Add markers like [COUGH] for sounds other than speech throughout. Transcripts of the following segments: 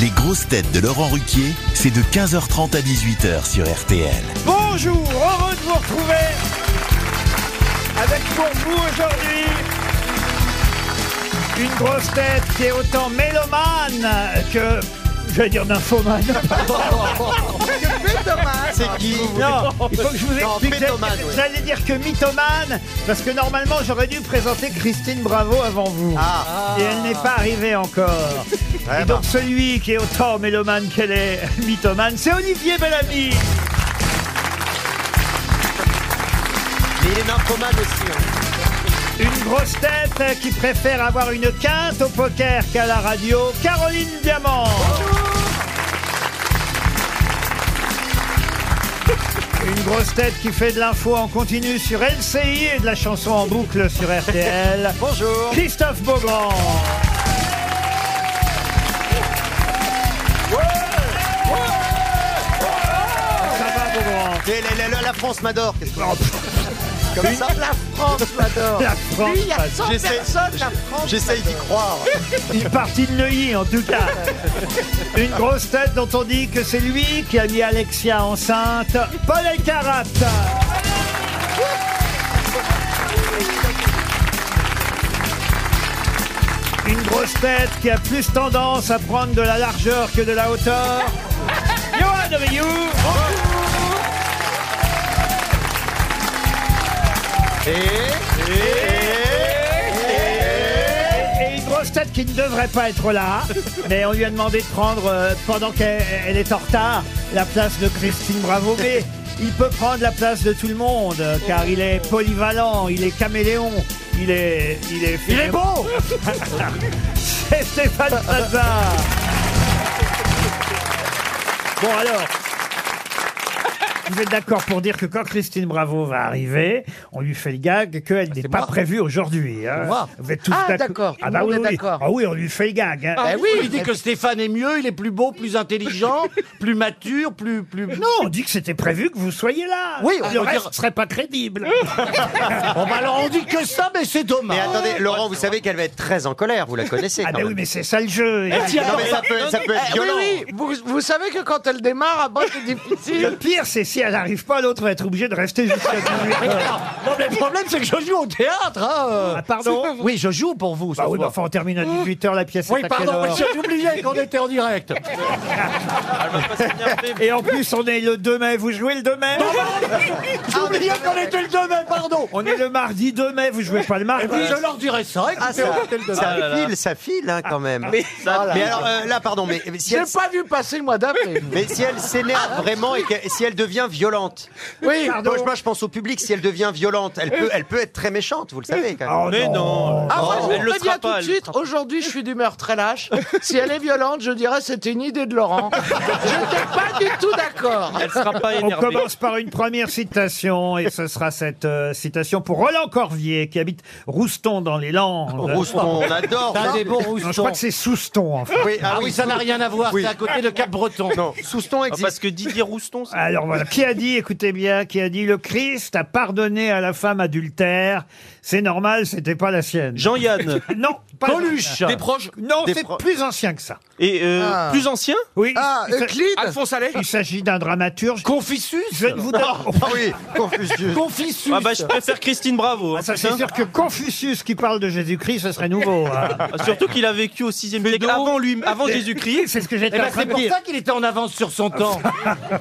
Les grosses têtes de Laurent Ruquier, c'est de 15h30 à 18h sur RTL. Bonjour, heureux de vous retrouver avec pour vous aujourd'hui une grosse tête qui est autant mélomane que, je vais dire nymphomane. [LAUGHS] C'est qui Non, il faut que je vous Non, explique. J'allais- mythomane, ouais. J'allais dire que mythomane, parce que normalement j'aurais dû présenter Christine Bravo avant vous. Ah. Et elle n'est pas arrivée [LAUGHS] encore. Et donc celui qui est autant mélomane qu'elle est [LAUGHS] mythomane, c'est Olivier Bellamy. Mais il est narcomane aussi. hein. Une grosse tête qui préfère avoir une quinte au poker qu'à la radio, Caroline Diamant. Une grosse tête qui fait de l'info en continu sur LCI et de la chanson en boucle sur RTL. Bonjour. Christophe Beaugrand. Ça va, Beaugrand Et la, la- la- la France m'adore. Qu'est-ce que- [LAUGHS] Comme ça, la France m'adore. La France passe. J'essaie j'essaie d'y croire. Une partie de Neuilly, en tout [LAUGHS] cas. Une grosse tête dont on dit que c'est lui qui a mis Alexia enceinte, Paul Elkarat. Une grosse tête qui a plus tendance à prendre de la largeur que de la hauteur, [LAUGHS] Johan Rioux. Et, et- Et une grosse tête qui ne devrait pas être là, mais on lui a demandé de prendre, euh, pendant qu'elle elle est en retard, la place de Christine Bravo. Mais il peut prendre la place de tout le monde, euh, car il est polyvalent, il est caméléon, il est. Il est, il est beau [LAUGHS] C'est Stéphane Plaza Bon alors. Vous êtes d'accord pour dire que quand Christine Bravo va arriver, on lui fait le gag qu'elle n'est pas moi. prévue aujourd'hui. hein. moi. Vous êtes tous Ah, d'accord, tout Ah le bah monde oui, est oui. d'accord. Ah oui, on lui fait le gag. hein. Ah, Eh oui, oui. il dit que Stéphane est mieux, il est plus beau, plus intelligent, plus mature, plus plus. Non, on dit que c'était prévu que vous soyez là. Oui, Ah, on le peut reste dire- serait pas crédible. Bon, bah alors [LAUGHS] on dit que ça, mais c'est Mais dommage. attendez, Laurent, vous savez qu'elle va être très en colère. Vous la connaissez ah quand ben oui, même. Eh, mais c'est ça le Eh, jeu. Non, mais ça peut, ça peut être Eh violent. Oui, oui. Vous, vous savez que quand elle démarre, à bas, c'est Le difficile. pire, c'est si elle n'arrive pas, l'autre va être obligé de rester jusqu'à 18 heures. Bon, mais le problème, c'est que je joue au théâtre. hein, euh. Ah, pardon Oui, je joue pour vous. ce Bah oui, mais soir. enfin, on termine à 18 heures la pièce. Oh. Oui, est à quelle pardon, mais heure j'ai oublié qu'on était en direct. Et en plus, on est le 2 mai. Vous jouez le 2 mai [LAUGHS] J'ai oublié qu'on était le demain, pardon. On est le mardi 2 mai. Vous jouez pas le mardi Oui, je leur dirai ça. Ah, écoutez, ça, on était le demain. ça file, ça file hein, quand même. Mais, alors euh, là, pardon, mais, mais si J'ai elle, pas vu passer le mois d'avril. [LAUGHS] mais si elle s'énerve vraiment et que- si elle devient violente, Oui. Moi, je- moi, je pense au public, si elle devient violente, elle peut, elle peut être très méchante, vous le savez quand même. Oh, non. Ah, moi, je vous elle le préviens sera tout pas, de elle le suite. Aujourd'hui, je suis d'humeur très lâche. Si elle est violente, je dirais c'était une idée de Laurent. J'étais pas du tout d'accord. Elle sera pas On énervée. commence par une première citation, et ce sera cette euh, citation pour Roland Corvier, qui habite Rouston dans les Landes. Rouston, on adore. T'as des bons Non, je crois roustons. que c'est Souston, en fait. Oui, Ah oui, ça n'a rien à voir. Oui. C'est à côté de Cap-Breton. Non, Souston Ah, existe. parce que Didier Rouston, c'est- Alors voilà, qui a dit, écoutez bien, qui a dit, le Christ a pardonné à la femme adultère, c'est normal, c'était pas la sienne. Jean-Yann, [LAUGHS] Non, pas Coluche. des proches Non, Des c'est pro- plus ancien que ça. et euh, Ah. plus anciens Oui, Ah, il, s- Euclide Alphonse Allais il s'agit d'un dramaturge. Confucius. Je ne vous donne... Ah oui, Confucius. Confucius. Ah bah je préfère Christine Bravo. hein, Ah, Ça, c'est putain. sûr que Confucius qui parle de Jésus-Christ, ce serait nouveau. hein. Ah, Surtout qu'il a vécu au 6 siècle avant lui, avant Jésus-Christ. C'est ce que j'étais Eh ben, en train c'est de pour dire. ça qu'il était en avance sur son temps. [LAUGHS]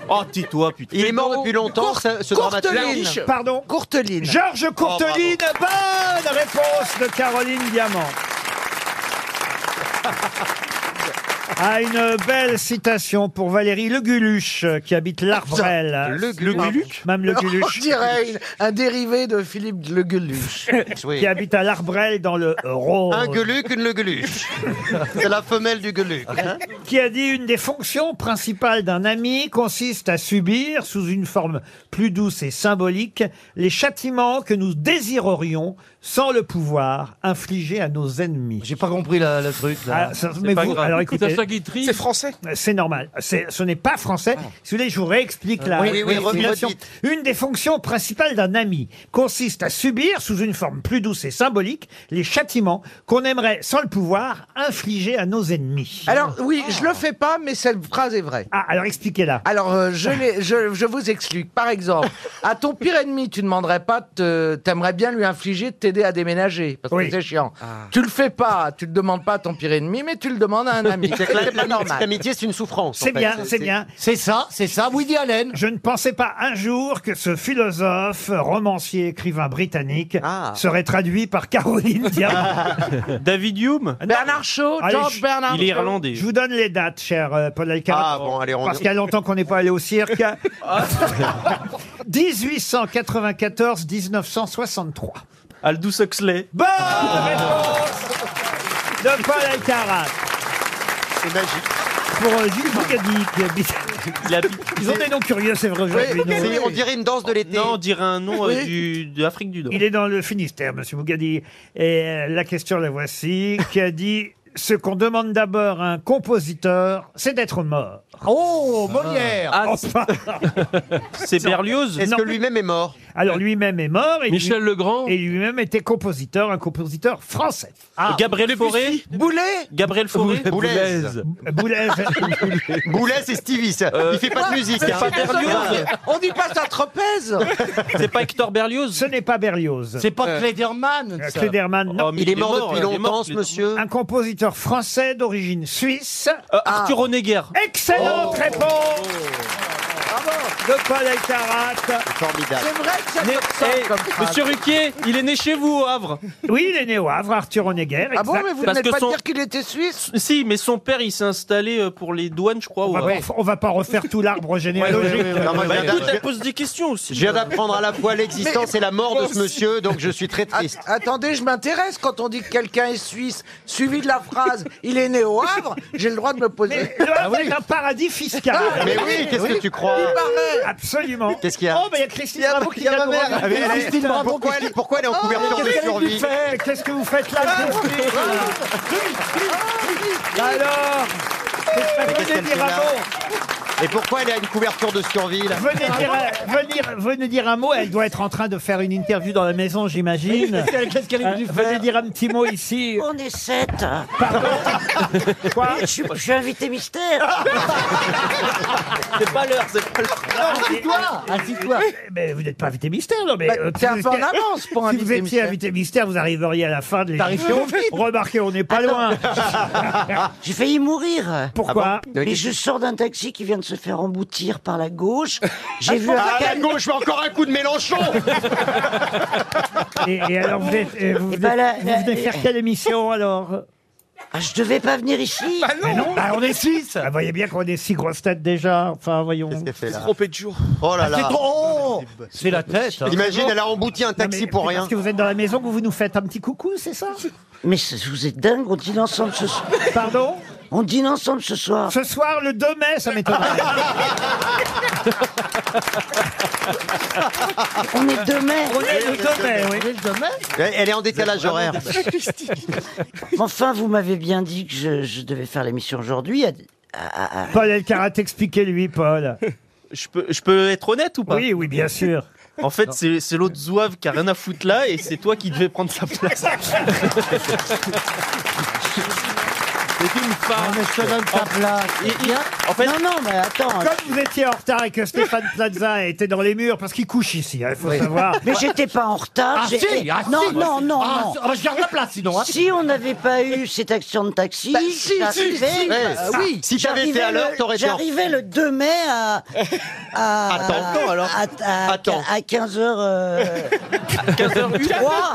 Oh tais-toi putain. Il est mort depuis longtemps, ce, ce dramaturge. Courteline. Pardon Courteline. Georges Courteline, bonne réponse de Caroline [LAUGHS] Diamant. Ah, une belle citation pour Valérie Leguluche, euh, qui habite l'Arbrel. Le Le Gluc. Guluc Mme [LAUGHS] On Leguluche, dirait une- un dérivé de Philippe Le Gueuluche. Oui. qui habite à l'Arbrel dans le Rhône, Un Gueuluc, une le Gueuluche. C'est la femelle du Ah, Gueuluc. hein. qui a dit une des fonctions principales d'un ami consiste à subir, sous une forme plus douce et symbolique, les châtiments que nous désirerions sans le pouvoir infliger à nos ennemis. J'ai pas compris la- le truc. là. Ah, ça- mais pas vous- grave. alors écoutez, C'est français C'est normal. C'est- Ce n'est pas français. Si vous voulez, je vous réexplique la Oui, oui, oui, définition. redites. Une des fonctions principales d'un ami consiste à subir, sous une forme plus douce et symbolique, les châtiments qu'on aimerait, sans le pouvoir, infliger à nos ennemis. Alors oui, je le fais pas, mais cette phrase est vraie. Ah, alors expliquez-la. Alors, euh, je, l'ai- je, je vous explique. Par exemple, à ton pire ennemi, tu ne demanderais pas, de te- t'aimerais bien lui infliger de t'aider à déménager, parce que Oui. c'est chiant. Ah. Tu le fais pas, tu le demandes pas à ton pire ennemi, mais tu le demandes à un ami. C'est pas normal. L'amitié, c'est une souffrance. en C'est fait. bien, c'est bien. C'est ça, c'est ça, Woody Allen. Je ne pensais pas un jour que ce philosophe, romancier, écrivain britannique Ah. serait traduit par Caroline [LAUGHS] Diamant. David Ah, Hume Bernard Shaw, Allez, George je- Bernard Il est Shaw. irlandais. Je vous donne les dates, cher euh, Paul Elkarat. Ah bon, allez, on Parce qu'il y a longtemps qu'on n'est pas allé au cirque. 1894-1963. Aldous Huxley. Bonne réponse de Paul Alcarat c'est magique. pour euh, Gilles Bougadi qui habite- Il habite- Ils ont des noms curieux, c'est vrai. Oui, aujourd'hui, non c'est- on dirait une danse de l'été. Non, on dirait un nom euh, Oui. du, de l'Afrique du Nord. Il est dans le Finistère, monsieur Bougadi. Et euh, la question, la voici, qui a dit ce qu'on demande d'abord à un compositeur, c'est d'être mort. Oh, Molière. Ah, Enfin, c'est Berlioz Est-ce Non. que lui-même est mort alors lui-même est mort et, lui- Legrand et lui-même était compositeur, un compositeur français. Gabriel Fauré Boulet Gabriel Fauré Boulez. [LAUGHS] Boulez, Boulez, c'est Stevie, ça. Euh, Euh, Il fait pas de musique. hein. On dit pas ça trapèze C'est pas Hector Berlioz ce n'est pas Berlioz. C'est pas Klederman. ça. Klederman, Euh, non. Oh, mais Euh, Il est mort depuis il est mort, longtemps, ce il est- monsieur. Un compositeur français d'origine suisse. Euh, Arthur Honegger. Oh. Excellente réponse de Paul Elkarat. Formidable. C'est vrai que ça Né- te ressemble Eh, comme phrase. Monsieur Ruquier, il est né chez vous au Havre. Oui, il est né au Havre, Arthur Honegger. Ah bon, exact. mais vous Parce n'êtes que pas son- dire qu'il était suisse Si, mais son père, il s'est installé euh, pour les douanes, je crois. au Ah on, va Havre. pas, on va pas refaire tout l'arbre généalogique. Non, moi, je Bah, viens écoute, d'a- elle pose des questions je aussi. viens d'apprendre à la fois l'existence et la mort de ce monsieur, donc je suis très Att- Ah, triste. Attendez, je m'intéresse quand on dit que quelqu'un est suisse, suivi de la [LAUGHS] phrase il est né au Havre, j'ai le droit de me poser. Ah, Le Havre est un paradis fiscal. Ah, Mais oui, qu'est-ce que tu crois Il paraît Absolument. Qu'est-ce qu'il y a Oh, mais il y a Christine Bravo qui vient nous rejoindre. Ah, mais elle est- pourquoi, elle, pourquoi elle Oh, est en couverture de survie Ah, Mais Qu'est-ce que vous faites là Christine Alors Mais qu'est-ce Venez qu'elle fait dire là un mot. Et pourquoi elle a une couverture de survie là Venez dire, euh, un- venir- venez dire un mot. Elle doit être en train de faire une interview dans la maison, j'imagine. Qu'est-ce qu'elle est venue Euh, Venez dire un petit mot ici. [LAUGHS] On est sept. Quoi Je suis, je suis invité mystère. C'est pas l'heure, c'est pas l'heure. Assis-toi, assis-toi. Mais vous n'êtes pas invité mystère, non mais. Bah, euh, t'es un si peu vous étiez- en avance pour Si invité vous étiez mystère. invité mystère, vous arriveriez à la fin de l'émission. Remarquez, on n'est pas loin. [LAUGHS] J'ai failli mourir. Ah Pourquoi Mais je sors d'un taxi qui vient de se faire emboutir par la gauche. J'ai vu un Ah, la cal- gauche, mais encore un coup de [LAUGHS] Mélenchon et, et alors, vous, êtes- et vous Eh venez, ben, la- vous la- venez faire quelle émission alors Ah, je devais pas venir ici. Mais non, bah, on est six. Vous voyez bien qu'on est six grosses têtes déjà. Enfin, voyons. Qu'est-ce qu'elle fait là Trompé de jour. Ah, Oh Ah, là là Oh, c'est la tête. hein. Imagine, elle a embouti un Non, mais taxi pour c'est rien. Parce que vous êtes dans la maison que vous nous faites un petit coucou, c'est ça Mais c'est- vous êtes dingue, on dîne ensemble ce soir. Pardon On dîne ensemble ce soir. Ce soir, le 2 mai, ça m'étonne. [LAUGHS] On est deux mères. On est le 2 mai, oui. Elle elle est en décalage horaire. Mais Enfin, vous m'avez bien dit que je, je devais faire l'émission aujourd'hui. à- à- à- à- Paul Elkarat, expliquez-lui, Paul. Je peux, je peux être honnête ou pas Oui, oui, bien sûr. En fait, c'est c'est l'autre zouave qui a rien à foutre là et c'est toi qui devais prendre [LAUGHS] sa place. C'est une Ah, femme. Oh. mais je te donne ta place. Il- il- en fait, Non, non, mais attends. Comme vous étiez en retard et que Stéphane [LAUGHS] Plaza était dans les murs, parce qu'il couche ici, hein, il faut savoir. Mais j'étais pas en retard. Ah, j'ai- si, ah, non, si. non, non, Ah, non. si, ah, bah, je garde la place sinon. hein. Si on n'avait pas eu cet action de taxi, Bah, si, j'arrivais- si, si. Ouais, Ah, Euh, oui. Eh, Si t'avais été J'arrivais à l'heure, le- t'aurais été en J'arrivais le 2 mai à. [LAUGHS] à Attends, attends, alors. À, Attends. 15h. Euh, 15h03.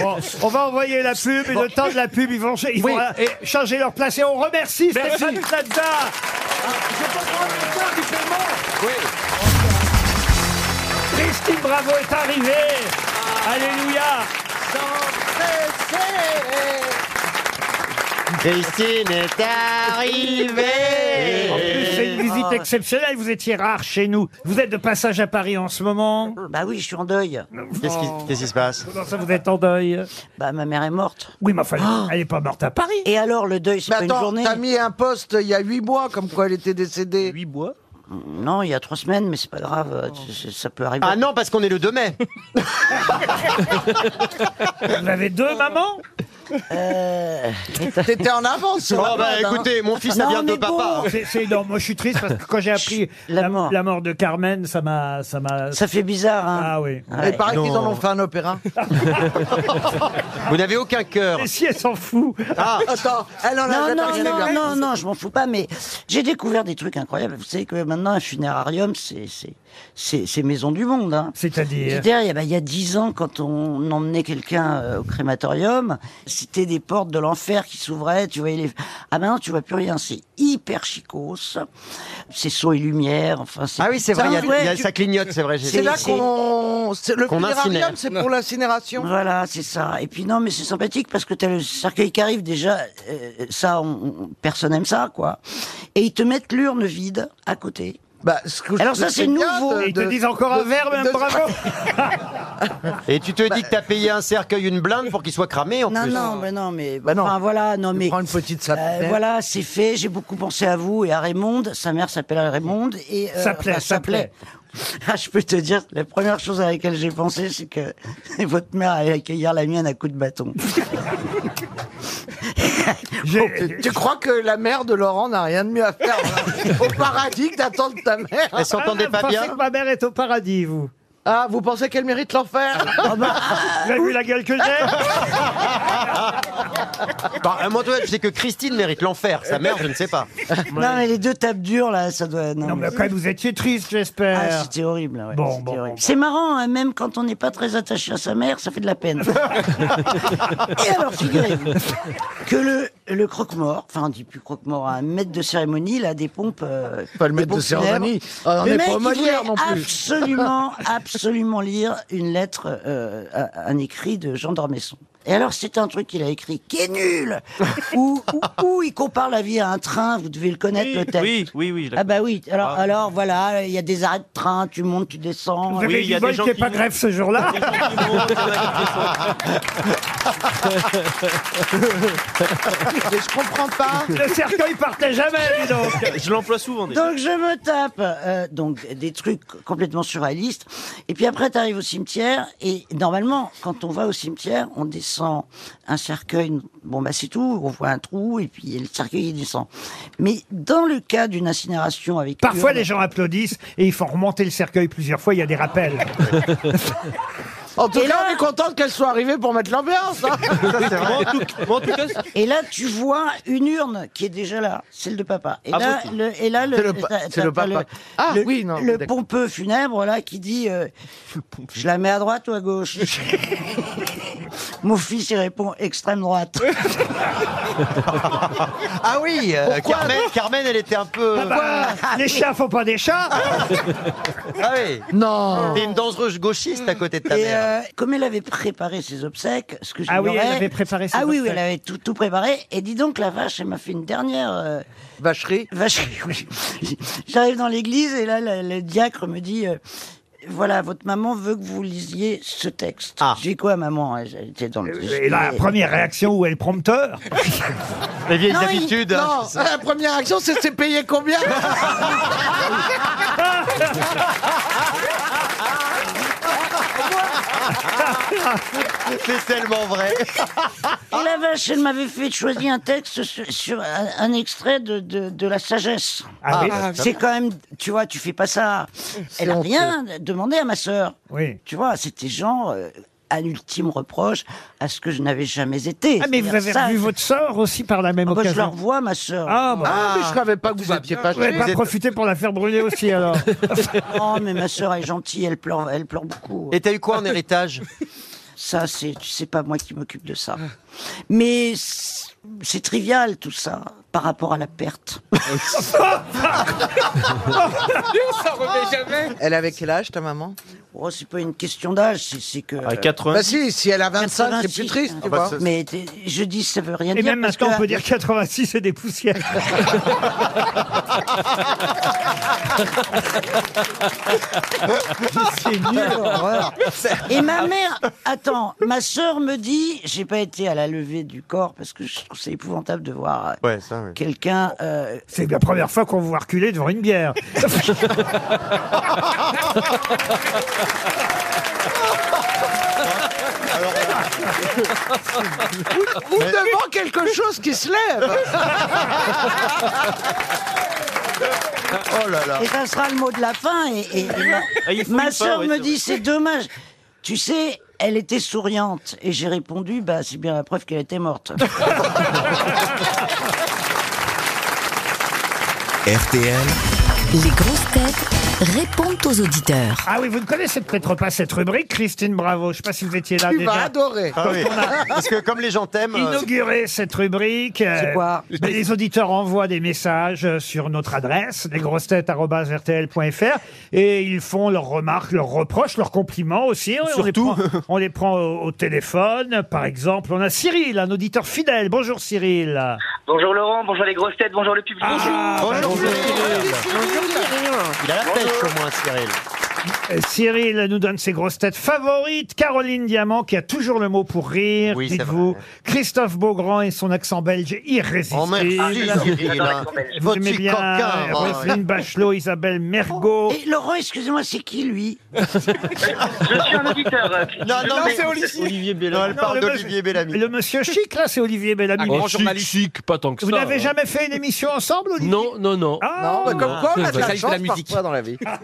Bon, on va envoyer la pub et le temps de la pub, ils vont, ch- ils Oui, vont, euh, changer leur place et on remercie Stéphane Plaza. Christine Bravo est arrivée. Alléluia. Ceci n'est En plus, c'est une arrivé. Ah. visite Ah. exceptionnelle. Vous étiez rare chez nous. Vous êtes de passage à Paris en ce moment. Bah oui, je suis en deuil. Qu'est-ce qui, qu'est-ce qui se passe Comment ça, vous êtes en deuil Bah ma mère est morte. Ah. Oui, mais enfin, elle n'est pas morte à Paris. Et alors le deuil, c'est Mais pas une attends, journée t'as mis un poste il y a huit mois, comme quoi elle était décédée. Huit bois Non, il y a trois semaines, mais c'est pas grave, euh, Oh. tu- c'est- ça peut arriver. Ah non, parce qu'on est le 2 mai. Vous avez deux mamans Euh, T'étais en avance sur la Oh bah mode, hein. écoutez, mon fils, ça Non, vient de mais bon. papa. C'est- C'est non, moi je suis triste parce que quand j'ai appris la la, mort. la mort de Carmen, ça m'a, ça m'a. ça fait bizarre, hein Ah oui. Ouais. Il paraît qu'ils en ont fait un opéra. Vous n'avez aucun cœur. Ah. Mais si elle s'en fout. Attends, elle en Non, a non, non, non, non, je m'en fous pas, mais j'ai découvert des trucs incroyables. Vous savez que maintenant, un funérarium, c'est- c'est- c'est c'est maison du monde. Hein. C'est-à-dire C'est-à-dire, il y a- bah, il y a dix ans, quand on emmenait quelqu'un euh, au crématorium, c'était des portes de l'enfer qui s'ouvraient, tu voyais les... Ah maintenant, tu vois plus rien, c'est hyper chicos, c'est son et lumière, enfin... c'est- Ah oui, c'est vrai, un il y a- vrai il y a- du- ça clignote, c'est vrai. j'ai- C'est là c'est- qu'on. c'est- Le Qu'on incinère. funérarium, c'est pour l'incinération. Voilà, c'est ça. Et puis non, mais c'est sympathique parce que t'as le cercueil qui arrive déjà, euh, ça, on- on- personne aime ça, quoi. Et ils te mettent l'urne vide à côté. Bah, ce que je Alors ça, trouve c'est bien nouveau. de- Et ils te de- disent encore un de- verbe, de- hein, [LAUGHS] bravo Et tu te Bah. dis que t'as payé un cercueil, une blinde pour qu'il soit cramé en Non, plus. non, mais non, mais Bah non. enfin, voilà, non, mais Prends une petite euh, sapinette. voilà, c'est fait. J'ai beaucoup pensé à vous et à Raymond. Sa mère s'appelle Raymond et euh, S'appelait, enfin, s'appelait. [LAUGHS] Ah, je peux te dire, la première chose à laquelle j'ai pensé, c'est que [LAUGHS] votre mère allait accueillir la mienne à coups [LAUGHS] de bâton. J'ai- oh, Tu crois que la mère de Laurent n'a rien de mieux à faire hein, au paradis que d'attendre ta mère Elle s'entendait Ah, pas vous pensez bien que ma mère est au paradis, vous Ah, vous pensez qu'elle mérite l'enfer Ah, bah. Vous avez vu la gueule que j'ai Bah, euh, Moi, toi, je sais que Christine mérite l'enfer. Sa mère, je ne sais pas. Non, mais les deux tapes dures là, ça doit. Non, mais mais- quand même, vous étiez triste, Ah, j'espère. c'était horrible. ouais, Bon, c'était bon, horrible. bon. C'est marrant, hein, même quand on n'est pas très attaché à sa mère, ça fait de [LAUGHS] la peine. Et alors, figurez-vous que le, le croque-mort, enfin on dit plus croque-mort, un maître de cérémonie, là, des pompes. euh, Pas le des maître de pompes funèbres. cérémonie. Ah, on Le n'est mec, pas au il Molière voulait non plus. Absolument, absolument lire une lettre, euh, à- un écrit de Jean d'Ormesson. Et alors, c'est un truc qu'il a écrit qui est [LAUGHS] nul, où, où- où il compare la vie à un train, vous devez le connaître Oui, peut-être. oui, oui, oui, je la- Ah bah oui, alors, alors voilà, il y a des arrêts de train, tu montes, tu descends. Vous Oui, avez il y du a bol des gens qu'il n'y ait qui pas nous- grève ce [LAUGHS] jour-là. Je comprends pas. Le cercueil partait jamais, dis donc. Je l'emploie souvent. déjà. Donc je me tape euh, donc des trucs complètement surréalistes. Et puis après, tu arrives au cimetière et normalement, quand on va au cimetière, on descend un cercueil. Bon bah c'est tout, on voit un trou et puis le cercueil il descend. Mais dans le cas d'une incinération avec Parfois, urne, les gens applaudissent et ils font remonter le [LAUGHS] cercueil plusieurs fois. Il y a des rappels. En tout Et cas, là- on est contente qu'elle soit arrivée pour mettre l'ambiance. hein. [LAUGHS] Moi, en tout- moi, en tout cas, c'est- Et là, tu vois une urne qui est déjà là, celle de papa. Et Ah, là, bon le, et là, le, C'est le pa- t'as- c'est t'as- le t'as papa. Ah, le- oui, non, le d'accord. pompeux funèbre là qui dit, euh, je la mets à droite ou [LAUGHS] à gauche. Mon fils il répond extrême droite. Ah oui, euh, Carmen, Carmen, elle était un peu. Ah bah, les chats font pas des chats. Ah oui. Non. T'es une dansereuse gauchiste à côté de ta Et mère. euh, comme elle avait préparé ses obsèques, ce que Ah oui, j'ignorais- elle avait préparé ses Ah oui, oui, obsèques. elle avait tout, tout préparé. Et dis donc la vache, elle m'a fait une dernière. euh, Vacherie. Vacherie, [LAUGHS] oui. J'arrive dans l'église et là, le, le diacre me dit euh, Voilà, votre maman veut que vous lisiez ce texte. Ah. J'ai quoi, maman Elle était dans le. Et la première hein. réaction où est le prompteur [LAUGHS] Les vieilles non, il- habitudes. hein. Non, la première action, c'est c'est payer combien C'est [LAUGHS] tellement vrai. Et la vache, elle m'avait fait choisir un texte sur, sur un, un extrait de, de, de la sagesse. Ah oui. bah. C'est quand même, tu vois, tu fais pas ça. Elle a rien demandé à ma sœur. Oui. Tu vois, c'était genre euh, un ultime reproche à ce que je n'avais jamais été. Ah, mais vous avez C'est-à-dire ça, revu votre sort aussi par la même Moi, je la occasion. revois, ma sœur. Ah, bah. Ah, mais je savais pas que vous étiez pas Vous n'avez chez- pas êtes- profité pour la faire brûler [LAUGHS] aussi, alors Oh, mais ma sœur est gentille, elle pleure, elle pleure beaucoup. Et t'as eu quoi en héritage Ça, c'est, tu sais pas moi qui m'occupe de ça. Mais c'est c'est trivial tout ça. par rapport à [LAUGHS] la perte. [LAUGHS] Ça remet jamais. [LAUGHS] Elle avait quel âge, ta maman Oh, c'est pas une question d'âge, c'est- c'est que. Ah, À 80. Bah si, si elle a 25, c'est 86. plus triste, tu Ah bah, vois. c'est- Mais t'es- je dis, ça veut rien Et dire. même parce maintenant, que- on peut dire 86 et des poussières. C'est nul. [LAUGHS] Et ma mère, attends, ma sœur me dit, j'ai pas été à la levée du corps parce que je trouve ça épouvantable de voir euh, Ouais, ça, ouais. quelqu'un. euh, C'est la première fois qu'on vous voit reculer devant une bière. Ou devant quelque chose qui se lève. [LAUGHS] Oh là là. Et ça sera le mot de la fin. Et, et- et ma, Ah, il faut ma une fin, sœur ouais, me c'est dit, c'est dommage. Tu sais, elle était souriante. Et j'ai répondu, bah, c'est bien la preuve qu'elle était morte. [LAUGHS] RTL, Les grosses têtes répondent aux auditeurs. Ah oui, vous ne connaissez peut-être pas cette rubrique, Christine Bravo. Je ne sais pas si vous étiez là Tu vas déjà. adorer. Ah oui. Parce que comme les gens t'aiment. euh, Inaugurer cette rubrique. euh, quoi mais Les auditeurs envoient des messages euh, sur notre adresse, lesgrossetêtes.rtl.fr, et ils font leurs remarques, leurs reproches, leurs compliments aussi. On, les prend, on les prend au, au téléphone, par exemple. On a Cyril, un auditeur fidèle. Bonjour Cyril. Bonjour Laurent, bonjour les grosses têtes, bonjour le public. Ah, bah, Bonjour bonjour. Cyril. Il a la pêche au moins Cyril. Euh, Cyril nous donne ses grosses têtes favorites. Caroline Diamant, qui a toujours le mot pour rire, Oui, c'est dites-vous. vrai. Christophe Beaugrand et son accent belge irrésistible. Oh merci Cyril. J'adore hein. l'accent belge. Vous Votre aimez petit bien coquin. euh, oh, Roselyne Bachelot, Isabelle Mergot. Oh, Et Laurent, excusez-moi, c'est qui [LAUGHS] lui Je suis un auditeur. euh, Christine. Non, non, Mais- c'est Olivier [LAUGHS] Non, elle Bellamy. parle le d'Olivier Bellamy. Le monsieur chic, là, c'est Olivier Un Bellamy. grand journaliste. pas tant que Vous n'avez jamais fait une émission ensemble, Olivier Non, non, non. Ah, Non, bah, comme quoi, on a de c'est la vrai. Ça, il fait chance la musique. parfois dans la vie. ah,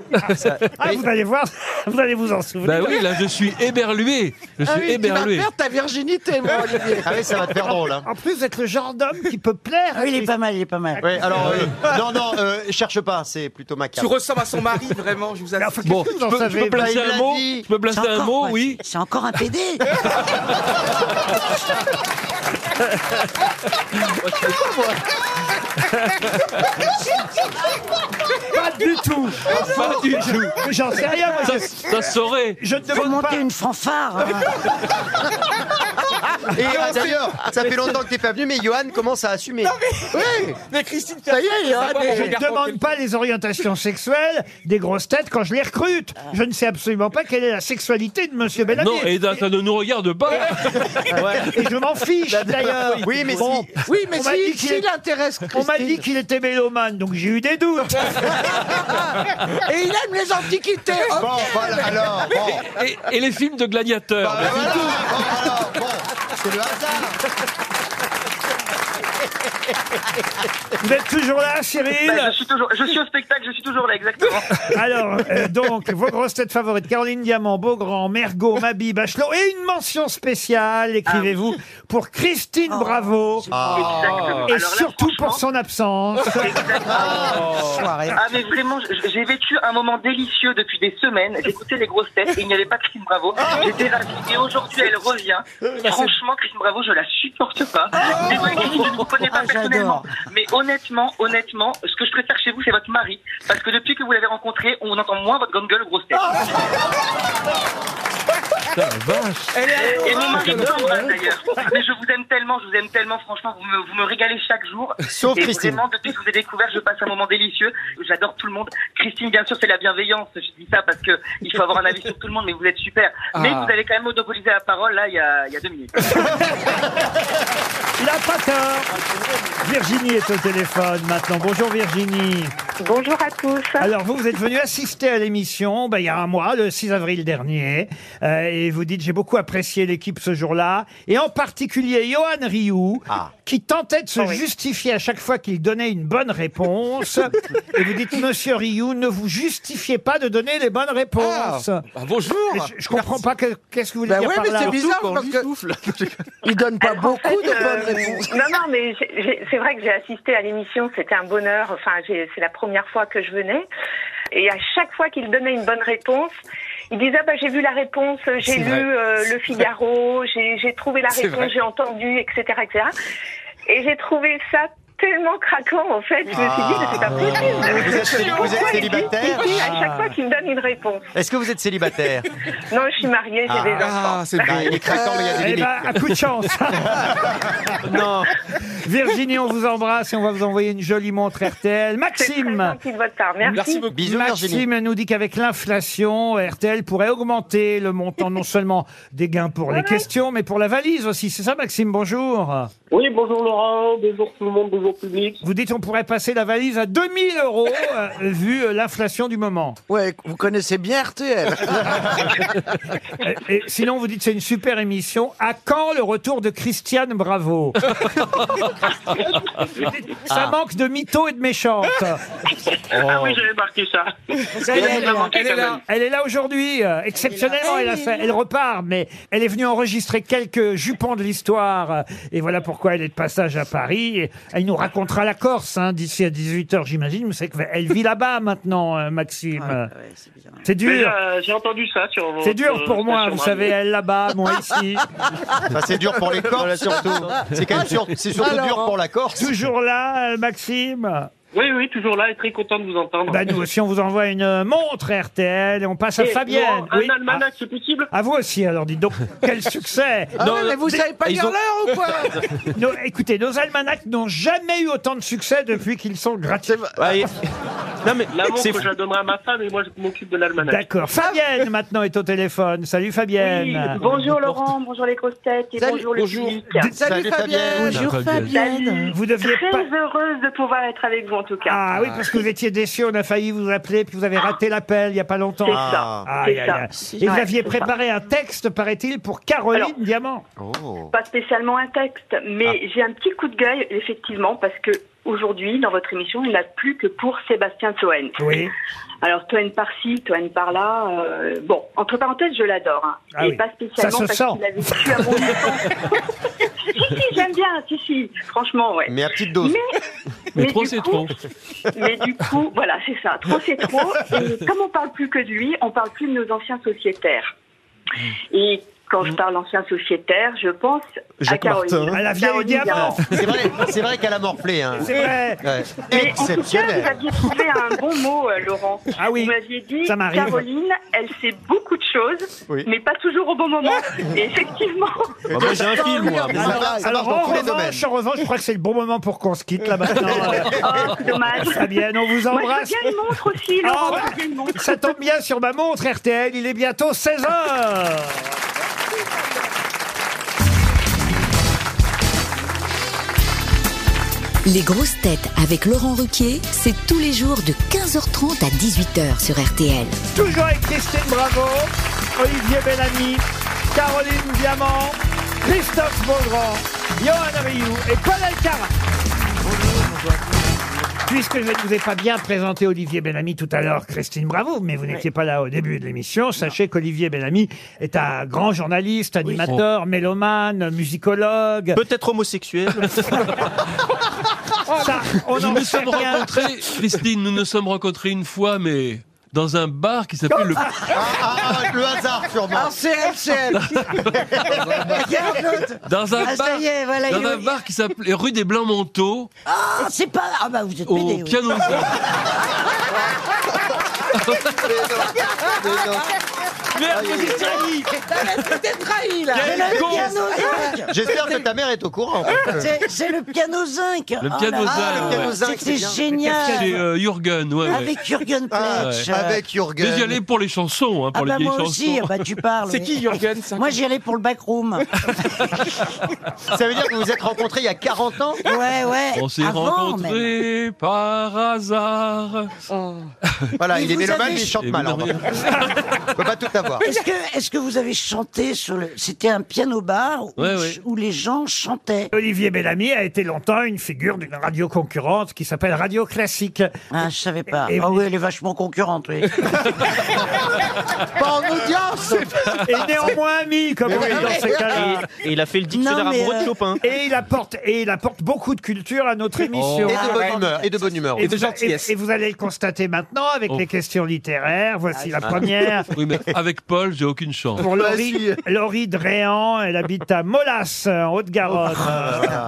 vous allez voir, [LAUGHS] vous allez vous en souvenir. Bah oui, là je suis éberlué. Je suis Ah oui, tu vas éberlué. perdre ta virginité, mon Olivier. Ah oui, ça va te faire drôle. Hein. En plus, vous êtes le genre d'homme qui peut plaire. Ah Ah, Il est pas mal, il est pas mal. Ouais, alors, Ah euh, non, non, euh, cherche pas, c'est plutôt Tu macabre. ressembles à son mari, vraiment, je vous Mais assure. enfin, qu'est-ce Bon, que je vous en peux, je savez peux placer Bah, il un l'a mot. dit. Je peux placer C'est un encore- mot, ouais, oui. C'est encore [LAUGHS] un PD. Pas du tout. Pas du tout. J'en sais rien. moi, Ça, je- ça se saurait. Je ne Faut demande pas. monter une fanfare. hein. Et ah, d'ailleurs, ça fait longtemps que t'es pas venu, mais Johan commence à assumer. Mais Christine, Ça y est, il y aura des- Je ne demande pas les orientations sexuelles des grosses têtes quand je les recrute. Ah. Je ne sais absolument pas quelle est la sexualité de Monsieur Bellamy. Non, et ça ne nous regarde pas. [LAUGHS] Et je m'en [LAUGHS] fiche d'ailleurs. Oui, mais Bon, si. Oui, mais On m'a dit s'il qu'il si, est- intéresse on m'a dit Christine. qu'il était mélomane, donc j'ai eu des doutes. [LAUGHS] Et il aime les antiquités. Bon, voilà, alors, bon. Et, et les films de gladiateurs. Bah, voilà, bon, alors, bon, c'est le hasard. Vous êtes toujours Ah, là, [LAUGHS] Bah, Mais Cyril je, suis toujours, je suis au spectacle, je suis toujours là, exactement. Alors, euh, donc, vos grosses têtes favorites, Caroline Diamant, Beaugrand, [LAUGHS] Mergot, Mabi, Bachelot, et une mention spéciale, Ah écrivez-vous, pour Oh, Christine Bravo, Exactement. et Alors là, surtout pour franchement, son absence. [LAUGHS] Oh. exactement. Oh, Ah, mais vraiment, je- j'ai vécu un moment délicieux depuis des semaines. J'écoutais les grosses têtes et il n'y avait pas Christine Bravo. Ah. J'étais ravie. Et aujourd'hui, elle revient. Euh, bah, Franchement, Christine Bravo, je la supporte pas. C'est vrai que Christine, je ne vous connais pas Ah, j'adore. personnellement. Mais honnêtement, honnêtement, ce que je préfère chez vous, c'est votre mari. Parce que depuis que vous l'avez rencontré, on entend moins votre grande gueule aux grosses têtes. Ah. Elle est Et mon mari adorable. m'embrasse, d'ailleurs. Mais je vous aime tellement, je vous aime tellement, franchement, vous me, vous me régalez chaque jour. Sauf et Christine. vraiment, depuis que je vous ai découvert, je passe un moment délicieux. J'adore tout le monde. Christine, bien sûr, c'est la bienveillance. Je dis ça parce que il faut avoir un avis sur tout le monde, mais vous êtes super. Mais Ah. vous avez quand même monopolisé la parole, là, il y a, il y a deux [LAUGHS] minutes. Il a pas tort. Virginie est au téléphone maintenant. Bonjour Virginie. Bonjour à tous. Alors vous, vous êtes venu assister à l'émission ben, il y a un mois, le 6 avril dernier, Euh, et vous dites j'ai beaucoup apprécié l'équipe ce jour-là, et en particulier Johan Rioux, Ah. qui tentait de se justifier à chaque fois qu'il donnait une bonne [LAUGHS] réponse. et vous dites Monsieur Rioux, ne vous justifiez pas de donner les bonnes réponses. Ah, bonjour. Mais je, je comprends pas que- qu'est-ce que [LAUGHS] vous voulez Ben dire oui, par mais là. c'est bizarre quand parce lui que souffle. [LAUGHS] il donne pas Alors, en beaucoup fait, de euh, bonnes [LAUGHS] réponses. Non, non, mais j'ai- j'ai- c'est vrai que j'ai assisté à l'émission, c'était un bonheur. Enfin, j'ai- c'est la première fois que je venais. Et à chaque fois qu'il donnait une bonne réponse, il disait Ah bah, J'ai vu la réponse, j'ai lu euh, Le Figaro, j'ai j'ai trouvé la C'est vrai. réponse, j'ai entendu, etc. etc. Et j'ai trouvé ça tellement craquant, en fait. Je me suis dit, mais c'est pas possible. Ah. Vous êtes- vous êtes Pourquoi il dit- célibataire il dit À chaque Ah. fois qu'il me donne une réponse. Est-ce que vous êtes célibataire Non, je suis mariée, j'ai des enfants. Bah, Il est craquant, mais il y a des Eh limites. ben, à coup de chance. non. Virginie, on vous embrasse et on va vous envoyer une jolie montre RTL. Maxime. Merci de votre part. Merci. Bisous, Virginie. Maxime nous dit qu'avec l'inflation, RTL pourrait augmenter le montant non seulement des gains pour les questions, mais pour la valise aussi. C'est ça, Maxime Bonjour. Oui, bonjour Laurent, bonjour tout le monde, bonjour public. Vous dites on pourrait passer la valise à 2000 [LAUGHS] euros euh, vu euh, l'inflation du moment. Ouais, vous connaissez bien [LAUGHS] RTL. [LAUGHS] Et, et sinon, vous dites c'est une super émission. À quand le retour de Christiane [LAUGHS] Bravo Ça [LAUGHS] Ah. manque de mythos et de méchante. Ah oui, j'avais marqué ça. Elle, Ça m'a est, manqué quand là, même. Elle est là aujourd'hui, euh, exceptionnellement, elle, a fait- elle repart, mais elle est venue enregistrer quelques jupons de l'histoire, euh, et voilà pourquoi elle est de passage à Paris. Et elle nous racontera la Corse hein, d'ici à 18h, j'imagine. Vous savez qu'elle vit là-bas maintenant, euh, Maxime. c'est dur. Mais, euh, J'ai entendu ça sur C'est votre, dur pour euh, moi, station radio. vous savez, elle là-bas, moi ici. Ça, c'est dur [LAUGHS] pour les Corses, Voilà, surtout. C'est quand même sur- c'est surtout Alors, dur pour la Corse. Toujours là, euh, Maxime Oui, oui, toujours là et très content de vous entendre. bah nous aussi, on vous envoie une euh, montre RTL et on passe à Et Fabienne. Laurent, Un Oui. almanach, c'est possible À Ah, vous aussi, alors dites donc, [LAUGHS] quel succès Ah ouais, mais vous savez pas ils dire ont- l'heure ou [LAUGHS] quoi Nos- Écoutez, nos almanachs n'ont jamais eu autant de succès depuis qu'ils sont gratuits. [LAUGHS] Non, mais la montre, c'est je fou. la donnerai à ma femme et moi, je m'occupe de l'almanach. D'accord. Fabienne, maintenant, est au téléphone. Salut Fabienne Bonjour Laurent, bonjour les grossettes et Salut, bonjour le bonjour. public. Salut, Salut, Fabienne. Fabienne. Bonjour, Fabienne. Salut. Vous deviez Très pas- heureuse de pouvoir être avec vous en tout cas. Ah oui, parce que vous étiez déçus, on a failli vous appeler, puis vous avez raté l'appel il n'y a pas longtemps. C'est ça, Ah, c'est aïe, ça. aïe, aïe. Si. Et vous Ouais, aviez c'est préparé un texte, paraît-il, pour Caroline Alors- Diamant. Pas spécialement un texte, mais j'ai un petit coup de gueule effectivement parce que aujourd'hui dans votre émission il n'a plus que pour Sébastien Toen. Oui. Alors Toen par-ci, Toen par-là. euh, bon, entre parenthèses, je l'adore. hein. Ah et oui. pas spécialement Ça se parce sent. qu'il a vécu à mon si, si, j'aime bien, si, si. Franchement, ouais. Mais à petite dose. Mais, mais du coup- Mais du coup, voilà, c'est ça. Trop, c'est trop. Et comme on parle plus que de lui, on parle plus de nos anciens sociétaires. Mm. Et quand je parle anciens sociétaires, je pense à Caroline. À la vieille Ah, Caroline diamant. Diamant. C'est vrai, c'est vrai qu'elle a morflé. Hein. C'est vrai. Ouais. Mais en tout cas, vous Exceptionnel. aviez trouvé un bon mot, euh, Laurent. Ah oui, Vous m'aviez dit, ça m'arrive. Caroline, elle sait beaucoup de choses, Oui. mais pas toujours au [LAUGHS] bon moment. Et effectivement. moi, j'ai un film, moi. Mais Ça ça Alors, va, ça alors, marche dans en, tous les revanche, en revanche, je crois que c'est le bon moment pour qu'on se [LAUGHS] quitte là maintenant. Oh, c'est dommage. Fabienne, on vous Moi, je veux embrasse. bien une montre aussi, Laurent, Ah, je veux bien une montre. Ça tombe bien sur ma montre RTL, il est bientôt 16h. Les grosses têtes avec Laurent Ruquier, c'est tous les jours de 15h30 à 18h sur RTL. Toujours avec Christine Bravo, Olivier Bellamy, Caroline Diamant, Christophe Beaugrand, Johan Rioux et Paul Alcarat. Puisque je ne vous ai pas bien présenté Olivier Bellamy tout à l'heure, Christine Bravo, mais vous n'étiez pas là au début de l'émission, sachez qu'Olivier Bellamy est un grand journaliste, animateur, mélomane, musicologue. Oh. Peut-être [LAUGHS] homosexuel. Ça, on nous en nous sait sommes rien. rencontrés, Christine, nous nous sommes rencontrés une fois, mais dans un bar qui s'appelle le. Ah, le hasard, sûrement. Un CLCL. [LAUGHS] [LAUGHS] Dans un Ah, ça bar, y est, voilà, il- dans un bar qui s'appelait rue des Blancs Manteaux, Ah, c'est pas. Ah, bah [LAUGHS] vous êtes au pédé, oui. piano. [LAUGHS] Merde, je suis Ah, trahi. T'es trahi là. C'est le piano zinc J'espère que ta mère est au courant. Ah, C'est- C'est le piano zinc Le Oh piano là là. zinc, ouais. C'était Chez génial euh, Jürgen, ouais. ouais. Avec Jürgen Pletch Ouais. Mais j'y Jürgen allais pour les chansons, hein, Ah pour bah les vieilles moi aussi, chansons. ah bah tu parles. oui. Moi j'y allais pour le backroom. Ça veut dire que vous vous êtes rencontrés il y a 40 ans Ouais, bah, ouais. On s'est avant, rencontrés par hasard. Voilà, Mais il est Oh. vous mélomane, avez- mais il chante mal. Évidemment. [LAUGHS] hein. On peut pas tout avoir. Est-ce que, est-ce que vous avez chanté sur le... C'était un piano-bar où, Ouais, ouais. où les gens chantaient. Olivier Bellamy a été longtemps une figure d'une radio concurrente qui s'appelle Radio Classique. Ah, je savais pas. Et- Ah oui, elle est vachement concurrente, oui. Pas en audience. [LAUGHS] Et néanmoins ami, comme Mais on dit oui. dans ces cas-là. Et, et il a fait le dictionnaire amoureux euh, de Chopin. Et il apporte, et il apporte beaucoup de culture à Oh. notre émission. Ah, Et de bonne humeur. Et de bonne humeur. Et vous, et- et vous allez le constater maintenant avec Oh. les questions littéraires. Voici la Ah. [LAUGHS] première. Oui, mais avec avec Paul, j'ai aucune chance. Pour Bah, Laurie, Laurie Dréan, elle habite à Molas, en Haute-Garonne.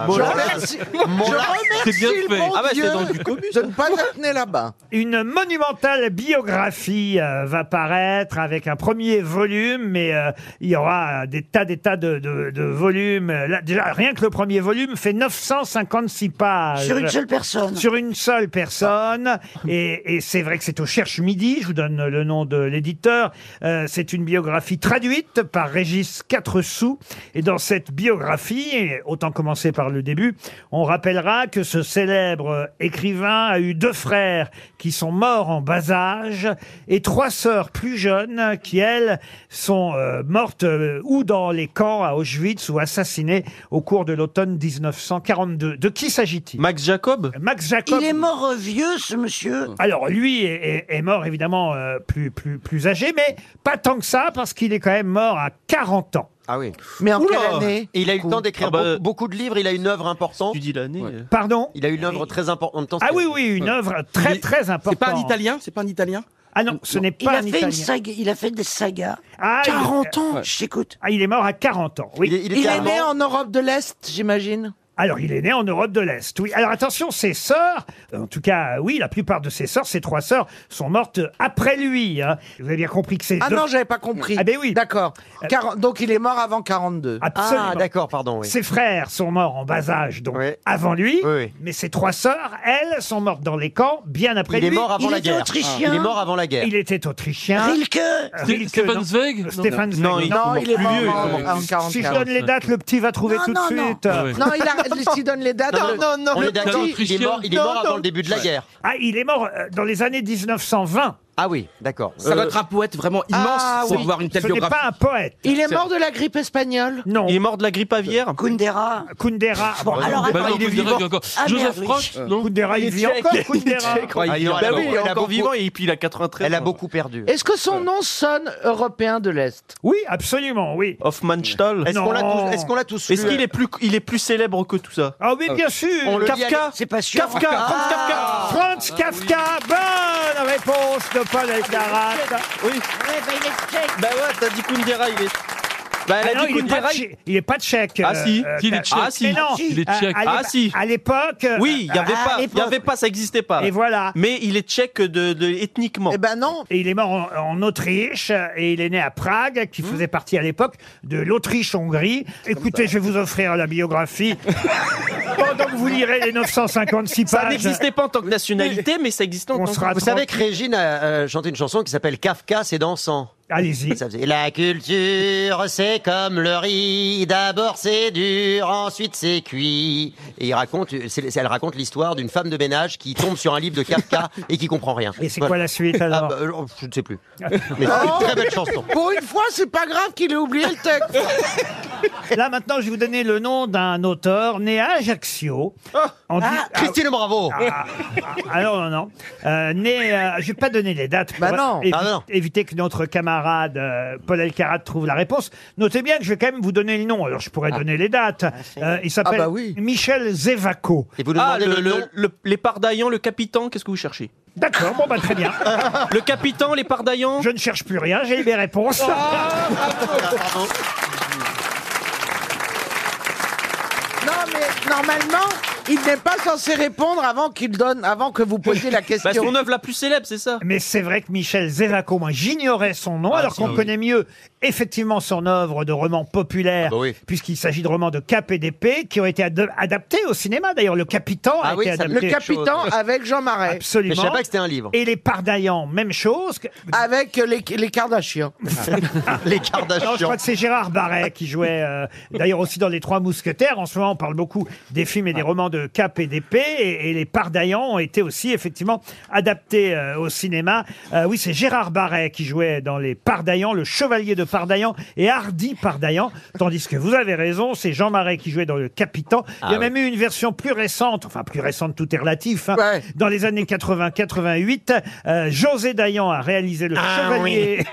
Molas. Merci. Molas. Ah, Je remercie le bon Ah bah, Dieu de ne pas amener là-bas. Une monumentale biographie euh, va paraître avec un premier volume, mais euh, il y aura des tas, des tas de, de- de volumes. Là, déjà, rien que le premier volume fait 956 pages. Sur une seule personne. Sur une seule personne. Et, et c'est vrai que c'est au Cherche Midi, je vous donne le nom de l'éditeur. Euh, c'est une biographie traduite par Régis Quatresous. Et dans cette biographie, et autant commencer par le début, on rappellera que ce célèbre écrivain a eu deux frères qui sont morts en bas âge et trois sœurs plus jeunes qui, elles, sont euh, mortes euh, ou dans les camps à Auschwitz ou assassinées au cours de l'automne 1942. De qui s'agit-il Max Jacob Euh, Max Jacob. Mmh. Il est mort euh, vieux, ce monsieur. Alors lui est, est- est mort évidemment euh, plus, plus, plus âgé, mais pas tant que ça parce qu'il est quand même mort à 40 ans. Ah oui. Mais en Oula quelle année Et Il a eu le temps d'écrire Ah bah, beaucoup, beaucoup de livres, il a une œuvre importante. Tu dis l'année. euh. Pardon Il a eu une œuvre très importante. Ah oui, oui, une œuvre très très importante. Euh, pas un italien C'est pas un italien Ah non, ce n'est Il pas a, un fait italien. une saga, il a fait des sagas. Ah, il- 40 ans, Ouais. je t'écoute. Ah, il est mort à 40 ans, oui. Il, est né en Europe de l'Est, j'imagine. Alors, il est né en Europe de l'Est, oui. Alors, attention, ses sœurs, euh, en tout cas, oui, la plupart de ses sœurs, ses trois sœurs, sont mortes euh, après lui. hein. Vous avez bien compris que c'est... Ah non, j'avais pas compris. Ah ben oui. D'accord. Quar- Donc il est mort avant 42. Absolument. Ah, d'accord, pardon. Ses frères sont morts en bas âge, donc avant lui, mais ses trois sœurs, elles, sont mortes dans les camps bien après Il est lui. mort avant la guerre. Ah. Il est mort avant la guerre. Il était autrichien. Rilke Hein Rilke, non. Stefan Zweig Stéphane Zweig. Non, il- Non, il est mort vieux. en- en Si je 44. donne les dates, le petit va trouver Non, tout non, de non. suite. Ah oui. Non, il a, [LAUGHS] s'il donne les dates. Non, le- non, non, le on est d'accord, petit- il est mort, il est mort avant le début de la guerre. Ah, il est mort euh, dans les années 1920. Ah oui, d'accord. Ça doit être un poète vraiment immense Ah pour oui. voir une telle Ce n'est biographie. pas un poète. Il est mort de la grippe espagnole. Non. Il est mort de la grippe aviaire Kundera. Kundera. Bon, alors, Kundera, attends, il est on dirait vivant. qu'encore- Ah, Joseph merde, oui. Proche, non Kundera, il Il est vit encore. tchèque, il est Kundera. tchèque, ouais, il est Bah encore- oui, il est elle a encore beaucoup- vivant et puis il a hein. 93 Elle a ans. beaucoup perdu. Est-ce que son nom sonne européen de l'Est Oui, absolument, oui. Hoffmannsthal. Est-ce qu'on l'a tous- est-ce qu'on l'a tous Euh, Est-ce lu qu'il est plus, il est plus célèbre que tout ça Ah oui, bien sûr. Euh, On le Kafka. Ah, Kafka. C'est pas sûr. Kafka. Franz Ah. Kafka. Franz Kafka, Bah, bonne réponse de Paul Elkarat. Oui. Bah ouais, t'as dit Kundera, il est. Bah elle Ah a non, dit il est, pas Kundera. tchè- il est pas tchèque. Ah euh, si, euh, il est Ka- tchèque. Ah si, Mais non. il est Ah, tchèque. à Ah l'époque- si. À l'époque. euh, Oui, il n'y avait, à pas, il y l'époque. avait pas, ça n'existait pas. Et voilà. Mais il est tchèque de, de- ethniquement. Eh ben non. Et il est mort en, en Autriche euh, et il est né à Prague, Hmm. qui faisait partie à l'époque de l'Autriche-Hongrie. Écoutez, je vais vous offrir la [LAUGHS] biographie. Pendant que vous lirez les 956 Ça pages. n'existait pas en tant que nationalité, mais ça existait en On tant sera que... Vous savez que Régine a euh, chanté une chanson qui s'appelle Kafka, c'est dansant. Allez-y. Ça faisait, La culture, c'est comme le riz. D'abord, c'est dur, ensuite, c'est cuit. Et il raconte, c'est- c'est- elle raconte l'histoire d'une femme de ménage qui tombe sur un livre de [LAUGHS] Kafka et qui comprend rien. Et c'est quoi la suite alors Ah, bah, oh, Je ne sais plus. Mais c'est une très belle chanson. Pour une fois, c'est pas grave qu'il ait oublié le texte. [LAUGHS] Là maintenant, je vais vous donner le nom d'un auteur né à Ajaccio. Oh, en dix- Ah, Christine Bravo. Ah, ah, ah, non, non, non. Euh, né, euh, je vais pas donner les dates. pour Bah non. évi- Ah non. Éviter que notre camarade euh, Paul Elkarat trouve la réponse. Notez bien que je vais quand même vous donner le nom. Alors je pourrais donner les dates. Euh, il s'appelle Ah bah oui. Michel Zevaco. Et vous nous Ah, demandez le- le, le- nom. le- les pardaillants, le capitan, qu'est-ce que vous cherchez D'accord, bon bah très bien. [LAUGHS] Le capitan, les pardaillants Je ne cherche plus rien, j'ai les réponses. Oh Non, mais normalement, il n'est pas censé répondre avant qu'il donne, avant que vous posiez [LAUGHS] la Bah, question. son œuvre la plus célèbre, c'est ça Mais c'est vrai que Michel Zévaco, moi j'ignorais son Ah, nom, alors qu'on connaît mieux effectivement son œuvre de romans Ah populaires, bah puisqu'il s'agit de romans de cap et d'épée, qui ont été ad- adaptés au cinéma. D'ailleurs, Le Capitan a Ah oui, été ça me adapté. le capitan avec Jean Marais. Absolument. Mais je savais pas que c'était un livre. Et Les Pardaillants, même chose. que- Avec les, [LAUGHS] les Kardashians. Les Non, je Kardashians. crois que c'est Gérard Barret qui jouait, euh, d'ailleurs aussi dans Les Trois Mousquetaires. En ce moment, on parle beaucoup des films et des romans de cap et d'épée. Et, et les Pardaillants ont été aussi, effectivement, adaptés euh, au cinéma. Euh, oui, c'est Gérard Barret qui jouait dans Les Pardaillants, Le Chevalier de Pardaillan et Hardy Pardaillan. Tandis que vous avez raison, c'est Jean Marais qui jouait dans Le Capitan. Il y a Ah même eu une version plus récente, enfin plus récente, tout est relatif, hein. Ouais. dans les années 80-88. euh, José Dayan a réalisé Le Ah Chevalier [LAUGHS]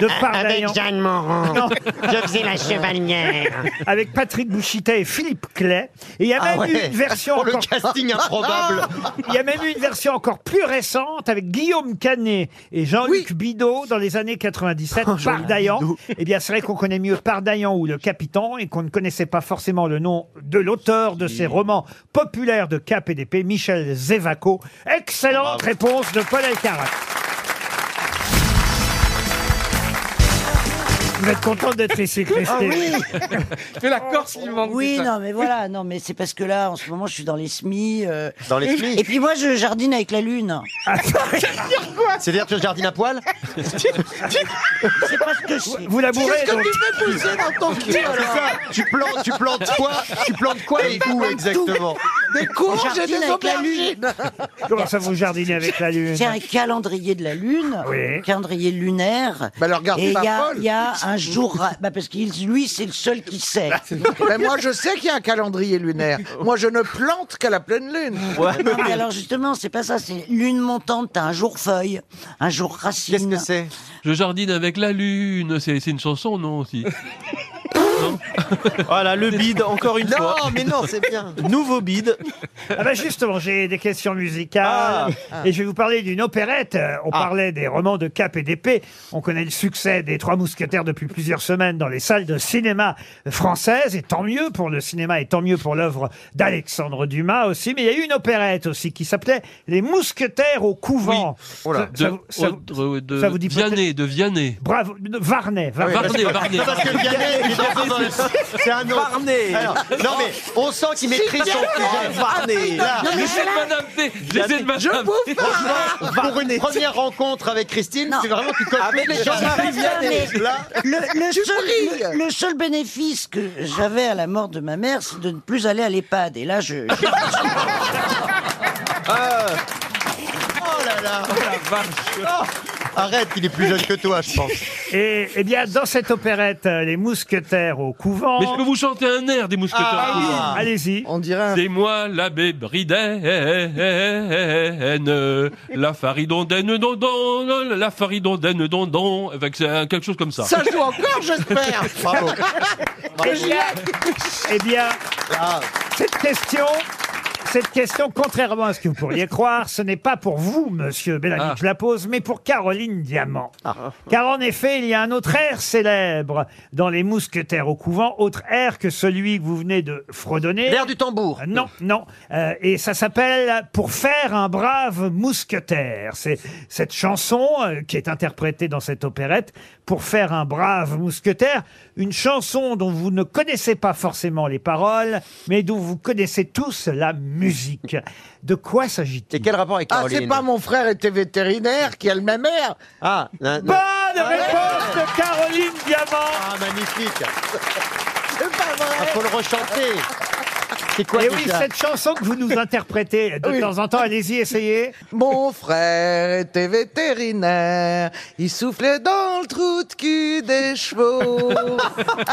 de Pardaillan. Avec Jeanne Moreau. Je faisais la chevalière. avec Patrick Bouchita et Philippe Clay. Et il y a Ah Oh, même eu une version Pour le encore- casting improbable. Il y a même eu une version encore plus récente avec Guillaume Canet et Jean-Luc Bidot dans les années Oh, 97, Pardaillan. Eh bien, c'est vrai qu'on connaît mieux Pardaillan ou Le Capitan et qu'on ne connaissait pas forcément le nom de l'auteur de ces romans populaires de Cap et d'épée, Michel Zévaco. Excellente réponse de Paul Alcarat. Vous êtes contente d'être Ah ici, Christine [LAUGHS] Mais la Corse, il manque. Oui, non, mais voilà, non, mais c'est parce que là, en ce moment, je suis dans les semis. euh, Dans les et- semis. Et puis moi, je jardine avec la lune. Ah, C'est-à-dire que je jardine à poil C'est pas ce que c'est. [LAUGHS] Vous la bourrez, C'est ce que donc. tu fais pousser dans ton cul, C'est alors. ça. Tu plantes- tu plantes quoi Tu plantes quoi et Mais où pas exactement tout. Des courges On et jardine des avec la aubergines. lune. Comment ça, vous jardinez avec la lune C'est un calendrier de la lune, Oui. un calendrier lunaire. Bah, alors, regarde et il pas y a, folle. il y a un jour, ra- bah, parce que lui, c'est le seul [LAUGHS] qui sait. Mais Ben, moi, je sais qu'il y a un calendrier lunaire. Moi, je ne plante qu'à la pleine lune. Non, Ah, [LAUGHS] mais alors justement, c'est pas ça, c'est lune montante, t'as un jour feuille, un jour racine. Qu'est-ce que c'est Je jardine avec la lune, c'est c'est une chanson, non [LAUGHS] aussi Voilà, le bide, encore une fois. bien. Nouveau bide. Ah bah justement, j'ai des questions Ah. musicales et je vais vous parler d'une opérette. Euh, On parlait des romans de Cap et d'épée. On connaît le succès des Trois Mousquetaires depuis plusieurs semaines dans les salles de cinéma françaises et tant mieux pour le cinéma et tant mieux pour l'œuvre d'Alexandre Dumas aussi. Mais il y a eu une opérette aussi qui s'appelait Les Mousquetaires au couvent. Oh Oh Ça- de, ça vous- ça vous- de, de ça vous dit peut-être- Vianney, de Vianney. Bravo, de- Varney. Varney. Varney, Varney. Ah Parce [LAUGHS] que Vianney, il est dans un- C'est un autre. Varney. Alors, non, mais on sent qu'il maîtrise son sujet. Oh, Ah, Là. J'essaie de m'adapter. J'essaie de m'adapter. Franchement, pour une première rencontre avec Christine, c'est vraiment tu Ah, complètes les choses. Mais Là, le, le Tu seul, le- le seul bénéfice que j'avais à la mort de ma mère, c'est de ne plus aller à l'EHPAD. Et là, je. j'ai- Ah. Oh là là Oh, Arrête, il est plus jeune que toi, je pense. Et, eh bien, dans cette opérette, euh, Les Mousquetaires au couvent. Mais je peux vous chanter un air des mousquetaires. Ah, Allez-y. On dirait C'est moi l'abbé Bridaine, la faridondaine dondon, la faridondaine dondon, avec euh, quelque chose comme ça. Ça joue encore, j'espère. [LAUGHS] Bravo. Eh bien, eh bien, cette question, cette question, contrairement à ce que vous pourriez croire, ce n'est pas pour vous, monsieur Bellamy, Ah. que je la pose, mais pour Caroline Diamant. Car en effet, il y a un autre air célèbre dans Les Mousquetaires au couvent, autre air que celui que vous venez de fredonner. L'air du tambour. Non, non. Euh, et ça s'appelle Pour faire un brave mousquetaire. C'est cette chanson euh, qui est interprétée dans cette opérette, Pour faire un brave mousquetaire, une chanson dont vous ne connaissez pas forcément les paroles, mais dont vous connaissez tous la musique. De quoi s'agit-il Et quel rapport avec Ah, Caroline c'est pas mon frère était vétérinaire qui a le même air. Ah, non, non. Bonne réponse de Caroline Diamant Ah, magnifique. C'est pas Ah, vrai. faut le rechanter. C'est quoi Et déjà Eh oui, cette chanson que vous nous interprétez de Oui. temps en temps, allez-y, essayez. [LAUGHS] Mon frère était vétérinaire, il soufflait dans le trou de cul [LAUGHS] des chevaux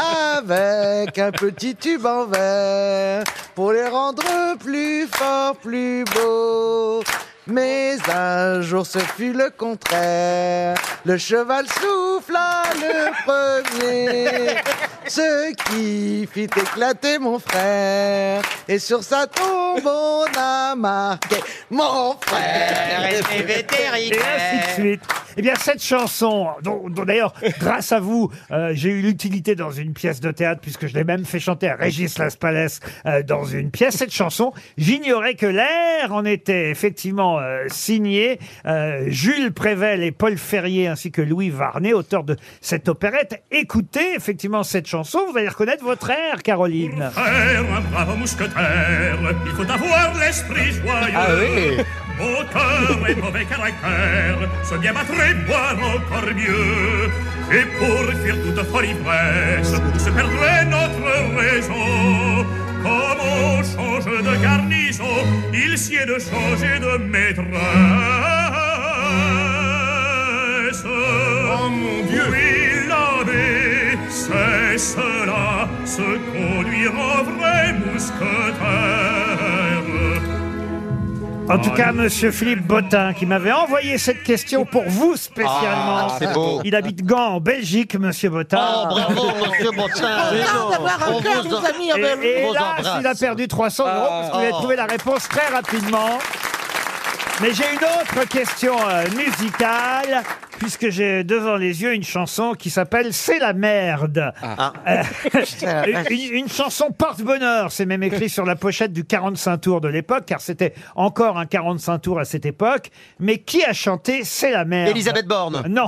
avec un petit tube en verre pour les rendre plus forts, plus beaux. Mais un jour ce fut le contraire, le cheval souffla le [LAUGHS] premier, ce qui fit éclater mon frère, et sur sa tombe on a marqué mon Euh, frère était Et ainsi de suite. Eh bien, cette chanson, dont, dont d'ailleurs, grâce à vous, euh, j'ai eu l'utilité dans une pièce de théâtre, puisque je l'ai même fait chanter à Régis Laspalès euh, dans une pièce, cette chanson, j'ignorais que l'air en était effectivement euh, signé. Euh, Jules Prével et Paul Ferrier, ainsi que Louis Varnet, auteurs de cette opérette. Écoutez effectivement cette chanson, vous allez reconnaître votre air, Caroline. Faire un brave mousquetaire, il faut avoir l'esprit joyeux. Ah oui. Beau cœur et mauvais caractère, se bien battre et boire encore mieux. Et pour fuir toute folle ivresse, où se perdrait notre raison. Comme on change de garnison, il s'y est de changer de maîtresse. Oh mon Dieu! Oui, l'abbé, c'est cela, se conduire en vrai mousquetaire. En tout cas, Monsieur Philippe Bottin, qui m'avait envoyé cette question pour vous spécialement. Ah, c'est beau. Il habite Gand, en Belgique, Monsieur Bottin. Oh, bravo, Monsieur Bottin. Mais non. d'avoir un On cœur, vous en- nos amis, en Et- Belgique. Et, On là, embrasse. il a perdu 300 euros parce que vous avez Ah. trouvé la réponse très rapidement. Mais j'ai une autre question euh, musicale, puisque j'ai devant les yeux une chanson qui s'appelle C'est la merde. Ah. Euh, [LAUGHS] une- une, une chanson porte-bonheur, c'est même écrit sur la pochette du 45 tours de l'époque, car c'était encore un 45 tours à cette époque. Mais qui a chanté C'est la merde Euh, Elisabeth Borne. Non.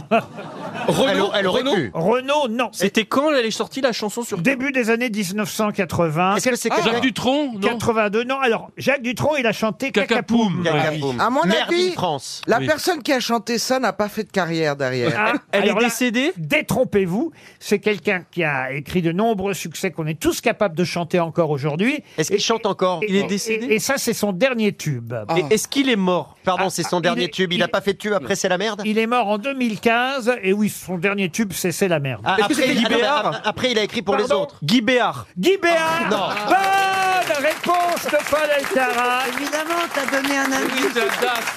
Renaud, elle aurait pu. Renaud, non. C'était quand elle est sortie la chanson sur Début des années 1980. Est-ce que c'est Jacques Dutronc, non 82, Ah, non. Alors, Jacques Dutronc, il a chanté Cacapoum. Ah, Cacapoum. À mon Merde avis, in France. la Oui. personne qui a chanté ça n'a pas fait de carrière derrière. Ah, Ah, décédée Détrompez-vous, c'est quelqu'un qui a écrit de nombreux succès qu'on est tous capables de chanter encore aujourd'hui. Est-ce qu'il chante encore Et- et- Et, ça, c'est son dernier tube. Et Est-ce qu'il est mort Pardon, Ah, c'est ah, son il dernier est- tube. Il n'a pas fait de tube après C'est la merde Il est mort en 2015, et oui, son dernier tube, c'est C'est la merde. Ah, après, il- attends, ap- après, il a écrit pour les Pardon autres. Guy Béard Guy Béard Non. Bonne réponse de Paul Elkarat Évidemment, t'as donné un indice.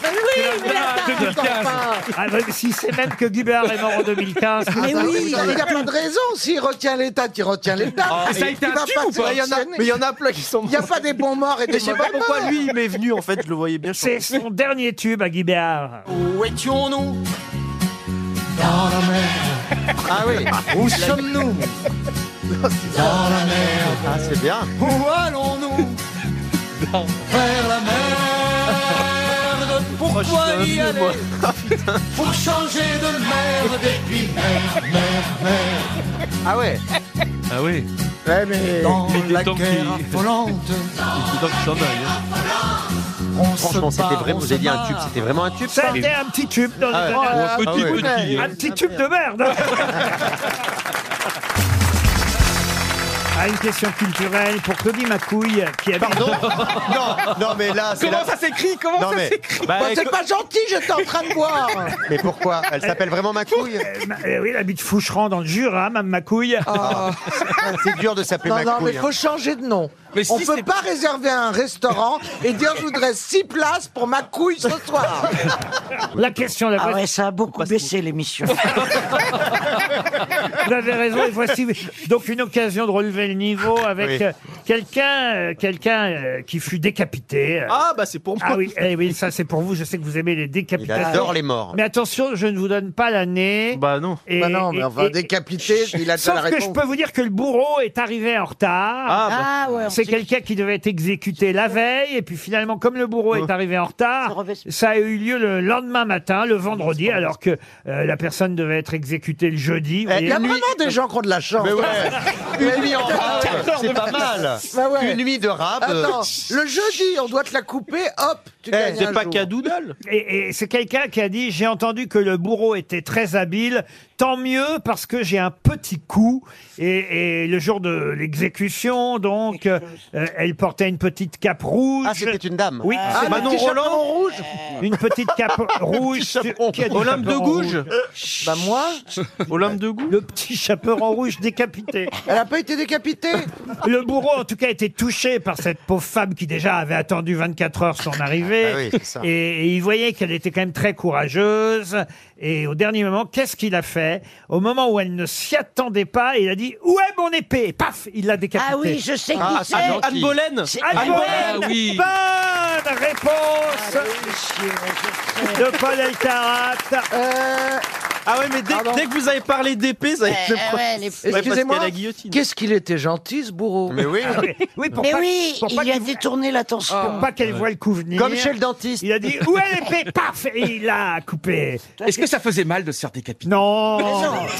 Mais oui, mais attends, enfin. Ah, bah, si c'est même que Guy Béard est mort en [LAUGHS] 2015. Ah bah, il n'y a pas de raison. S'il retient les dates, il retient les dates. Ah, Il ça a été un va tube pas ou pas se Mais il y en a- passionner. mais il y en a plein qui sont Il n'y a pas des bons morts et des Mais je sais Ah, pas mauvais pourquoi morts. lui il m'est venu en fait, je le voyais bien. chanter. C'est son dernier tube à Guy Béard. Où étions-nous Dans la mer. Ah oui. Où sommes-nous Dans la mer. Ah, c'est bien. Où allons-nous Vers la merde. Pourquoi y aller [LAUGHS] Ah, Pour changer de merde et puis merde, merde, merde. Ah ouais Ah oui. mais dans Il était la temps qu'il- guerre [LAUGHS] affolante, Il était temps qu'il s'en aille, hein. on Franchement, se c'était barre, vraiment, on vous se avez dit un barre. tube, c'était vraiment un tube. ça C'était un petit tube. Dans Ah les ouais. années- Oh, petit, Ah ouais. petit, hein. Un petit tube de merde. [LAUGHS] Ah, une question culturelle pour Claudie Macouille qui habite... Pardon Non, non, mais là, c'est Comment la- ça s'écrit Comment Non, ça mais- s'écrit Bah, Bah, c'est écoute- pas gentil, j'étais en train de boire. Mais pourquoi Elle Euh, s'appelle vraiment Macouille Eh oui, elle habite Foucheran dans le Jura, Mme Macouille. Ah. [LAUGHS] Ah. C'est dur de s'appeler Non, non, mais Macouille. hein. faut changer de nom. Mais si on peut c'est- pas réserver un [LAUGHS] restaurant et dire je voudrais six places pour ma couille ce soir. La question d'après. Ah ouais, ça a beaucoup baissé l'émission. Ah, Vous avez raison, et voici donc une occasion de relever le niveau avec Oui. euh, quelqu'un euh, quelqu'un euh, qui fut décapité. euh. Ah bah c'est pour moi. Ah oui, eh oui, ça c'est pour vous, je sais que vous aimez les décapitations. adore les morts. Mais attention, je ne vous donne pas l'année. Bah non. Et- Bah non, mais et- enfin, et- décapité, il a déjà Sauf la que réponse. je peux vous dire que le bourreau est arrivé en retard. Ah, bah. Ah ouais, on c'est sait quelqu'un qui devait être exécuté la veille, et puis finalement, comme le bourreau Oh. est arrivé en retard, ça a eu lieu le lendemain matin, le vendredi, alors que euh, la personne devait être exécutée le jeudi. Vous Eh, Il y a voyez. vraiment des gens qui ont de la chance. [LAUGHS] Mais ouais. Une nuit en rab, Attends, c'est pas mal. Bah ouais. Une nuit de rab. euh, Attends, le jeudi, on doit te la couper, hop, Eh, tu gagnes un jour. doodle Et, et c'est quelqu'un qui a dit j'ai entendu que le bourreau était très habile. Tant mieux parce que j'ai un petit coup. Et, et le jour de l'exécution, donc, euh, elle portait une petite cape rouge. Ah, c'était une dame. Oui, Ah, c'est- Manon petit Roland chaperon rouge. Une petite cape rouge. Qui a dit Olympe de chaperon Gouges rouge Bah moi, Olympe de Gouges Le petit chaperon rouge décapité. elle a pas été décapitée. [LAUGHS] Le bourreau, en tout cas, était touché par cette pauvre femme qui déjà avait attendu 24 heures son arrivée. Ah oui, c'est ça. et, et il voyait qu'elle était quand même très courageuse. Et au dernier moment, qu'est-ce qu'il a fait Au moment où elle ne s'y attendait pas, il a dit Où est mon épée Paf Il l'a décapitée. Ah oui, je sais qui Ah, c'est. c'est gentil. Anne Boleyn C'est- Anne Ah, Boleyn Ah oui. Bonne réponse de Paul Elkarat. Euh, Ah ouais mais dès, Pardon. dès que vous avez parlé d'épée, ça va être Eh, le eh premier. ouais, les- parce Excusez-moi, qu'à la guillotine. qu'est-ce qu'il était gentil ce bourreau. Ah, Mais oui. [LAUGHS] Oui, pour Mais pas- oui, pour il pas lui a qu'il- détourné Pour l'attention. pas Ah, qu'elle voie le coup venir. Comme chez le dentiste. Il a dit Où est [LAUGHS] [LAUGHS] l'épée Paf Et il l'a coupé. Est-ce que ça faisait mal de se faire décapiter Non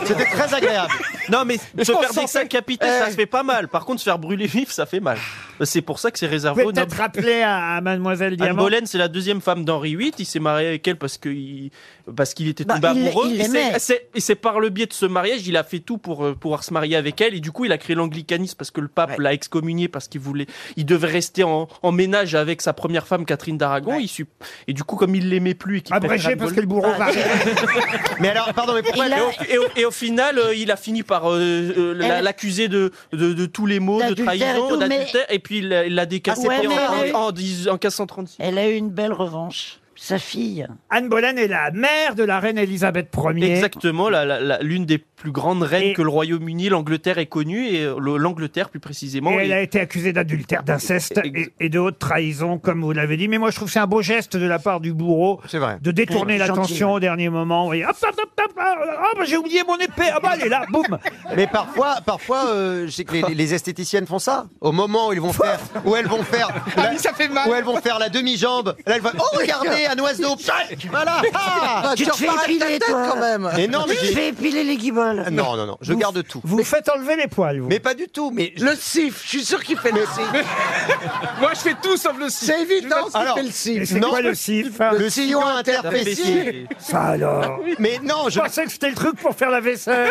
C'était très agréable. Non mais se qu'on faire s'en fait- décapiter, Eh. ça se fait pas mal. Par contre, se faire brûler vif, ça fait mal. C'est pour ça que c'est Vous réservé aux pouvez peut-être nobles. rappeler à, à Mademoiselle Anne Diamant. Boleyn, c'est la deuxième femme d'Henri VIII. Il s'est marié avec elle parce qu'il parce qu'il était Bah, tombé il- amoureux. il Et c'est- l'aimait. c'est- et c'est par le biais de ce mariage, il a fait tout pour euh, pouvoir se marier avec elle. Et du coup, il a créé l'anglicanisme parce que le pape l'a excommunié parce qu'il voulait, il devait rester en, en ménage avec sa première femme Catherine d'Aragon. Il sup- Et du coup, comme il l'aimait plus, et qu'il préférait Abrégé Anne parce que Boleyn- le bourreau Ah, va arriver. Mais alors, pardon, mais pourquoi Il a- et au, et au- et au final, euh, il a fini par euh, euh, la- Elle- l'accuser de, de, de tous les maux, de D'adultère et trahison, tout, mais- Ah, d'adultère. Et puis il l'a il l'a décapité Ouais, en- mais- en, en 10 en 1536. Elle a eu une belle revanche. Sa fille. Anne Boleyn est la mère de la reine Elisabeth Ier. Exactement, la- la- la- l'une des plus grandes reines que le Royaume-Uni, l'Angleterre est connue, et euh, le- l'Angleterre plus précisément. Et est- elle a été accusée d'adultère, d'inceste et, et de haute trahison, comme vous l'avez dit. Mais moi, je trouve que c'est un beau geste de la part du bourreau de détourner Ouais, gentil, l'attention au dernier moment. Vous voyez, hop, hop, hop, hop, ah, ah, bah, j'ai oublié mon épée. Ah bah, elle est là, boum. Mais parfois, parfois, euh, je sais que les, les esthéticiennes font ça. Au moment où ils vont faire, où elles [LAUGHS] vont faire, Ah, la, où elles vont faire la demi-jambe. Là, elles vont, oh regardez, un oiseau. [LAUGHS] Voilà. Ah tu te fais épiler, toi. Mais non, mais tu te j'ai- fais épiler les guiboles. Non, non, non, je Vous- garde tout. Ah, Vous faites enlever les poils, vous. Mais pas du tout, mais... Le sif, je suis sûr qu'il fait [LAUGHS] le sif. Moi, je fais tout sauf le sif. C'est évident qu'il fait le Et sif. c'est quoi le sif hein Le sillon interfécié. Ça alors Mais non, je pensais que c'était le truc pour faire la [LAUGHS] vaisselle.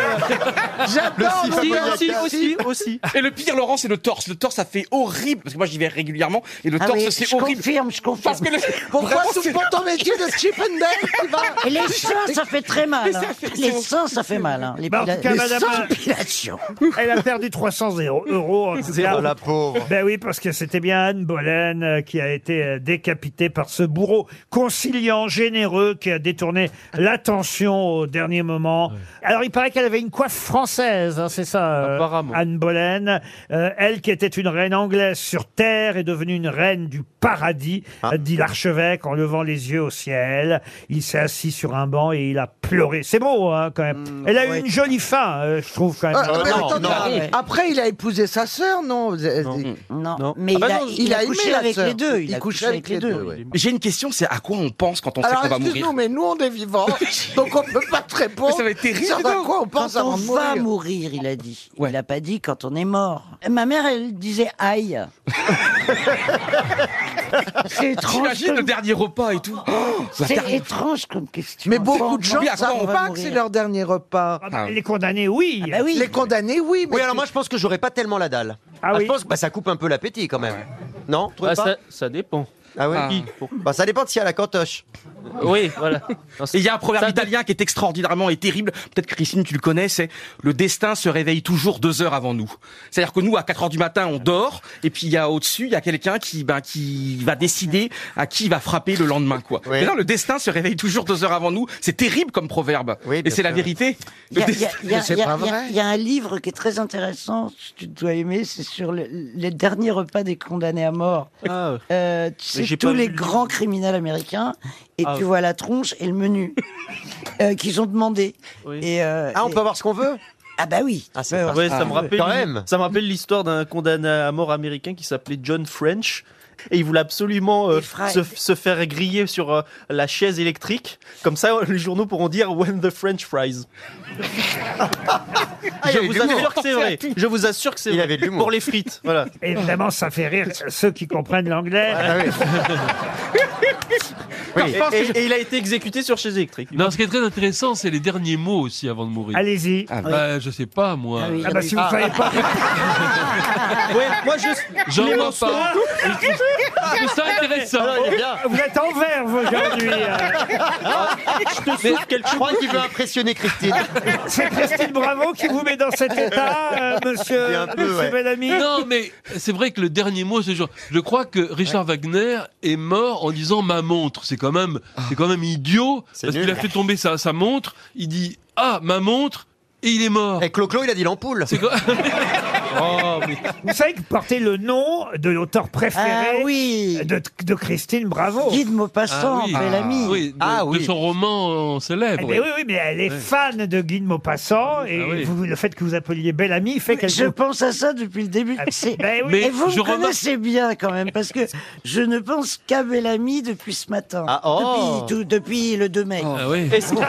J'adore le Si, sillon aussi, aussi, [LAUGHS] aussi. Et le pire, Laurent, c'est le torse. Le torse, ça fait horrible. Parce que moi, j'y vais régulièrement. Et le Ah torse, oui, c'est je horrible. confirme, je confirme. Parce que le... Pourquoi Vraiment, sous c'est- Ah bah ton métier de Chippendale tu vas Et les seins, ça fait très mal. Mais ça hein. fait- Les seins, ça fait mal. hein. Les, Bah, en pila- tout cas, les madame- seins dépilation. Elle a perdu 300 euros. euros en tout cas. la pauvre. Ben oui, parce que c'était bien Anne Boleyn euh, qui a été euh, décapitée par ce bourreau conciliant, généreux, qui a détourné l'attention au dernier moment. Alors, il paraît qu'elle avait une coiffe française, hein, c'est ça, euh, Anne Boleyn. Euh, elle, qui était une reine anglaise sur terre, est devenue une reine du paradis, a dit l'archevêque en levant les yeux au ciel. Il s'est assis sur un banc et il a pleuré. C'est beau, hein, quand même. elle a eu une jolie fin, euh, je trouve, quand même. Ah, mais attends, non, attends. ouais. Après, il a épousé sa sœur, non Non. Non. Non. Mais Ah bah il, a, non, il il a a aimé couché la avec sœur. les deux. Il, Il a couché couchait avec les deux. ouais. J'ai une question, c'est à quoi on pense quand on Alors, sait qu'on va mourir excuse-nous, mais nous, on est [LAUGHS] vivants, donc on peut pas te répondre. Mais ça va être terrible, hein. Sur de non quoi on pense Quand on avant de va mourir. mourir, il a dit. Il n'a pas dit quand on est mort. Et ma mère, elle disait aïe. C'est [LAUGHS] étrange. T'imagines le comme- dernier repas et tout. Oh, ça va C'est terminer. étrange comme question. Mais beaucoup de gens Oui, à ne quoi on savent va pas que mourir c'est leur dernier repas. Ah, bah, Les condamnés, oui. Ah bah oui. Les condamnés, oui, mais Oui, alors moi je pense que j'aurais pas tellement la dalle. Ah Ah, oui. Je pense que bah, ça coupe un peu l'appétit quand même. Non, trouvez Ah, pas ça, ça dépend. Ah oui. Qui Pour- Bah, ça dépend de si à la cantoche. Oui, voilà. [LAUGHS] Et il y a un proverbe Ça- italien qui est extraordinairement et terrible. Peut-être que Christine, tu le connais, c'est le destin se réveille toujours deux heures avant nous. C'est-à-dire que nous, à 4 heures du matin, on dort, et puis il y a au-dessus, il y a quelqu'un qui, ben, qui va décider à qui il va frapper le lendemain, quoi. Oui. Mais non, le destin se réveille toujours deux heures avant nous. C'est terrible comme proverbe. Oui, et bien c'est la sûr. vérité. Il y, Le a- il y destin- a- il y a- c'est il y a- pas il y a- vrai. il y a un livre qui est très intéressant, tu dois aimer, c'est sur le- les derniers repas des condamnés à mort. Ah, Euh, tu Mais sais, j'ai tous pas vu les le grands criminels américains, et Ah tu ouais. vois la tronche et [LAUGHS] le menu euh, qu'ils ont demandé. Oui. Et, euh, Ah, on et- peut avoir ce qu'on veut ah bah oui. Ah, Ouais, c'est pas- Ouais, ça me Ah, rappelle, quand même. ça me rappelle l'histoire d'un condamné à mort américain qui s'appelait John French. Et il voulait absolument euh, Des frais. se, se faire griller sur euh, la chaise électrique. Comme ça, euh, les journaux pourront dire When the French fries. Ah, il [LAUGHS] Je avait de vous l'humour. assure que c'est vrai. Je vous assure que c'est Il vrai. avait de l'humour. Pour les frites. Voilà. Évidemment, ça fait rire ceux qui comprennent l'anglais. Ah oui. Et, et- et il a été exécuté sur chaise électrique. Non, ce qui est très intéressant, c'est les derniers mots aussi avant de mourir. Allez-y. Ah bah, Bah, je sais pas, moi. Ah oui. Ah bah si vous ne savez [LAUGHS] pas, Ouais, moi, je. J'en les vois [LAUGHS] morceaux- pas. Je trouve- je trouve ça intéressant. vous êtes en verve aujourd'hui. euh. Je te souffle quelque Je crois qu'il veut impressionner Christine. [LAUGHS] C'est Christine Bravo qui vous met dans cet état, euh, monsieur, Il y a un peu, monsieur ouais. Bellamy. Non, mais c'est vrai que le dernier mot, c'est genre. Je crois que Richard Wagner est mort en disant ma montre. C'est quand même, c'est quand même idiot Ah. C'est parce qu'il nul. a fait tomber sa, sa montre. Il dit ah ma montre et il est mort. Et Clo-Clo, il a dit l'ampoule. C'est [LAUGHS] quoi [LAUGHS] Oh, mais- Vous savez que porter le nom de l'auteur Ah préféré oui. de, de Christine Bravo. Guide Maupassant, Ah oui. Bellamy. Oui, de, Ah de oui. son roman euh, Eh célèbre. ben oui, oui, mais elle est fan de Guy de Maupassant et Ah oui. vous, le fait que vous appeliez Bel Ami fait qu'elle. Je pense à ça depuis le début. Ah, C'est- Bah ben oui. Mais Et vous je me remarque- [LAUGHS] connaissez bien quand même, parce que je ne pense qu'à Bellamy depuis ce matin. Ah, oh. depuis, tout- depuis le 2 mai. Ah oui. Est-ce que-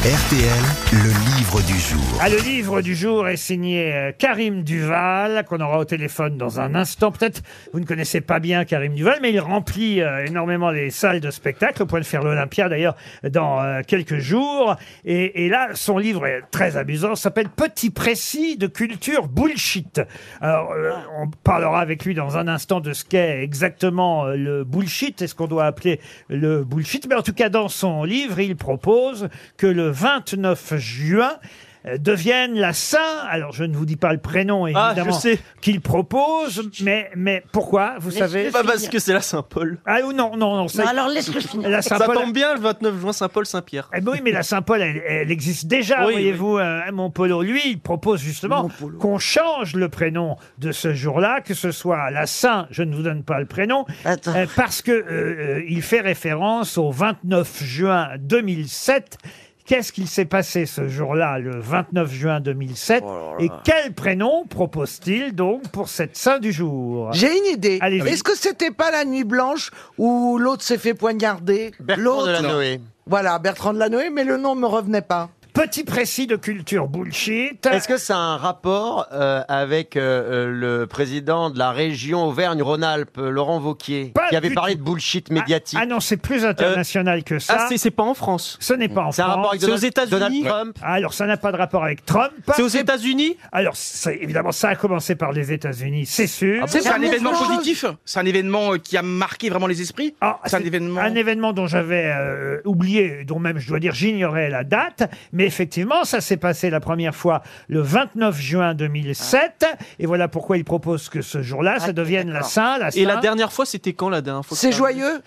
RTL, le livre du jour. Ah, le livre du jour est signé euh, Karim Duval, qu'on aura au téléphone dans un instant. Peut-être vous ne connaissez pas bien Karim Duval, mais il remplit euh, énormément les salles de spectacle, au point de faire l'Olympia d'ailleurs dans euh, quelques jours. Et, et là, son livre est très amusant, s'appelle Petit précis de culture bullshit. Alors, euh, on parlera avec lui dans un instant de ce qu'est exactement euh, le bullshit, est-ce qu'on doit appeler le bullshit. Mais en tout cas, dans son livre, il propose que le 29 juin, euh, devienne la Saint. Alors, je ne vous dis pas le prénom, Ah, évidemment, je sais. qu'il propose, mais, mais pourquoi, [LAUGHS] vous Laisse-le savez Pas parce que c'est la Saint-Paul. Ah ou non, non, non. ça- La Ça Saint-Paul- tombe bien, le 29 juin, Saint-Paul, Saint-Pierre. Eh ben oui, mais la Saint-Paul, elle, elle existe déjà, Oui, voyez-vous, euh, à Montpolo. Lui, il propose justement qu'on change le prénom de ce jour-là, que ce soit la Saint, je ne vous donne pas le prénom, euh, parce que euh, euh, il fait référence au 29 juin 2007. Qu'est-ce qu'il s'est passé ce jour-là, le 29 juin 2007 Et quel prénom propose-t-il donc pour cette Saint du jour J'ai une idée. Allez-y. Est-ce que c'était pas la nuit blanche où l'autre s'est fait poignarder Bertrand de Lanoë. Voilà, Bertrand de Lanoë, mais le nom me revenait pas. Petit précis de culture bullshit. Est-ce que ça a un rapport euh, avec euh, euh, le président de la région Auvergne-Rhône-Alpes, euh, Laurent Vauquier, Pas qui avait du parlé de bullshit médiatique Ah non, c'est plus international que ça. ah, c'est- c'est pas en France. Ce n'est pas en France. Ah, C'est un rapport avec C'est Donald- aux États-Unis Donald Trump. Alors, ça n'a pas de rapport avec Trump. C'est aux États-Unis Alors, c'est- évidemment, ça a commencé par les États-Unis, c'est sûr. Ah C'est un, événement positif C'est un événement euh, qui a marqué vraiment les esprits Ah, C'est un événement... Un événement dont j'avais euh, oublié, dont même je dois dire j'ignorais la date, mais effectivement ça s'est passé la première fois le 29 juin 2007, et voilà pourquoi il propose que ce jour-là Ah, Ah, Ah, ça devienne la Saint, la Et la Saint. dernière fois, c'était quand la dernière fois que ça-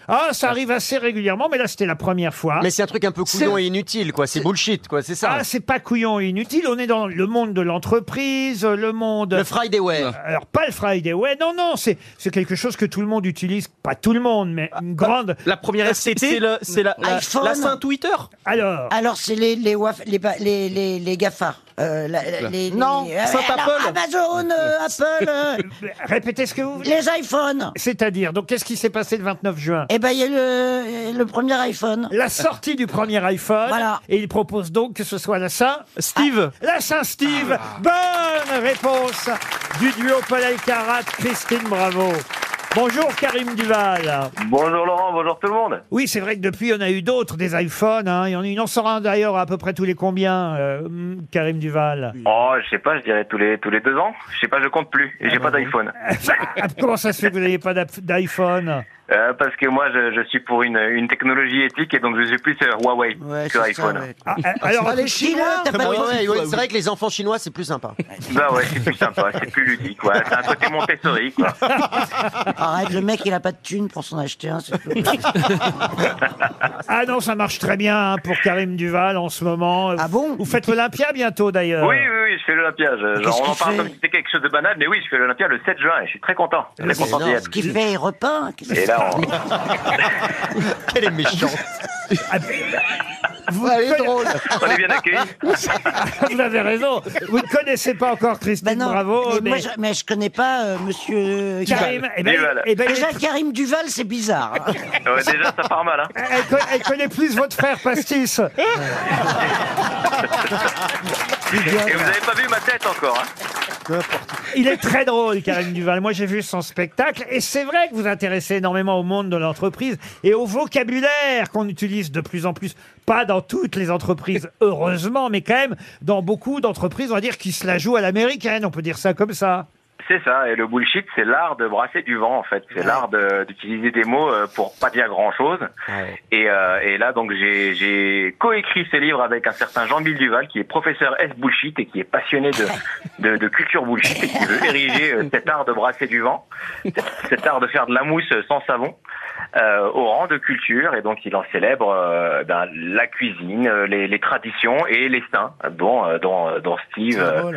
Ah, ça arrive assez régulièrement, mais là c'était la première fois. Mais c'est un truc un peu couillon et inutile, quoi. C'est bullshit, quoi. C'est ça. Ah, c'est pas couillon et inutile. On est dans le monde de l'entreprise, le monde. Euh, Le Friday Wear. Alors, pas le Friday Wear. Non, non, c'est c'est quelque chose que tout le monde utilise. Pas tout le monde, mais une Bah, grande. La première C'est- c'est le- c'est la- la- iPhone. la Saint Twitter. Alors. Alors, c'est les, les, waf- les, ba- les, les, les GAFA. Euh, la- la- les, Non, les- euh, Saint alors, Apple. Amazon, [LAUGHS] euh, Apple. euh, Répétez ce que vous voulez. Les iPhones. C'est-à-dire, donc qu'est-ce qui s'est passé le 29 juin Eh ben, il y a le, le premier iPhone. La sortie du premier iPhone. Et il propose donc que ce soit la Saint. Ah, Steve. La Saint Steve. Bonne réponse du duo Palais Carat, Christine Bravo. Bonjour Karim Duval. Bonjour Laurent, bonjour tout le monde. Oui, c'est vrai que depuis, on a eu d'autres, des iPhones. Hein. Il y en a une, on sort un d'ailleurs à peu près tous les combien, euh, hmm, Karim Duval Oh, je sais pas, je dirais tous les tous les deux ans. Je sais pas, je compte plus. Et j'ai [LAUGHS] pas d'iPhone. Ah, Comment ça se fait que vous n'ayez pas d'ap- d'iPhone Euh, parce que moi, je, je suis pour une, une technologie éthique et donc je suis plus euh, Huawei que iPhone. Ah. euh, alors, Ah, les Chinois, c'est t'as pas dit- vrai que les enfants chinois, c'est plus sympa. [LAUGHS] Bah ouais, c'est plus sympa, c'est plus ludique, quoi. C'est un côté Montessori, quoi. [LAUGHS] Arrête, le mec, il a pas de thune pour s'en acheter un. c'est tout. Ah non, ça marche très bien hein, pour Karim Duval en ce moment. Ah bon Vous faites l'Olympia bientôt d'ailleurs. Oui, oui, oui, je fais l'Olympia. Je- Qu'est-ce Genre, on en qu'il parle fait comme si c'était quelque chose de banal, mais oui, je fais l'Olympia le 7 juin et je suis très content. Très content d'y être. Ah, Ce qu'il fait, il repeint. Et là, on... Quelle est méchante. Ah, Vous Elle drôle. on est bien [LAUGHS] accueillis. vous avez raison. Vous ne connaissez pas encore Christine Bah non, Bravo. mais, moi, je, mais je connais pas euh, monsieur Karim, eh ben, Duval. eh ben, déjà, il est- Karim Duval, c'est bizarre. hein. [LAUGHS] Ouais, déjà, ça part mal, hein. Elle, co- elle connaît plus votre frère Pastis. Et vous avez pas vu ma tête encore, hein. Il est très drôle, Karim Duval. Moi, j'ai vu son spectacle et c'est vrai que vous intéressez énormément au monde de l'entreprise et au vocabulaire qu'on utilise de plus en plus. Pas dans toutes les entreprises, heureusement, mais quand même dans beaucoup d'entreprises, on va dire, qui se la jouent à l'américaine. On peut dire ça comme ça. C'est ça, et le bullshit, c'est l'art de brasser du vent en fait. C'est l'art de- d'utiliser des mots euh, pour pas dire grand chose. Et, euh, et là, donc, j'ai- j'ai coécrit ce livre avec un certain Jean-Bill Duval, qui est professeur S bullshit et qui est passionné de, de, de culture bullshit et qui veut ériger euh, cet art de brasser du vent, cet, cet art de faire de la mousse sans savon. euh, au rang de culture et donc il en célèbre euh, ben, la cuisine, euh, les, les traditions et les saints dont, euh, dont, dont Steve euh,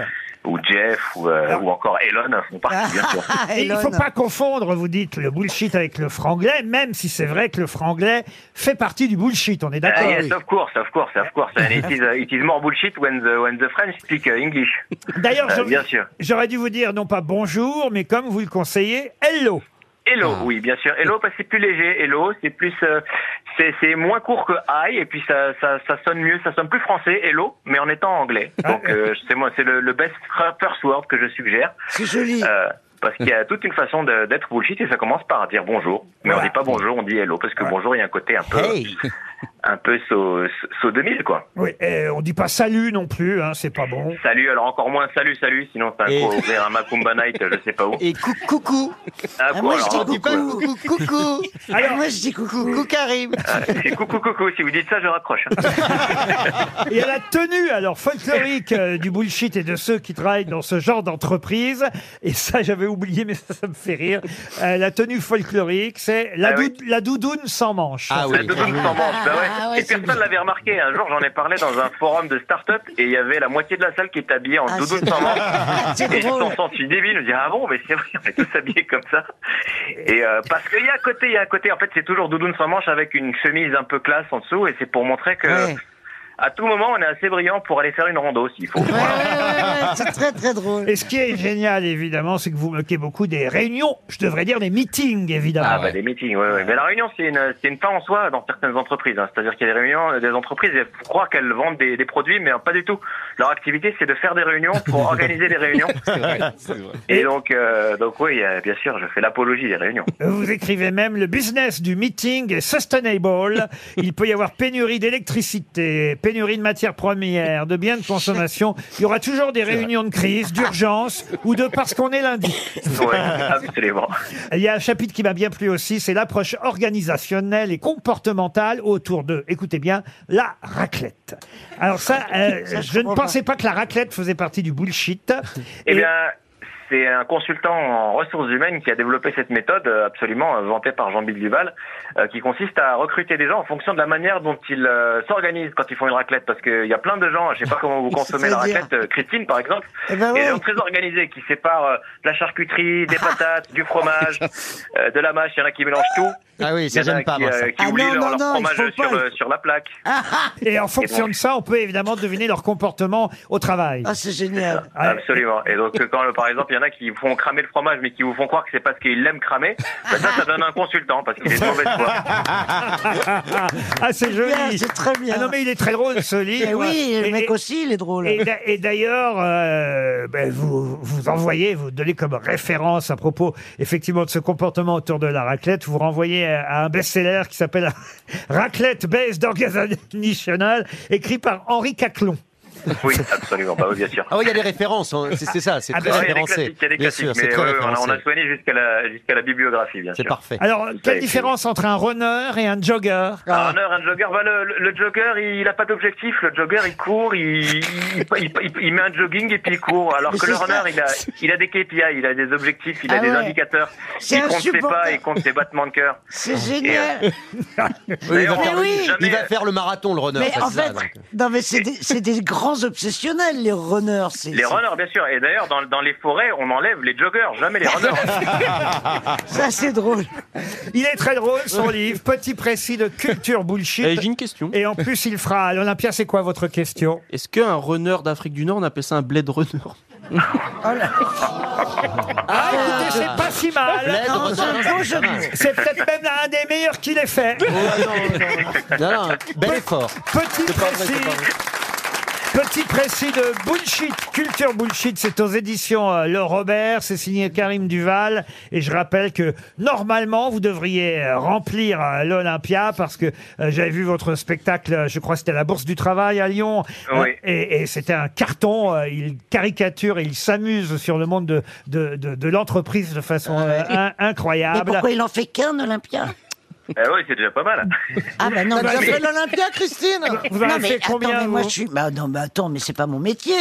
ou Jeff ou, Ah. euh, ou encore Elon font partie bien [LAUGHS] sûr. Ah, Et il ne faut pas confondre, vous dites, le bullshit avec le franglais, même si c'est vrai que le franglais fait partie du bullshit, on est Ah, d'accord yes, of course, of course, of [LAUGHS] course. And it is, uh, it is more bullshit when the, when the French speak uh, English. D'ailleurs, Euh, je- bien sûr. J'aurais dû vous dire non pas bonjour, mais comme vous le conseillez, hello. Hello, Ah. oui, bien sûr. Hello, parce que c'est plus léger. Hello, c'est plus, euh, c'est, c'est moins court que I, et puis ça, ça, ça sonne mieux, ça sonne plus français. Hello, mais en étant anglais. Ah. Donc, euh, c'est moi, c'est le, le best first word que je suggère. Euh, C'est joli. parce qu'il y a toute une façon de- d'être bullshit, et ça commence par dire bonjour. Mais on dit pas bonjour, on dit hello, parce que bonjour, il y a un côté un peu, [LAUGHS] un peu saut 2000, quoi. Oui, et on dit pas salut non plus, hein, c'est pas bon. Salut, alors encore moins salut, salut, sinon ça va ouvrir un Macumba Night, je sais pas où. [LAUGHS] Et coucou Ah, quoi, moi, je alors, dis on dit pas coucou, coucou, coucou. Alors, moi, je dis coucou, coucou, Karim. Ah, c'est coucou, coucou, si vous dites ça, je raccroche. Il y a la tenue, alors, folklorique euh, du bullshit et de ceux qui travaillent dans ce genre d'entreprise. Et ça, j'avais oublié, mais ça, ça me fait rire. Euh, la tenue folklorique, c'est la, Ah oui. Ah dou- la doudoune sans manche. La doudoune sans manche, bah Ah, ouais. et personne l'avait remarqué. Un jour, j'en ai parlé dans un forum de start-up et il y avait la moitié de la salle qui était habillée en Ah, doudoune c'est sans manche. drôle. Et [LAUGHS] C'est drôle. on s'en suis débile. On dit, ah bon, mais c'est vrai, on est tous habillés comme ça. Et euh, parce qu'il y a à côté, il y a à côté. En fait, c'est toujours doudoune sans manche avec une chemise un peu classe en dessous et c'est pour montrer que. À tout moment, on est assez brillant pour aller faire une rando s'il faut. Ah, c'est très très drôle. Et ce qui est génial, évidemment, c'est que vous moquez beaucoup des réunions, je devrais dire des meetings, évidemment. Ah, bah, des meetings, ouais, ouais. Mais la réunion, c'est une, c'est une fin en soi dans certaines entreprises. hein. C'est-à-dire qu'il y a des réunions, euh, des entreprises, elles croient qu'elles vendent des, des produits, mais euh, pas du tout. Leur activité, c'est de faire des réunions pour organiser des réunions. Et donc, euh, donc oui, euh, bien sûr, je fais l'apologie des réunions. Vous écrivez même le business du meeting est sustainable. Il peut y avoir pénurie d'électricité, pénurie de matières premières, de biens de consommation. Il y aura toujours des réunions de crise, d'urgence ou de parce qu'on est lundi. Ouais, absolument. Il y a un chapitre qui m'a bien plu aussi, c'est l'approche organisationnelle et comportementale autour de, écoutez bien, la raclette. Alors ça, euh, Ça, je je ne comprends pas. pensais pas que la raclette faisait partie du bullshit. Eh bien, c'est un consultant en ressources humaines qui a développé cette méthode euh, absolument euh, vantée par Jean-Bill Duval, euh, qui consiste à recruter des gens en fonction de la manière dont ils euh, s'organisent quand ils font une raclette. Parce qu'il y a plein de gens, je sais pas [LAUGHS] comment vous consommez la C'est-à-dire raclette, euh, Christine par exemple, Eh ben et oui. des gens très organisés qui séparent euh, de la charcuterie, [LAUGHS] des patates, du fromage, euh, de la mâche, il y en a qui mélangent tout. Ah oui, ça, Il y en a j'aime pas, qui, euh, moi, ça. qui Ah oublient non, leur, non, leur non, il fromage faut pas. sur, le- sur la plaque. [LAUGHS] Et en fonction de ça, on peut évidemment deviner leur comportement au travail. Ah, [LAUGHS] c'est génial. Absolument. Et donc, quand, euh, par exemple, il y en a qui font cramer le fromage, mais qui vous font croire que c'est parce qu'ils l'aiment cramer, bah ça, ça donne un consultant, parce qu'il est de mauvaise foi. [LAUGHS] ah, c'est joli. C'est très bien. non, mais il est très drôle, ce livre. Eh oui, le mec aussi, il est drôle. Et, d'a- et d'ailleurs, euh, ben, vous, vous envoyez, vous donnez comme référence à propos, effectivement, de ce comportement autour de la raclette, vous renvoyez à, à un best-seller qui s'appelle [LAUGHS] Raclette Base d'Organisational, écrit par Henri Caclon. Oui, absolument. Bah oui, bien sûr. Ah oui, il y a des références, hein, c'est c'est ça, c'est Ah, ben, très bah, il y a des référencé. classiques, Il y a des Bien classiques, sûr, c'est mais très ouais, ouais, on a- référencé. on a soigné jusqu'à la, jusqu'à la bibliographie, bien sûr. C'est parfait. Alors, Ça a quelle été- différence Ah. entre un runner et un jogger Un runner, un jogger, bah, le, le- le jogger, il n'a pas d'objectif. Le jogger, il court, il, il, il- il- il met un jogging et puis il court. Alors Mais que le c'est ça. runner, il a, il a des KPI, il a des objectifs, il a Ah des ouais. indicateurs. C'est Il compte ses insupportable. pas, il compte ses battements de cœur. C'est Et, euh, [LAUGHS] génial. Oui, il, va D'ailleurs, faire, on dit jamais- il va faire le marathon, le runner. Mais ça, en c'est ça, fait, donc. non, mais c'est des, c'est des grands obsessionnels, les runners. c'est- Les c'est- runners, bien sûr. Et d'ailleurs, dans, dans les forêts, on enlève les joggers, jamais les runners. [LAUGHS] Ça, c'est drôle. Il est très drôle, son livre. Petit précis de culture bullshit. Eh, j'ai une question. Et en plus, il fera à l'Olympia. C'est quoi votre question Est-ce qu'un runner d'Afrique du Nord, on appelle ça un blade runner [LAUGHS] Ah, écoutez, c'est pas si mal. Bled, Non, Rosanne, c'est un Oh, beau ça jeu de va. mots. C'est peut-être même un des meilleurs qu'il ait fait. Non, non, bel effort. Petit précis. Petit précis de Bullshit, Culture Bullshit, c'est aux éditions euh, Le Robert, c'est signé Karim Duval, et je rappelle que normalement vous devriez euh, remplir euh, l'Olympia, parce que euh, j'avais vu votre spectacle, euh, je crois que c'était à la Bourse du Travail à Lyon, Oui. Euh, et, et c'était un carton, euh, il caricature et il s'amuse sur le monde de, de, de, de l'entreprise de façon euh, in- incroyable. Mais pourquoi il en fait qu'un, Olympia Eh oui, c'est déjà pas mal. Ah, bah non, T'as déjà mais- fait l'Olympia, Christine Eh ben, Non, mais attends, mais moi, je suis... bah, non, mais attends, mais c'est pas mon métier.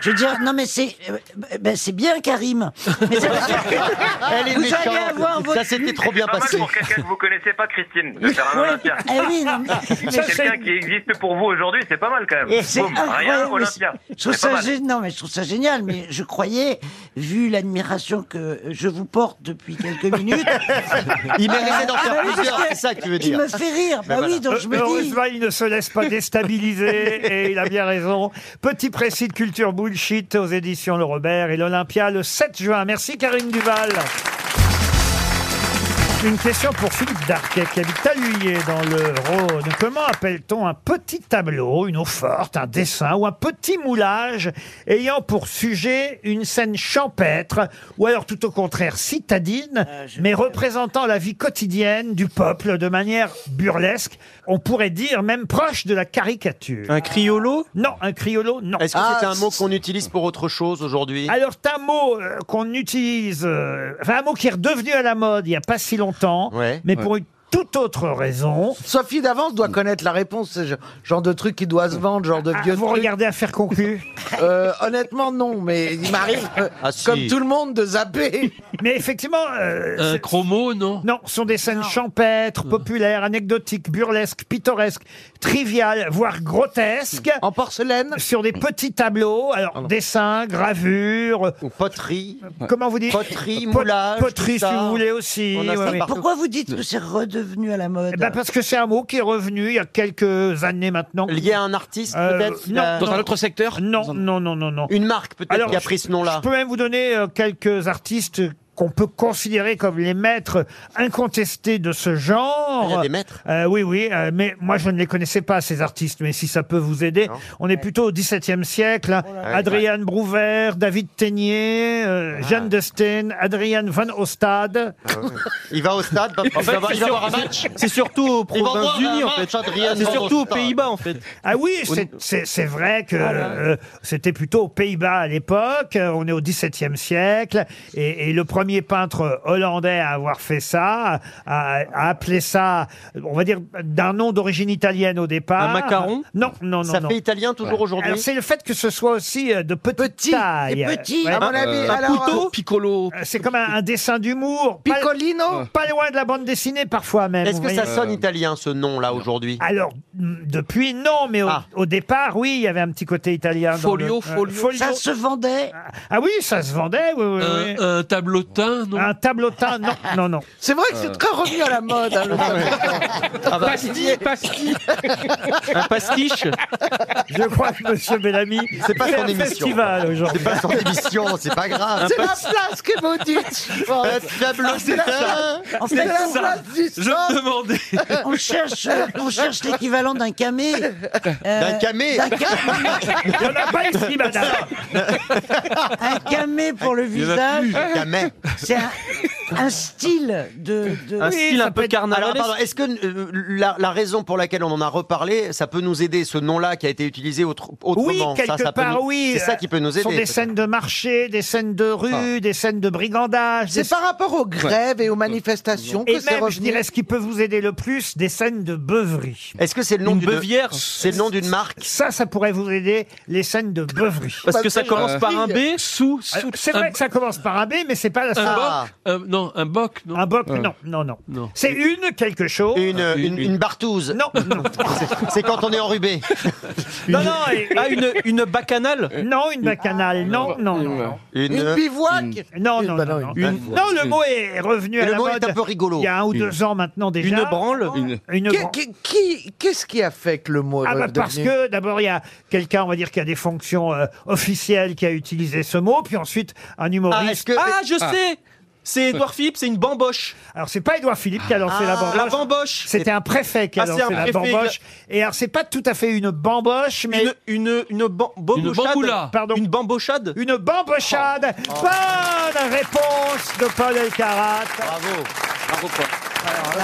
Je veux dire, non, mais c'est, euh, ben, c'est bien, Karim. Mais c'est parce que- Elle est Ah, vous méchante. allez avoir votre... Ça, c'était trop bien C'est pas mal passé. pour quelqu'un que vous connaissez pas, Christine, de faire un Ouais. Olympia. Eh oui, non, mais- mais C'est [LAUGHS] c'est- quelqu'un qui existe pour vous aujourd'hui, c'est pas mal quand même. C'est Boum, incroyable, rien, mais Olympia. c'est- Je trouve C'est pas ça mal. gé- non, mais je trouve ça génial, mais je croyais, vu l'admiration que je vous porte depuis quelques minutes. Il méritait d'en Ah, faire bah oui, plusieurs, parce c'est ça que tu veux dire. Il me fait rire, bah Mais oui, donc voilà. je me dis. Heureusement, il ne se laisse pas [LAUGHS] déstabiliser et il a bien raison. Petit précis de culture bullshit aux éditions Le Robert et l'Olympia le 7 juin. Merci Karine Duval. Une question pour Philippe Darquet, qui habite Taluyer dans le Rhône. Comment appelle-t-on un petit tableau, une eau forte, un dessin ou un petit moulage ayant pour sujet une scène champêtre ou alors tout au contraire citadine, mais représentant la vie quotidienne du peuple de manière burlesque, on pourrait dire même proche de la caricature Un criolo Non, un criolo, non. Est-ce que Ah, c'est un mot qu'on utilise pour autre chose aujourd'hui Ah, Alors, c'est un mot euh, qu'on utilise, euh, enfin, un mot qui est redevenu à la mode il n'y a pas si longtemps, mais pour une toute autre raison. Sophie d'avance doit connaître la réponse. C'est le genre de truc qui doit se vendre, genre de Ah, vieux vous truc. regardez affaire conclue [LAUGHS] Euh, Honnêtement, non, mais il m'arrive, euh, Ah, si. comme tout le monde, de zapper. [LAUGHS] Mais effectivement. euh, Un chromo, non Non, ce sont des scènes champêtres, populaires, anecdotiques, burlesques, pittoresques, triviales, voire grotesques. En porcelaine Sur des petits tableaux, alors dessins, gravures. Ou poterie. Comment vous dites Poterie, Po- moulage, Poterie, tout ça. si vous voulez aussi. On a ça partout. Pourquoi vous dites que c'est redevenu à la mode Eh ben, parce que c'est un mot qui est revenu il y a quelques années maintenant. Euh, Lié à un artiste, peut-être, euh, qui a- Non. Dans un autre secteur Non, non, non, non, non. Une marque, peut-être, Alors, qui a pris ce nom-là. Je peux même vous donner euh, quelques artistes qu'on peut considérer comme les maîtres incontestés de ce genre. Ah, Il y a des maîtres. Euh, oui, oui, euh, mais moi je ne les connaissais pas ces artistes, mais si ça peut vous aider, on est plutôt au XVIIe siècle. hein. Adrian Brouwer, David Ténier, Ah. euh, Jeanne de Steen, Adrian van Ostade. Il va [LAUGHS] au stade, papa, En Ah. il fait, va voir- il c'est va sur- voir un match. c'est surtout aux Il va voir provinces un unies, en match, fait. Ah, Adrien C'est Van surtout aux Rossum. Pays-Bas, en fait. Ah oui, c'est- c'est c'est vrai que Ah euh, c'était plutôt aux Pays-Bas à l'époque. Euh, On est au XVIIe siècle et, et le premier peintre hollandais à avoir fait ça, à, à appeler ça, on va dire d'un nom d'origine italienne au départ. Un macaron Non, non, non. Ça non. fait italien toujours aujourd'hui Alors, C'est le fait que ce soit aussi euh, de petite taille. petit, Ouais. à mon avis, Un alors, couteau euh, Piccolo. C'est comme un, un dessin d'humour. Pas- Piccolino Pas loin de la bande dessinée parfois même. Est-ce vous que ça voyez. sonne italien, ce nom-là, aujourd'hui euh, Ah. Alors, m- depuis, non, mais au, au départ, oui, il y avait un petit côté italien. dans Folio, le- euh, folio. Ça se vendait Ah oui, ça se vendait, oui, oui, oui. Un, un tableautin, non Un tableautin, non, non, non. [LAUGHS] C'est vrai Euh. que c'est très revenu à la mode. hein, le Ah bah. Pastille, pastille. Un pastiche Je crois que Monsieur Bellamy, C'est pas fait son un émission. festival aujourd'hui. C'est pas son émission, c'est pas grave. C'est la place que vous dites. je Oh, pense. Un tableau, C'est la c'est place- En c'est fait, la ça, place du je centre. demandais. On cherche, euh, on cherche l'équivalent d'un camé. Euh, D'un camé D'un camé. Il n'y en a pas ici, madame. Un camé pour le Il y en a visage. plus. Camé. C'est un, un style de. de- Oui, ça peut être- Alors, pardon, est-ce que euh, la, la raison pour laquelle on en a reparlé, ça peut nous aider, ce nom-là qui a été utilisé autre- autrement Oui, ça, quelque ça peut part, nous- oui. euh, C'est ça qui peut nous aider. Ce sont des peut-être. scènes de marché, des scènes de rue, des scènes de brigandage. C'est des- par rapport aux grèves et aux manifestations Et que c'est même, je revenu. dirais, ce qui peut vous aider le plus, des scènes de beuverie. Est-ce que c'est le nom Une d'une beuvière C'est le nom d'une marque Ça, ça pourrait vous aider, les scènes de [LAUGHS] beuverie. Parce que ça commence par un B, sous. Ah, sous- C'est un- vrai que ça commence par un B, mais c'est pas la Un seule. boc Euh, Non, un boc, non Un boc, Euh. non, non, non. C'est une quelque chose. Une, Ah, une, une bartouze. [LAUGHS] Non, non. C'est quand on est [LAUGHS] enrubé. Non, non, et- Ah, une, une bacchanale Non, une bacchanale. Non, non, non. Une, bivouac Non, non, non. non. Une- Non, le mot est revenu Et à le la mot est mode. un peu rigolo. Il y a un ou Une- deux ans maintenant déjà. Une [LAUGHS] branle Une Qu'est- branle. qu'est- qui- Qu'est-ce qui a fait que le mot est Ah bah redevenu parce que d'abord il y a quelqu'un on va dire qui a des fonctions euh, officielles qui a utilisé ce mot puis ensuite un humoriste. Ah, est-ce que- Ah, je Ah. sais C'est Édouard Philippe, c'est une bamboche. Alors c'est pas Édouard Philippe qui a lancé Ah. la bamboche. La bamboche. C'était un préfet qui a Ah, c'est lancé un la préfet. bamboche. Et alors c'est pas tout à fait une bamboche mais une une ban- bambochade. bamboula. Pardon. Une bambochade. Oh. Une bambochade. Bonne réponse de Paul Elkarat. Bravo. Bravo, Paul.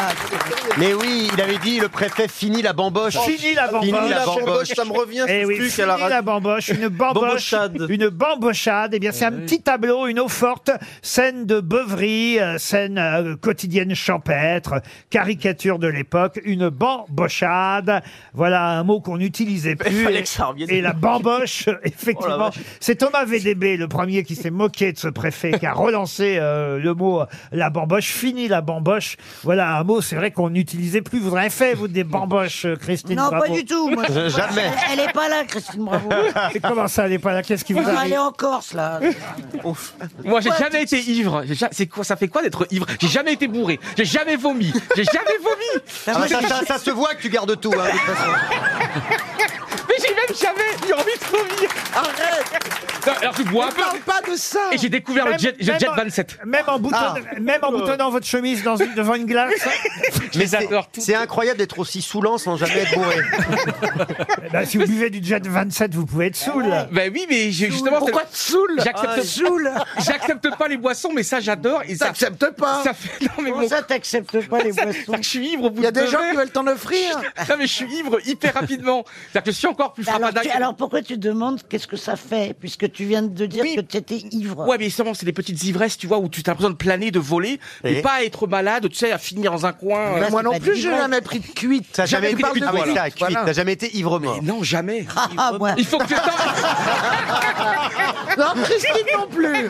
Mais oui, il avait dit le préfet finit la bamboche. Fini la bamboche. Fini la bamboche. Eh oui, fini la bamboche, une bamboche, Bambochade. une bambochade. Eh bien, c'est un petit tableau, une eau forte, scène de beuverie, euh, scène euh, quotidienne champêtre, caricature de l'époque, une bambochade. Voilà un mot qu'on n'utilisait plus. fallait Et, que ça revienne. et la bamboche, Oh la effectivement, vache. c'est Thomas VDB, le premier qui s'est moqué de ce préfet, [LAUGHS] qui a relancé euh, le mot euh, la bamboche. Fini la bamboche. Voilà un mot, c'est vrai qu'on n'utilisait plus. Vous en avez fait, vous, des bamboches, euh, Christine Non, pas Bravo du tout. moi, [LAUGHS] je- Elle n'est pas là, Christine Bravo. Et comment ça, elle n'est pas là Qu'est-ce qui vous On va arrive aller en Corse, [LAUGHS] là. Moi, j'ai Ouais, jamais été ivre. J'ai ja- C'est quoi Ça fait quoi d'être ivre J'ai jamais été bourré. J'ai jamais vomi. J'ai jamais vomi. Ah, ça, ça- ça se voit que tu gardes tout, hein, de toute façon. Mais j'y même jamais, j'ai envie de vomir. Arrête. alors tu bois un peu. Parle pas de ça. Et j'ai découvert le Même- Jet, le même jet en- 27. Même en boutonnant, Ah. même en boutonnant votre chemise dans une- devant une [LAUGHS] glace. Mais c'est- c'est incroyable d'être aussi saoulant sans jamais être [LAUGHS] bourré. Eh ben, si vous buvez du Jet 27, vous pouvez être saoul. Ben oui, mais j'ai- justement. Pourquoi c'est- tu saoules J'accepte Ah, saoule. [LAUGHS] J'accepte pas les boissons, mais ça j'adore. et ça- T'acceptes pas. Ça fait. Non, mais Comment mon- ça, t'acceptes pas les [LAUGHS] Ça- boissons ça que Je suis ivre au bout Il y a de des deux gens verres. qui veulent t'en offrir. [LAUGHS] Non, mais je suis ivre hyper rapidement. C'est-à-dire que je suis encore plus alors, frappadin tu- que- alors pourquoi tu demandes qu'est-ce que ça fait Puisque tu viens de dire que tu étais ivre. Ouais, mais justement, c'est des petites ivresses, tu vois, où tu as l'impression de planer, de voler, mais Et pas à être malade, tu sais, à finir dans un coin. euh, Moi non plus, j'ai je jamais pris [LAUGHS] de cuite. T'as jamais été parle de ah, ouais, cuite. t'as cuite, Voilà. t'as jamais été ivre mort. Non, jamais. Il Ah, faut que tu [LAUGHS] Non, Christine non plus.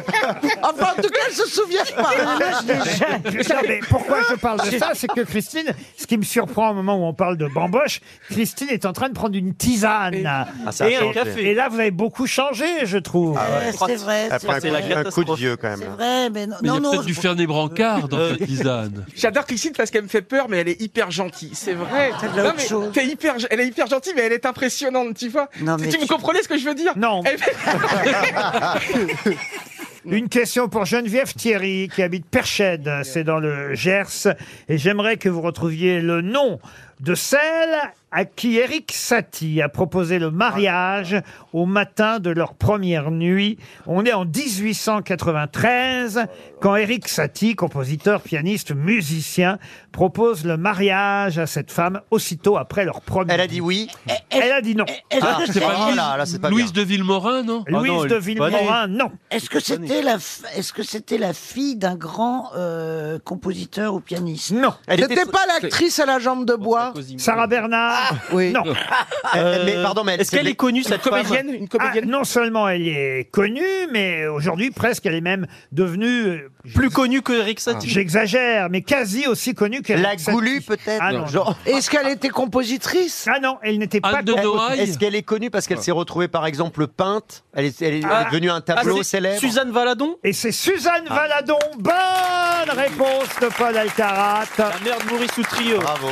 Enfin, en tout cas, elle se souvient pas. Non, mais pourquoi je parle de ça C'est que Christine, ce qui me surprend au moment où on parle de bamboche, Christine est en train de prendre une tisane. Ah, ça a et, changé. et là, vous avez beaucoup changé, je trouve. ouais. C'est vrai, c'est Après vrai. un, un coup de vieux quand même. vrai, mais non, Mais il y non, a non, peut-être du Fernet Brancard dans cette tisane. J'adore Christine parce qu'elle me fait peur, mais elle est hyper gentille. C'est vrai. de Non, la Ah, autre mais chose. t'es hyper, elle est hyper gentille, mais elle est impressionnante, tu vois. Non, mais tu vous tu- comprenez ce que je veux dire Non. Elle- [LAUGHS] Une question pour Geneviève Thierry qui habite Perchède, c'est dans le Gers, et j'aimerais que vous retrouviez le nom de celle à qui Eric Satie a proposé le mariage au matin de leur première nuit. On est en 1893 quand Eric Satie, compositeur, pianiste, musicien, propose le mariage à cette femme aussitôt après leur première. Elle a dit oui. Elle a dit non. Ah, c'est pas Louise, Louise de Villemorin, non Louise de Villemorin, non. Est-ce que c'était la, f- est-ce que c'était la fille d'un grand euh, compositeur ou pianiste Non. C'était pas l'actrice à la jambe de bois Oh, Sarah Ah, Bernard Oui. Non. Euh, mais pardon, mais elle- Est-ce qu'elle est connue cette femme une comédienne Ah, Non seulement elle est connue, mais aujourd'hui presque elle est même devenue. euh, Ah. Plus connue que Eric Satie. J'exagère, mais quasi aussi connue qu'elle. La Goulue, peut-être Ah non. Genre- Est-ce qu'elle était compositrice Ah non, elle n'était pas. Est-ce- Est-ce qu'elle est connue parce qu'elle s'est retrouvée par exemple peinte Elle est, elle est Ah. devenue un tableau célèbre Ah. Suzanne Valadon Et c'est Suzanne Valadon. Bonne réponse de Paul Alcarat. Ah, La mère de Maurice Utrio. Bravo.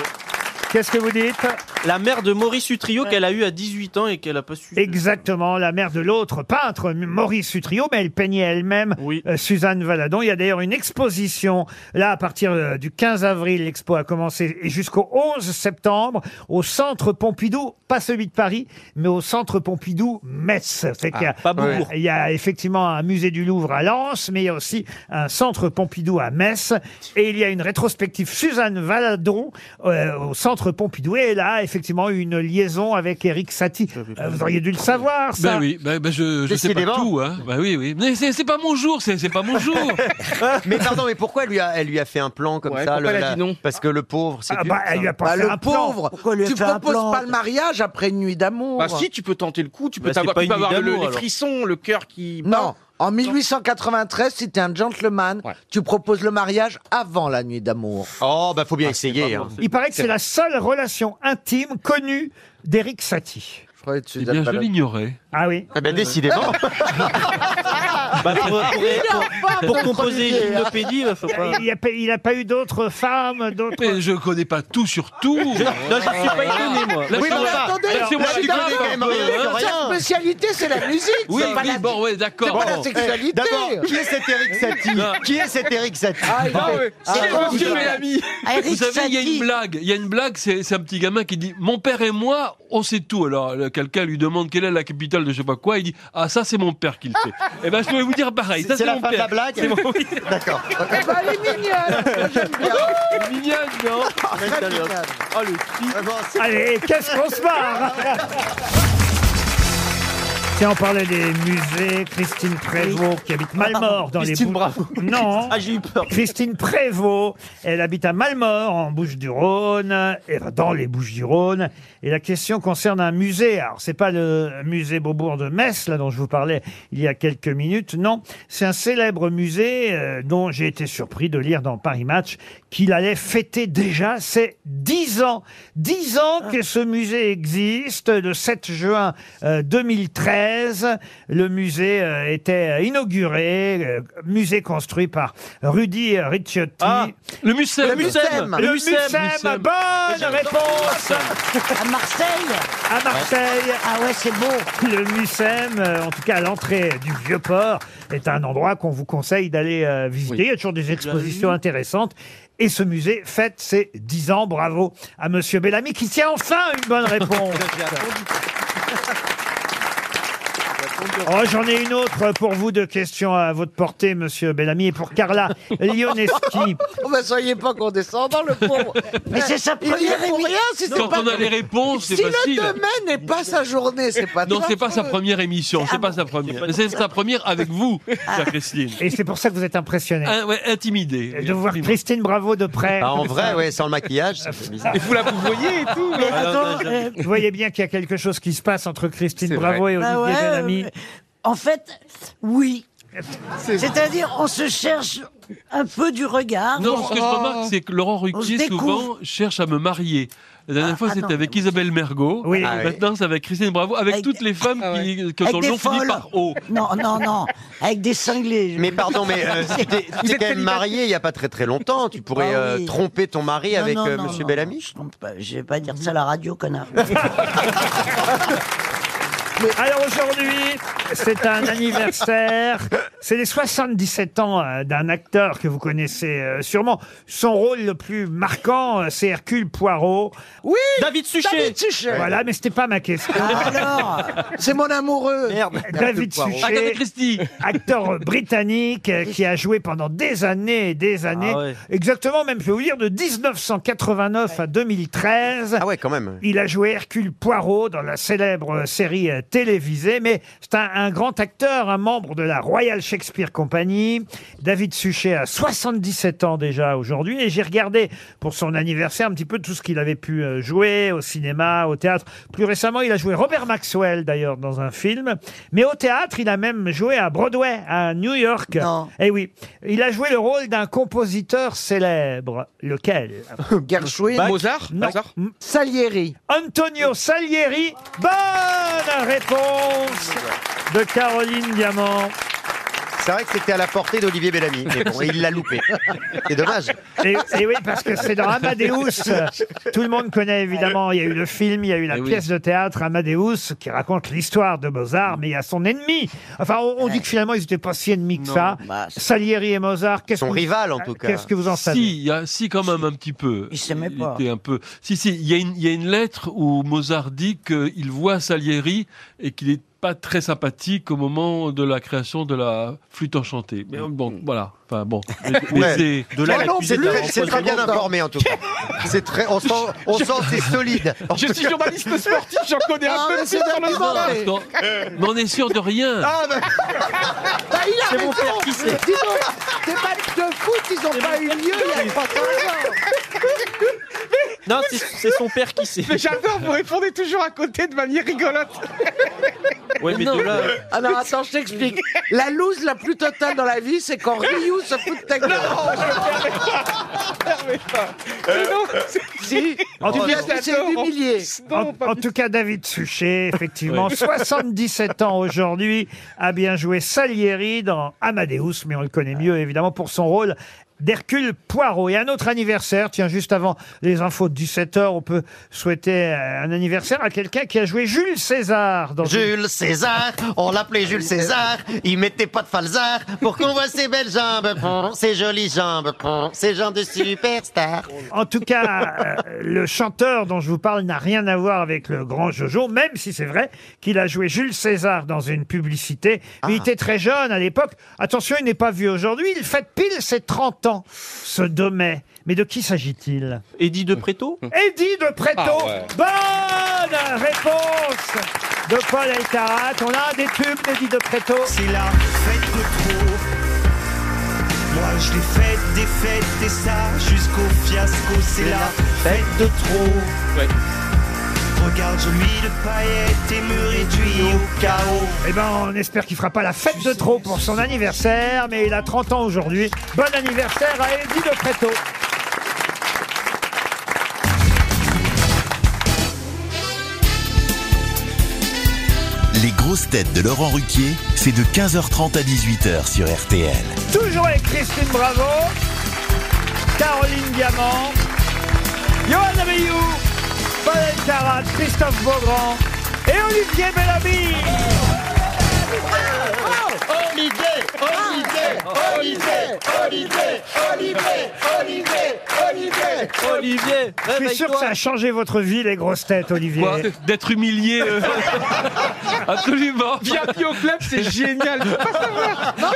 Qu'est-ce que vous dites La mère de Maurice Utrio qu'elle a eu à 18 ans et qu'elle a pas su. Exactement, la mère de l'autre peintre, M- Maurice Utrio, mais elle peignait elle-même euh, Suzanne Valadon. Il y a d'ailleurs une exposition, là, à partir euh, du 15 avril, l'expo a commencé, et jusqu'au 11 septembre, au Centre Pompidou, pas celui de Paris, mais au Centre Pompidou Metz. Fait qu'il y a- Ah, pas Beaubourg. Il y a effectivement un musée du Louvre à Lens, mais il y a aussi un Centre Pompidou à Metz, et il y a une rétrospective Suzanne Valadon euh, au Centre Pompidou, et elle a effectivement eu une liaison avec Eric Satie. Euh, vous auriez dû le savoir, ça. Ben oui, ben, ben je, je sais pas Décidément. tout. Hein. Ben oui, oui. Mais c'est c'est pas mon jour, c'est c'est pas mon jour. [LAUGHS] [LAUGHS] Mais pardon, mais pourquoi elle lui a, elle lui a fait un plan comme Ouais, ça pourquoi le- elle a la- dit non Parce que le pauvre, c'est Ah dur, bah, elle ça. lui a pas Bah, fait un le plan. pauvre, Pourquoi lui a tu fait un proposes plan pas le mariage après une nuit d'amour. Bah si, tu peux tenter le coup, tu peux Bah, c'est t'avoir- pas tu peux une avoir le- évidemment, les alors. frissons, le cœur qui. Non, en 1893, si t'es un gentleman, tu proposes le mariage avant la nuit d'amour. Oh, bah faut bien essayer. hein. Il paraît que c'est la seule relation intime connue d'Eric Satie. Je croyais que tu Eh bien, je disais- l'ignorais. Ah oui Eh [LAUGHS] ben décidément. Bah, pour, pour- pour- pour composer une gymnopédie, il faut pas. hein. Il n'a pas, il a pas eu d'autres femmes, d'autres... Mais je connais pas tout sur tout. [LAUGHS] Non, je suis pas étonné, moi. Là, Oui, je- mais attendez, là, c'est la moi qui musique, connais un peu, hein. sa spécialité, c'est la musique. Oui, c'est pas oui, la- bon, ouais, c'est d'accord. pas la Bon. Eh, sexualité. D'abord, qui est cet Eric Satie Qui est cet Eric Satie Non, mais- Ah, Monsieur vous- Bellamy. Ah, Eric Vous savez, il y a Satie. une blague. Il y a une blague, c'est c'est un petit gamin qui dit Mon père et moi, on sait tout. Alors, le- quelqu'un lui demande quelle est la capitale de je sais pas quoi. Il dit Ah, ça, c'est mon père qui le fait. Eh ben, je pouvais vous dire pareil. Ça, C'est c'est la mon fin de père. la blague C'est mon- [LAUGHS] oui. [LAUGHS] D'accord. Eh ben, elle est mignonne. Moi, j'aime bien. Mignonne, [LAUGHS] non Ah, Très mignonne. Oh, le cri. Vraiment, c'est- Allez, qu'est-ce qu'on se [LAUGHS] marre Tiens, on parlait des musées. Christine Prévost, qui habite Malmort dans les Christine Bouches- Bravo. Non. [LAUGHS] Ah, j'ai eu peur. Christine Prévost, elle habite à Malmort, en Bouches-du-Rhône, et enfin, dans les Bouches-du-Rhône. Et la question concerne un musée. Alors, c'est pas le musée Beaubourg de Metz, là, dont je vous parlais il y a quelques minutes. Non, c'est un célèbre musée euh, dont j'ai été surpris de lire dans Paris Match qu'il allait fêter déjà ses 10 ans. 10 ans que ce musée existe, le 7 juin euh, 2013. 1916, le musée euh, était inauguré, euh, musée construit par Rudy Ricciotti. Ah, le Mucem. Le Mucem. Le Le Mucem. Mucem. Bonne réponse À Marseille À Marseille. Ah ouais, c'est beau. Le Mucem, euh, en tout cas à l'entrée du Vieux-Port, est un endroit qu'on vous conseille d'aller euh, visiter. Il y a toujours des expositions intéressantes. Et ce musée fête ses 10 ans. Bravo à Monsieur Bellamy qui tient enfin une bonne [LAUGHS] réponse. Oh, j'en ai une autre pour vous, deux questions à votre portée, monsieur Bellamy, et pour [LAUGHS] Carla Lioneski. Oh, [LAUGHS] bah, soyez pas condescendant, le pauvre. [LAUGHS] Mais c'est sa Il y est première pour émi- rien si c'est Quand pas. on a les réponses, c'est si [LAUGHS] le facile. domaine n'est pas sa journée, c'est pas Non, de c'est pas notre sa faute. première émission, c'est pas sa première. C'est sa première avec vous, Ah. chère Christine. Et c'est pour ça que vous êtes impressionné. Ah, ouais, intimidé. De voir Christine Bravo de près. Ah, en vrai, ouais, sans le maquillage, c'est bizarre. vous la voyez et tout. Mais Ah. [LAUGHS] attends, euh, vous voyez bien qu'il y a quelque chose qui se passe entre Christine Bravo et Olivier Bah ouais, Bellamy. euh, En fait, oui. C'est-à-dire, on se cherche un peu du regard. Non, ce que je Oh. remarque, c'est que Laurent Ah, Oh. On se Ruquier, souvent, découvre. cherche à me marier. La dernière fois, c'était attends. avec Isabelle Mergot. Oui. Ah oui. Maintenant, c'est avec Christine Bravo, avec, toutes les femmes qui, que Avec son des nom finit folles. par O. Non, non, non. Avec des cinglés. Mais pardon, mais [LAUGHS] euh, tu t'es tu t'es quand même marié il n'y a pas très très longtemps. Tu pourrais Ah oui. euh, tromper ton mari Non, avec non, euh, non, Monsieur non, Bellamy Je trompe pas. Je vais pas dire ça à la radio, connard. Alors aujourd'hui, c'est un anniversaire. C'est les 77 ans euh, d'un acteur que vous connaissez euh, sûrement. Son rôle le plus marquant, euh, c'est Hercule Poirot. Oui David Suchet. David Suchet. Voilà, mais c'était pas ma question. Alors, c'est mon amoureux. David Suchet, acteur britannique euh, qui a joué pendant des années et des années, ouais. exactement même, je vais vous dire, de 1989 à 2013. Ah ouais, quand même. Il a joué Hercule Poirot dans la célèbre euh, série euh, télévisée, mais c'est un, un grand acteur, un membre de la Royal Shakespeare Company. David Suchet a 77 ans déjà aujourd'hui, et j'ai regardé pour son anniversaire un petit peu tout ce qu'il avait pu euh, jouer au cinéma, au théâtre. Plus récemment, il a joué Robert Maxwell d'ailleurs dans un film, mais au théâtre, il a même joué à Broadway, à New York. Eh oui, il a joué le rôle d'un compositeur célèbre. Lequel [LAUGHS] Gershwin Bach Mozart Non. Mozart Mm. Salieri. Antonio Salieri. Bonne réponse de Caroline Diamant. C'est vrai que c'était à la portée d'Olivier Bellamy, mais bon, il l'a loupé. C'est dommage. Et, et oui, parce que c'est dans [LAUGHS] Amadeus. Tout le monde connaît évidemment. Il y a eu le film, il y a eu la Eh oui. pièce de théâtre Amadeus qui raconte l'histoire de Mozart, mais il y a son ennemi. Enfin, on, on dit que finalement ils n'étaient pas si ennemis que ça. Salieri et Mozart, qu'est-ce Bah, Son que- rival, en tout cas. Qu'est-ce que vous en savez Si, il y a- si, quand même un petit peu. Il s'aimait pas. un peu. Si, si, il y, a une- il y a une lettre où Mozart dit qu'il voit Salieri et qu'il est pas très sympathique au moment de la création de la flûte enchantée. Mais bon, voilà. Enfin bon. Mais- mais Ouais. c'est- Non, non, l'accusé c'est de la très, c'est très rencontre. bien informé en tout cas. C'est très, on sent, on sent que c'est solide. [LAUGHS] Je suis journaliste sportif, j'en connais un Ah, peu mais plus c'est sur le bien sport. informé. Non, Mais on est sûr de rien. Ah, bah... Bah, il a Eh, C'est raison. mon père qui sait. Dis donc, des matchs de foot, ils ont pas eu lieu il y a pas très longtemps. Non, c'est- c'est son père qui sait. Mais j'adore, vous répondez toujours à côté de manière rigolote. Ouais, mais Non. de là. Alors attends, je t'explique. La loose la plus totale dans la vie, c'est quand Ryu se fout de ta gueule. Oh, Euh, Non, je le permets pas. Permets pas. Mais non, c'est- Si, Oh, En tu tout viens cas- de laisser humilier. En, en tout cas, David [LAUGHS] Suchet, effectivement, Oui. 77 ans aujourd'hui, a bien joué Salieri dans Amadeus, mais on le connaît mieux évidemment pour son rôle d'Hercule Poirot. Et un autre anniversaire, tiens, juste avant les infos de 17h, on peut souhaiter euh, un anniversaire à quelqu'un qui a joué Jules César dans une- Jules César, on l'appelait Jules César, il mettait Ah. pas de falzar pour qu'on voit ses belles jambes, Hum, ses jolies jambes, Hum, ses jambes de superstar. En tout cas, euh, le chanteur dont je vous parle n'a rien à voir avec le grand Jojo, même si c'est vrai qu'il a joué Jules César dans une publicité. Mais il était très jeune à l'époque. Attention, il n'est pas vieux aujourd'hui. Il fête pile ses 30 ans, ce Domet. Mais de qui s'agit-il Eddie de Préto Eddie de Préto Ah ouais. Bonne réponse de Paul Elkarat. On a un des tubes d'Eddie de Préto. Faites le tour. Moi je l'ai fait des fêtes et ça jusqu'au fiasco, c'est la fête de trop. Regarde, je lui de paillettes et me réduis au chaos. Eh ben, on espère qu'il fera pas la fête de trop pour son anniversaire, mais il a 30 ans aujourd'hui. Bon anniversaire à Eddie de Préto. Les grosses têtes de Laurent Ruquier, c'est de 15h30 à 18h sur RTL. Toujours avec Christine Bravo, Caroline Diamant, Johan Abayou, Paul Tarat, Christophe Beaugrand et Olivier Bellamy. Olivier, Olivier, Olivier, Olivier, Olivier, Olivier, Olivier, Olivier, Je suis sûr que ça a changé votre vie, les grosses têtes, Olivier. Quoi D'être humilié euh, Absolument Viens pied au club, c'est [LAUGHS] génial.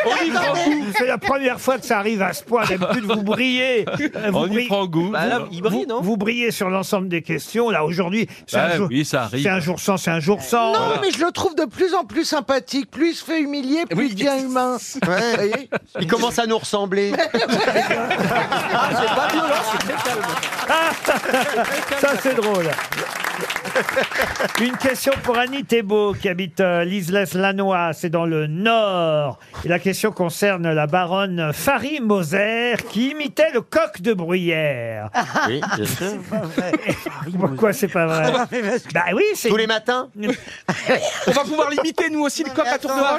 On y prend goût. C'est la première fois que ça arrive à ce point. D'habitude, vous brillez. Vous On y brillez- prend goût. Bah là, il brille, vous- Vous brillez sur l'ensemble des questions. Là, aujourd'hui, c'est Bah un jour- oui, ça arrive. c'est un jour sans, c'est un jour sans. Non, [LAUGHS] mais je le trouve de plus en plus sympathique. Plus il se fait humilier, plus il devient [LAUGHS] humain. Vous voyez Il commence à nous ressembler. Ah, c'est pas violent, c'est Ça, c'est drôle. Une question pour Annie Thébault qui habite euh, Lislès-Lannoy, c'est dans le Nord. Et la question concerne la baronne Farid Moser qui imitait le coq de bruyère. Oui, bien sûr. Ah, Pourquoi c'est pas vrai Bah oui, c'est tous les matins. [LAUGHS] On va pouvoir l'imiter, [LAUGHS] nous aussi, le coq à tournoi.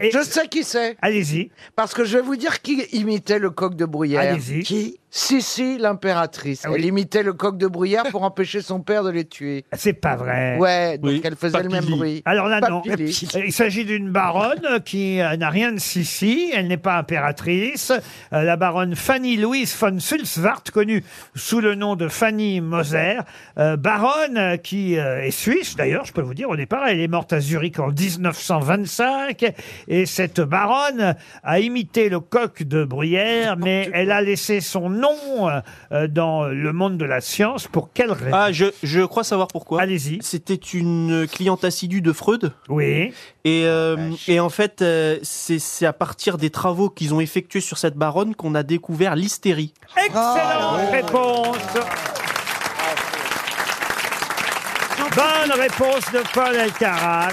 Je sais qui c'est. Euh, Allez-y. Parce que je vais vous dire qui imitait le coq de bruyère. Allez-y. Qui Sissi, l'impératrice. Ah oui. Ah, Elle imitait le coq de bruyère pour empêcher son père de les tuer. C'est pas vrai. Ouais, donc elle faisait le même bruit. Alors là, non. Papili. [LAUGHS] Il s'agit d'une baronne qui euh, n'a rien de sissi. Elle n'est pas impératrice. Euh, La baronne Fanny Louise von Sulzwart, connue sous le nom de Fanny Moser. Euh, baronne euh, qui euh, est suisse, d'ailleurs, je peux vous dire, au départ, elle est morte à Zurich en 1925. Et cette baronne a imité le coq de Bruyère, mais elle a laissé son nom euh, dans le monde de la science. Pour quelle raison Ah, je, je crois savoir pourquoi. Allez-y. C'était une cliente assidue de Freud. Oui. Et, euh, et en fait, euh, c'est c'est à partir des travaux qu'ils ont effectués sur cette baronne qu'on a découvert l'hystérie. Ah, Excellente réponse. Bonne réponse de Paul Elkarat.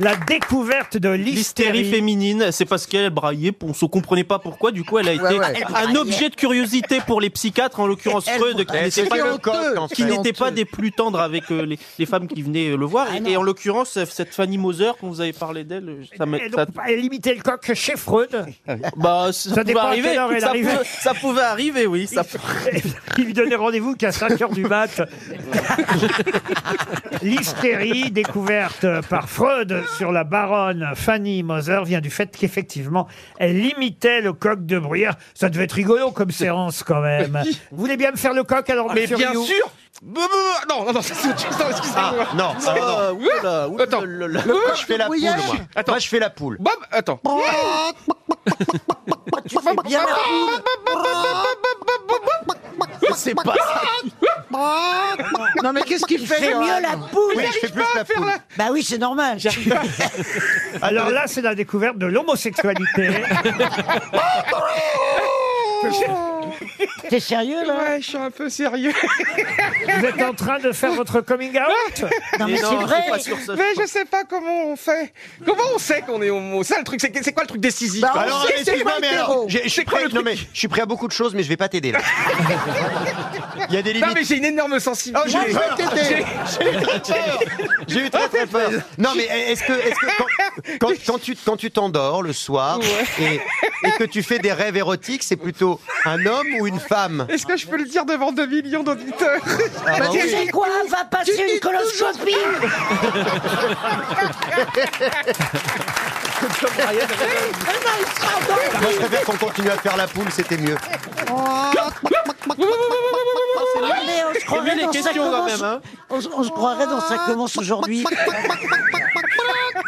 La découverte de L'hystérie l'hystérie féminine, c'est parce qu'elle braillait, on se comprenait pas pourquoi, du coup elle a été ouais. Elle un braillait. objet de curiosité pour les psychiatres, en l'occurrence Et elle Freud, qui braillait. n'était pas, C'est honteux, qui c'est n'était pas honteux. des plus tendres avec euh, les, les femmes qui venaient le Ah voir. Et- et, en l'occurrence, cette Fanny Moser, quand vous avez parlé d'elle, ça m'a... Et donc, Elle imitait le coq chez Freud. Bah, ça, Ça pouvait dépend à arriver. quelle heure elle ça, arrivait. pouvait, ça pouvait arriver, oui. Ça... [LAUGHS] Il lui donnait rendez-vous qu'à 5 heures du [LAUGHS] mat. L'hystérie découverte par Freud sur la baronne Fanny Moser vient du fait qu'effectivement, elle imitait le coq de bruyère. Ça devait être rigolo comme séance quand même. Vous voulez bien me faire le coq alors, Mais monsieur bien Rioux sûr Bou- bou- bou- Non, non, [LAUGHS] non, ça, c'est autre chose. Non, excusez-moi. Ah, non, ça, Euh, non. oui. Oula, oula, Attends. le- le- Le moi, coq je fais de la poule, brouillage. moi. Attends. Moi, je fais la poule. Bob, attends. Oh Tu fais bien la poule. C'est pas Non, mais qu'est-ce qu'il Il fait fait Johan mieux la poule. Oui, je fais plus la poule. Bah oui, c'est normal. [LAUGHS] Alors là, c'est la découverte de l'homosexualité. Oh [LAUGHS] T'es sérieux là Ouais, je suis un peu sérieux. Vous êtes en train de faire votre coming Ah out Non, mais Et [LAUGHS] c'est non, vrai. c'est pas sûr, ça, je Mais je sais pas comment on fait. Comment on sait qu'on est homo Ça, le truc, c'est c'est quoi le truc décisif Bah, alors, C'est- c'est excuse-moi, pas mais hétéro. alors, j'ai- je suis C'est quoi prêt- le non, truc mais je suis prêt à beaucoup de choses, mais je vais pas [LAUGHS] t'aider là. Il y a des Non, mais limites. Oh, j'ai une énorme sensibilité. J'ai eu peur. J'ai- J'ai eu très peur. J'ai eu très très peur. Non mais est-ce que, est-ce que quand, [LAUGHS] quand, quand tu quand tu t'endors le soir et, et que tu fais des rêves érotiques, c'est plutôt un homme ou une femme Est-ce que je peux le dire devant 2 millions d'auditeurs Ah, bah Tu oui. sais quoi Va passer une coloscopie [LAUGHS] Moi je préfère qu'on continue à faire la poule, c'était mieux. Mais on se croirait les dans questions, ça quand commence- même, hein. on, se- on se croirait dans ça commence [LAUGHS] aujourd'hui.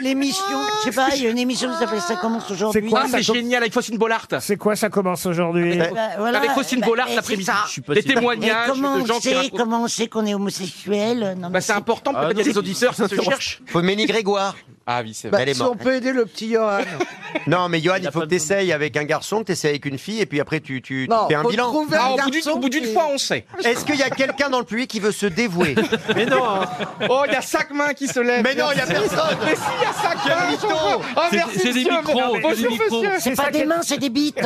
L'émission, je sais pas, il y a une émission qui s'appelle ça commence aujourd'hui. C'est quoi Ah, ça c'est génial avec Faustine Bollard. C'est quoi ça commence aujourd'hui Bah, voilà, Avec Faustine bah, Bollard c'est l'après-midi. ça. Je suis pas Des sûr. témoignages Et comment de gens on qui sait, racontent- Comment on sait qu'on est homosexuel Non, mais Bah, c'est important, peut-être qu'il y a des auditeurs qui se cherchent. Faut Ménie Grégoire. Ah oui, c'est Bah, si on peut aider le petit Johan. [LAUGHS] Non, mais Johan, il faut que t'essayes avec un garçon, que t'essayes avec une fille, et puis après, tu, tu, tu Non, fais un faut bilan. trouver un Ah, au bout d'une- garçon au bout d'une qui- fois, on sait. Est-ce qu'il y a quelqu'un dans le public qui veut se dévouer Mais non Oh, il y a cinq mains qui se lèvent. Mais non, il y a personne. Mais si, il y a cinq Quel mains. mytho. bonjour. Oh, C'est- merci, c'est des monsieur. micros, c'est Bonjour, des micros. monsieur. C'est pas des mains, c'est [LAUGHS] des bites.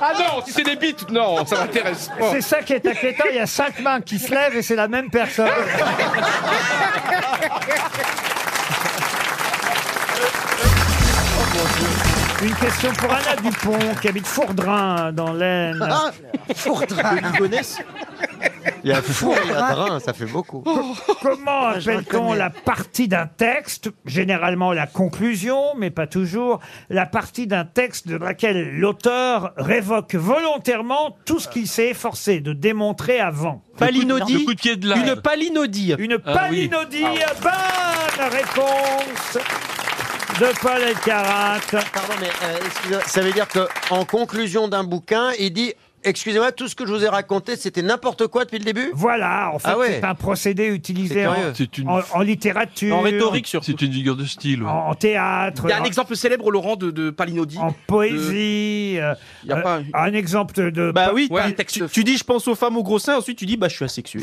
Ah non, si c'est des bites, non, ça m'intéresse pas. C'est ça qui est inquiétant, il y a cinq mains qui se lèvent et c'est la même [LAUGHS] personne. Une question pour Anna Dupont qui habite Fourdrin dans l'Aisne. Ah, Fourdrin. Vous connaissez Il y a fou, il y a drain, ça fait beaucoup. Comment Oh. Ah, je appelle-t-on reconnais. la partie d'un texte, généralement la conclusion, mais pas toujours, la partie d'un texte de laquelle l'auteur révoque volontairement tout ce qu'il s'est efforcé de démontrer avant Palinodie. Le coup de pied de l'âne. Une palinodie. Une Ah oui. palinodie. Bonne réponse de Paul Elkarat. Pardon, mais excusez Ça veut dire que en conclusion d'un bouquin, il dit Excusez-moi, tout ce que je vous ai raconté, c'était n'importe quoi depuis le début Ah Voilà, en fait, c'est un procédé utilisé Ah C'est en, curieux. C'est une- en- en littérature. C'est une figure de style. ouais. En théâtre. Il y a un en- Exemple célèbre, Laurent, de, de Palinodi. En poésie. euh, euh, Un exemple de- de. Bah oui, Ouais, tu- un tu, tu dis je pense aux femmes aux gros seins, ensuite tu dis bah je [LAUGHS] suis asexué.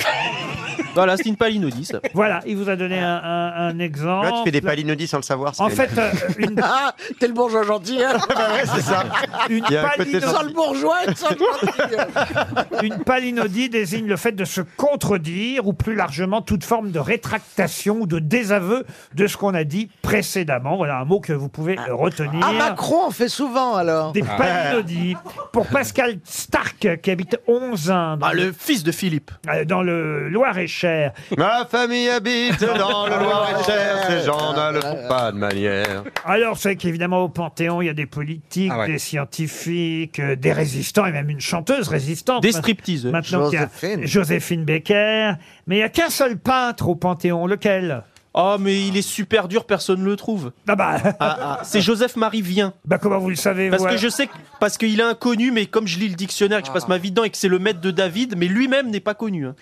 voilà, c'est une palinodie ça. Voilà, il vous a donné un, un- un exemple. Là, tu fais des palinodies sans le savoir. En fait, euh, une... [LAUGHS] Ah, t'es le bourgeois gentil. [LAUGHS] Hein Bah ouais, [LAUGHS] c'est ça. Une Il y a un côté palinodie- Sans le bourgeois, et sans le gentil. [LAUGHS] Une palinodie désigne le fait de se contredire ou plus largement toute forme de rétractation ou de désaveu de ce qu'on a dit précédemment. Voilà un mot que vous pouvez euh, retenir. Ah, Macron en fait souvent [LAUGHS] hein. Ah. alors. Des palinodies. Pour Pascal Stark, qui habite 11 Ah, le Euh, fils de Philippe. Dans le Loir-et-Cher. Ma famille habite dans le Loir-et-Cher, ces gens ne le font pas de manière. Alors, c'est qu'évidemment, au Panthéon, il y a des politiques, des scientifiques, euh, des résistants, et même une chanteuse résistante. Des stripteaseuses. Maintenant, qu'il y a Joséphine. Joséphine Becker. Mais il n'y a qu'un seul peintre au Panthéon. Lequel Oh mais il est super dur, personne le trouve. Ah bah. C'est Joseph Marie Vien. Bah comment vous le savez Parce vous, que alors je sais que- parce qu'il est inconnu, mais comme je lis le dictionnaire, et que je passe ma vie dedans et que c'est le maître de David, mais lui-même n'est pas connu. hein.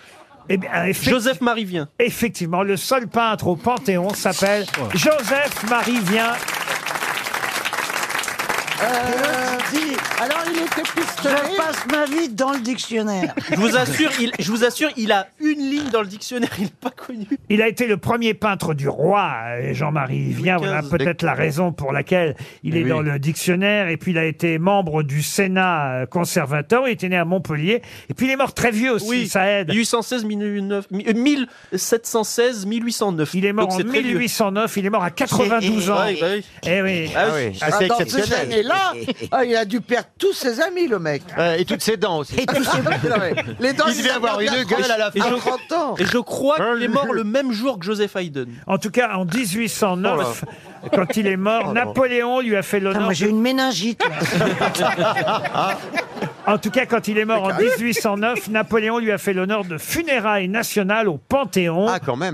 Eh bien, effecti- Joseph Marie Vien. Effectivement, le seul peintre au Panthéon s'appelle Joseph Marie Vien. Euh, dis, Alors il était pistolet. Je passe ma vie dans le dictionnaire. Je vous assure, il, je vous assure, il a une ligne dans le dictionnaire, il n'est pas connu. Il a été le premier peintre du roi, euh, Jean-Marie Vien. Voilà XV. peut-être la raison pour laquelle il est oui. dans le dictionnaire. Et puis, il a été membre du Sénat euh, conservateur. Il était né à Montpellier. Et puis, il est mort très vieux aussi. Oui, Ça aide. 816, 1909, mi- euh, 1716, 1809. Il est mort en 1809. Il est mort à 92 ans. Ouais, bah oui. Eh oui. Ah oui. Ah, Dans ces années-là, ah, il a dû perdre tous ses amis, le mec. et toutes ses dents aussi. Les dents, Il devait les a avoir perdues une gueule à la à fin. 30 ans. Et je crois qu'il est mort le même jour que Joseph Haydn. En tout cas, en 1809, Oh là. quand il est mort, Oh là là. Napoléon lui a fait Ah, l'honneur. moi de- j'ai une méningite. [LAUGHS] là. En tout cas, quand il est mort en 1809, Napoléon lui a fait l'honneur de funérailles nationales au Panthéon.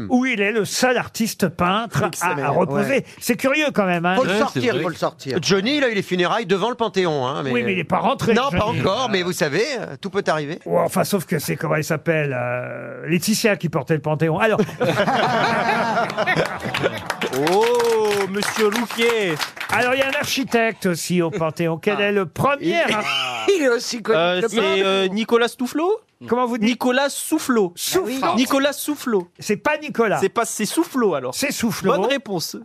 Où il est le seul artiste peintre à, à reposer. ouais. C'est curieux quand même. Ah, hein. Johnny, il a eu les funérailles devant le Panthéon. hein, mais... Oui, mais il est pas rentré, Non, pas Johnny. encore, mais vous savez, euh, tout peut arriver. Ouais, enfin, sauf que c'est comment il s'appelle euh, Laetitia qui portait le Panthéon. Alors, Oh, monsieur Louquier alors il y a un architecte aussi au Panthéon. Quel est le premier Il- ar- Il est aussi connu. Euh, que c'est Pablo. euh, Nicolas Soufflot Comment vous dites Nicolas Soufflot. Soufflot. Nicolas Soufflot. C'est pas Nicolas. C'est pas c'est Soufflot alors. C'est Soufflot. Ah, bah, Bonne réponse.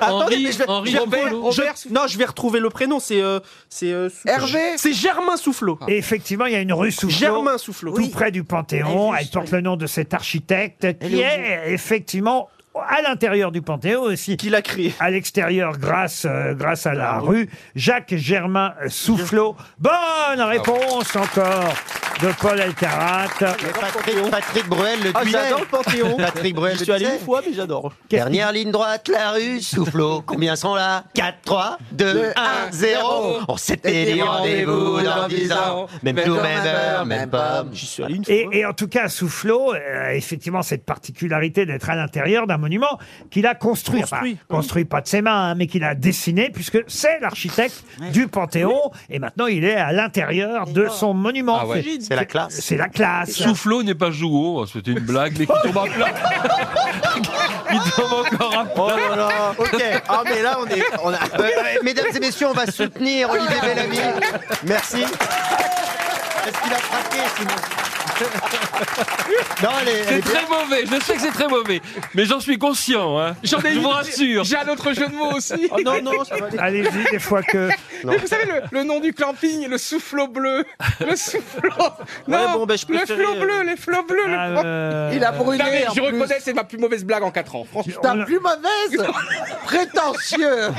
Henri- [LAUGHS] Attendez, mais je vais, Henri je vais- Rompolo. je- non, je vais retrouver le prénom. C'est euh, c'est euh, Soufflot. Hervé C'est Germain Soufflot. Et effectivement, il y a une rue Soufflot. Germain Soufflot. Tout près du Panthéon. Elle porte le nom de cet architecte qui est est effectivement à l'intérieur du Panthéon aussi. Qui l'a Ah créé. À l'extérieur, grâce, euh, grâce à la rue. Jacques Germain Soufflot. Bonne réponse encore de Paul Elkarat. Patrick, Patrick Bruel, le Ah, disait. j'adore le Panthéon. Patrick Bruel, Je le suis allé disait. une fois, mais j'adore. Dernière ligne droite, la rue, soufflot. Combien sont là 4, 3, 2, 1, 0. On s'était dit rendez-vous dans 10 ans. Même jour, même heure, même pomme. J'y suis allé une fois. Et, et en tout cas, Soufflot, euh, effectivement, cette particularité d'être à l'intérieur d'un monument qu'il a construit. Construit. Enfin, construit pas de ses mains, hein, mais qu'il a dessiné, puisque c'est l'architecte du Panthéon. Et maintenant, il est à l'intérieur de son monument. Ah ouais. C'est- C'est la classe. C'est la classe. Soufflot n'est pas jouot. C'était une blague, mais qui tombe à plat. Il tombe encore à plat. [LAUGHS] Oh là là. Ok. Ah, mais là, on est. on a- Ouais, ouais. Mesdames et messieurs, on va soutenir Olivier Bellamy. Merci. Est-ce qu'il a frappé, Simon Non, elle est- elle C'est est très mauvais, je sais que c'est très mauvais, mais j'en suis conscient. Hein. J'en ai je une- vous rassure. j'ai un autre jeu de mots aussi. Oh non, non, ça va aller. Allez-y, des fois que- Mais vous savez, le, le nom du camping, le soufflot bleu. Le soufflot. Non, bon, ben, je le préférais, flot euh, bleu, les flots bleus. le- euh, Il a brûlé, Non, mais en je plus. reconnais, c'est ma plus mauvaise blague en 4 ans. Franchement. Ta plus [LAUGHS] mauvaise Prétentieux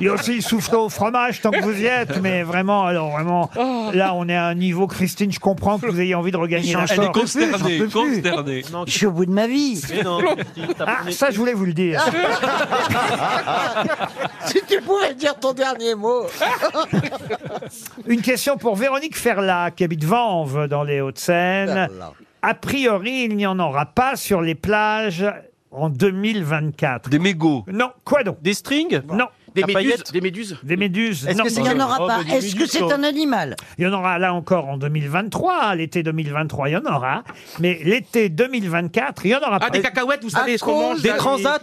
Il y a aussi soufflot au fromage tant que vous y êtes, mais vraiment, alors vraiment, là on est à un niveau Christine, je comprends que vous ayez envie de regagner un Elle est consternée, consternée. Je suis au bout de ma vie. Mais non, Ah, ça je voulais vous le dire. Ah. Si tu pouvais dire ton dernier mot Une question pour Véronique Ferla, qui habite Vanves, dans les Hauts-de-Seine. Ferla. A priori, il n'y en aura pas sur les plages en 2024. Des mégots Non, quoi donc Des strings Non. Des méduses Des méduses Des méduses Est-ce non. que c'est- il n'y en aura pas Est-ce que c'est un animal Il y en aura là encore en 2023, hein, l'été 2023, il y en aura. Mais l'été 2024, il y en aura pas. Ah, des cacahuètes, vous savez, À ce qu'on cause mange, des transats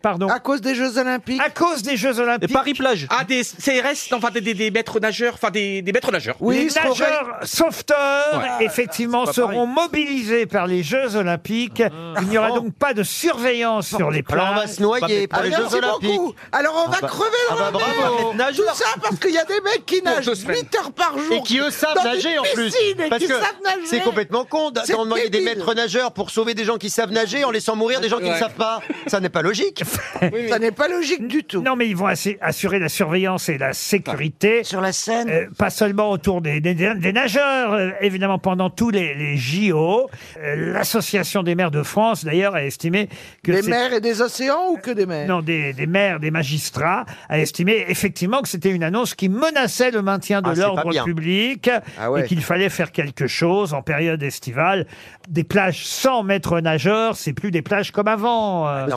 Pardon. À cause des Jeux Olympiques À cause des Jeux Olympiques. Paris-Plage. Ah, des CRS, enfin des, des, des maîtres nageurs, enfin des, des maîtres nageurs. les nageurs sauveteurs, Ouais. effectivement, C'est pas Ah. seront mobilisés par les Jeux Olympiques. Il n'y aura donc pas de surveillance sur les plages. Alors, on va se noyer pour les Jeux Olympiques. Alors [LAUGHS] on va Ah bah- crever le ah bah randonneur. bravo. Tout ça parce qu'il y a des mecs qui Pour nagent deux semaines. 8 heures par jour Et qui eux savent dans une nager en plus. piscine et Parce qui que savent nager. c'est complètement con C'est d'attendre des débile. [LAUGHS] maîtres nageurs pour sauver des gens qui savent nager en laissant mourir des gens qui ne Ouais. savent [LAUGHS] pas. Ça n'est pas logique. Ça n'est pas logique du tout. Non, mais ils vont assi- assurer la surveillance et la Ah, sécurité. euh, Sur la scène Pas seulement autour des, des- des nageurs, euh, évidemment, pendant tous les, les JO. Euh, L'Association des maires de France, d'ailleurs, a estimé que. Des c'est- mers et des océans ou que des mers Non, des, des maires, des magistrats, a estimé effectivement que c'était une annonce qui menaçait le maintien de Ah, c'est pas l'ordre bien. public Ah ouais. et qu'il fallait faire quelque chose en période estivale. Des plages sans maître nageur, c'est plus des plages comme avant. euh. Ouais.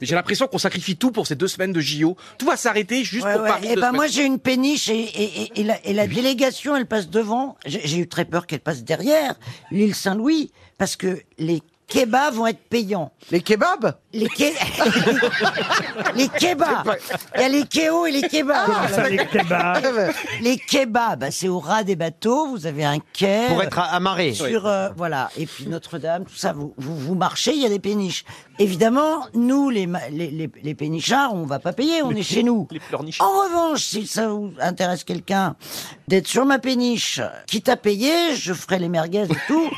Mais j'ai l'impression qu'on sacrifie tout pour ces deux semaines de JO. Tout va s'arrêter juste Ouais, pour ouais. Paris. Eh deux ben semaines. moi j'ai une péniche et, et- et- et la, et la délégation elle passe devant. J'ai j'ai eu très peur qu'elle passe derrière l'île Saint-Louis parce que les kebabs vont être payants. Les kebabs Les, ke- [LAUGHS] les kebabs. Il y a les kéos et les kebabs. Comment ça, les kebabs Les kebabs, bah, c'est au ras des bateaux. Vous avez un quai. Pour être amarré. Sur, euh, voilà. Et puis Notre-Dame, tout ça. Vous, vous, vous marchez, il y a des péniches. Évidemment, nous, les, ma- les, les, les pénichards, on va pas payer. On est chez nous. En revanche, si ça vous intéresse quelqu'un d'être sur ma péniche, quitte à payer, je ferai les merguez et [LAUGHS] tout.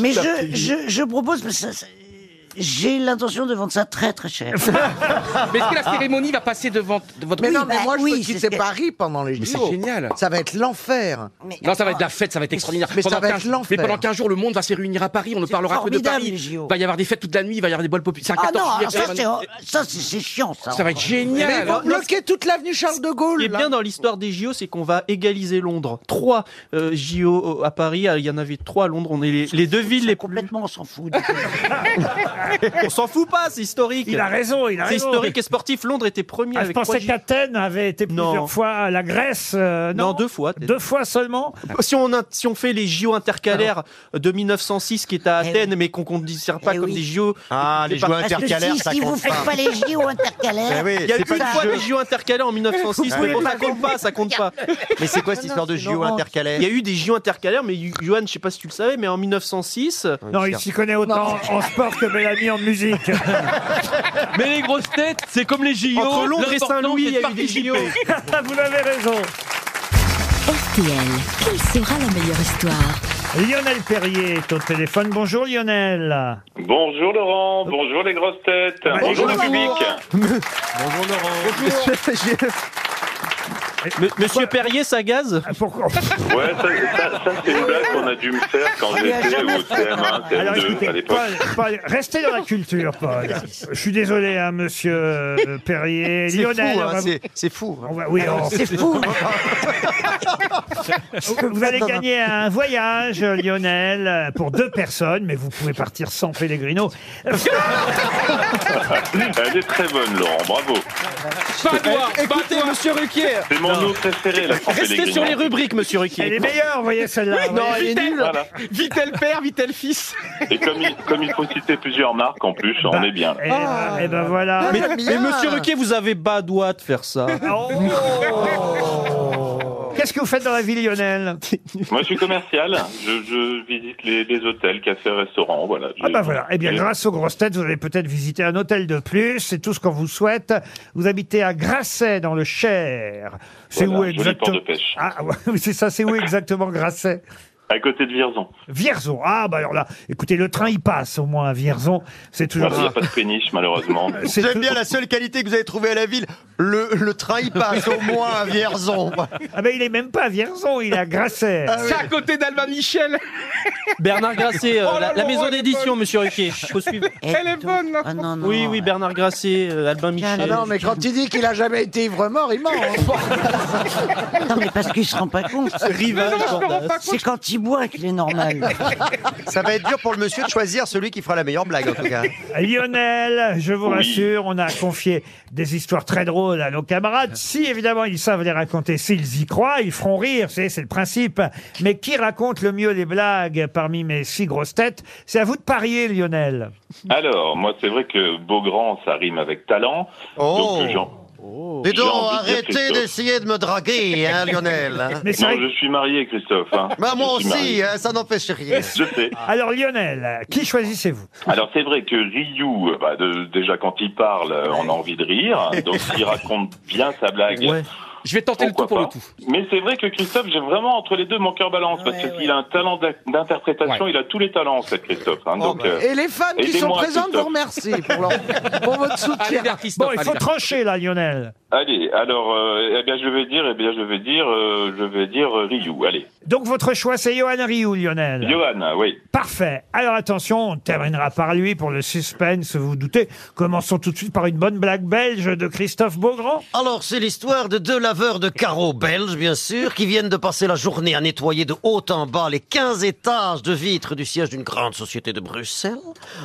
Mais je, je, je propose, parce que ça- ça- j'ai l'intention de vendre ça très [LAUGHS] très cher. Mais est-ce que la cérémonie va passer devant de votre Mais Oui, non, mais bah moi je oui, veux c'est quitter ce que- Paris pendant les Mais JO. c'est génial. Ça va être l'enfer. Non, ça va être la fête, ça va être extraordinaire. Mais ça va être 15 l'enfer. Mais pendant 15 jours, le monde va se réunir à Paris, on ne parlera que de formidable, Paris. Bah, les JO. Il va y avoir des fêtes toute la nuit, il va y avoir des bols populaires. C'est un Ah 14 non, alors juillet, ça c'est c'est, euh, un- ça, c'est- c'est chiant ça. Ça va être génial. Mais ils vont bloquer toute l'avenue Charles de Gaulle. Ce qui est là. Eh bien dans l'histoire des JO, c'est qu'on va égaliser Londres. Trois euh, JO à Paris, euh, il y en avait trois à Londres. On est les, les deux villes les Complètement, on s'en fout. [LAUGHS] on s'en fout pas, c'est historique. Il a raison, il a C'est raison. historique et sportif. Londres était premier Ah, je avec trois pensais JO. qu'Athènes avait été Non. plusieurs fois à la Grèce. euh, non. Non, deux fois. Deux fois seulement. Si on, in- si on fait les JO intercalaires de 1906 qui est à Eh Athènes, mais qu'on ne considère pas Eh comme oui. des JO. Ah, les JO Parce que intercalaires, si, ça si vous compte faites pas. pas les JO Ben intercalaires, oui, Il y a c'est eu pas une du fois jeu. Ah les JO intercalaires en 1906, Vous pouvez mais bon, pas ça compte pas, ça compte pas. [LAUGHS] Mais c'est Ah quoi cette histoire de JO intercalaires Il y a eu des JO intercalaires, mais Yo- Johan, je sais pas si tu le savais, mais en 1906. Ah Non, il s'y connaît autant en sport que Bellamy en [LAUGHS] musique. Mais les grosses têtes, c'est comme les JO. Entre Londres et l'important, Saint-Louis, c'est il y a de eu des [LAUGHS] JO. participer. Vous avez raison. RTL, quelle sera la meilleure histoire Lionel Perrier est au téléphone. Bonjour [LAUGHS] Lionel. Bonjour Laurent, bonjour les grosses têtes, bonjour, le public. Bonjour Laurent. M- Monsieur Perrier, ça gaze Ah, [LAUGHS] Ouais, ça, ça- ça, c'est une blague qu'on a dû me faire quand Ah, Il a j'étais jamais au TM1, Alors TM2 à écoutez, [LAUGHS] l'époque. Paul, Paul, restez dans la culture, Paul. Je suis désolé, hein, monsieur euh, Perrier. C'est Lionel, fou, on hein, va vous- c'est- c'est fou. on va- oui, on- [LAUGHS] Vous allez gagner un voyage, Lionel, euh, pour deux personnes, mais vous pouvez partir sans [LAUGHS] Pellegrino. Elle est très bonne Laurent, bravo. Pas de voir, pas de voir. C'est mon nom préféré, la San Pellegrino. monsieur Ruquier. Elle est meilleure, vous voyez celle-là. Non, elle est nulle. Voilà. Vitel père, vitel fils. Et comme il, comme il faut citer plusieurs marques en plus, on Bah, est bien. Et, ben Ah. voilà. Mais, mais monsieur Ruquier, vous avez bas doigt de [LAUGHS] faire ça. Qu'est-ce que vous faites dans la ville, Lionel Moi, je suis commercial. Je, je visite les, les hôtels, cafés, restaurants. Voilà. Ah bah voilà. Eh bien, grâce aux grosses têtes, vous allez peut-être visiter un hôtel de plus. C'est tout ce qu'on vous souhaite. Vous habitez à Grasset, dans le Cher. C'est Voilà, où joli exactement port de pêche. Ah, ouais, [LAUGHS] c'est ça. [LAUGHS] C'est où exactement Grasset À côté de Vierzon. Vierzon. Ah bah alors là, écoutez, le train il passe au moins à Vierzon. C'est Il n'y toujours. Ah, a pas de péniche, malheureusement. C'est tout- J'aime bien la seule qualité que vous avez trouvée à la ville. Le, le train, il [LAUGHS] passe au moins à Vierzon. Ah ben il est même pas à Vierzon, il est à Grasset. Ah C'est à côté d'Alba Michel. Bernard Grasset, euh, Oh là la, là, la maison elle est d'édition, monsieur Ruquier. Faut suivre. [LAUGHS] Elle est bonne, là. Ah, oui, oui, Bernard Grasset, euh, Albin Michel. Ah non, mais quand il dit qu'il a jamais été ivre-mort, il ment. hein. [LAUGHS] Non, mais parce qu'il se rend pas compte. Rivage, Mais non, je me rends pas compte. C'est quand il boit qu'il [LAUGHS] est normal. Ça va être dur pour le monsieur de choisir celui qui fera la meilleure blague, en tout cas. [LAUGHS] Lionel, je vous Oui. rassure, on a confié des histoires très drôles à nos camarades. Si évidemment ils savent les raconter, s'ils y croient, ils feront rire, c'est c'est le principe. Mais qui raconte le mieux les blagues parmi mes six grosses têtes C'est à vous de parier, Lionel. Alors, moi, c'est vrai que Beaugrand, ça rime avec talent. Oh. Donc, j'en- Dis j'ai donc, envie de dire arrêtez Christophe. d'essayer de me draguer, hein, Lionel. [LAUGHS] hein. Non, je suis marié, Christophe. hein. Bah, moi Je aussi, suis marié. hein, ça n'empêche rien. Je sais. [LAUGHS] Alors Lionel, qui choisissez-vous Alors c'est vrai que Ryu, euh, bah, de- déjà quand il parle, euh, on a envie de rire. Donc s'il raconte bien sa blague. Je vais tenter le tout pour le tout. Mais c'est vrai que Christophe, j'ai vraiment entre les deux mon cœur balance parce qu'il a un talent d'ac- d'interprétation, il a tous les talents en fait, Christophe. hein. Bon, donc, bah. euh, Et les fans qui sont aidez-moi, présentes vous Christophe. remercient pour, leur- pour votre soutien. Bon, il faut trancher là, Lionel. Allez, alors, euh, eh bien je vais dire, eh bien je vais dire, euh, je vais dire euh, Ryu. Allez, Donc votre choix, c'est Johan Rioux, Lionel. Johan, oui. Parfait. Alors attention, on terminera par lui pour le suspense, vous vous doutez. Commençons tout de suite par une bonne blague belge de Christophe Beaugrand. Alors, c'est l'histoire de deux laveurs de carreaux belges, bien sûr, qui viennent de passer la journée à nettoyer de haut en bas les 15 étages de vitres du siège d'une grande société de Bruxelles.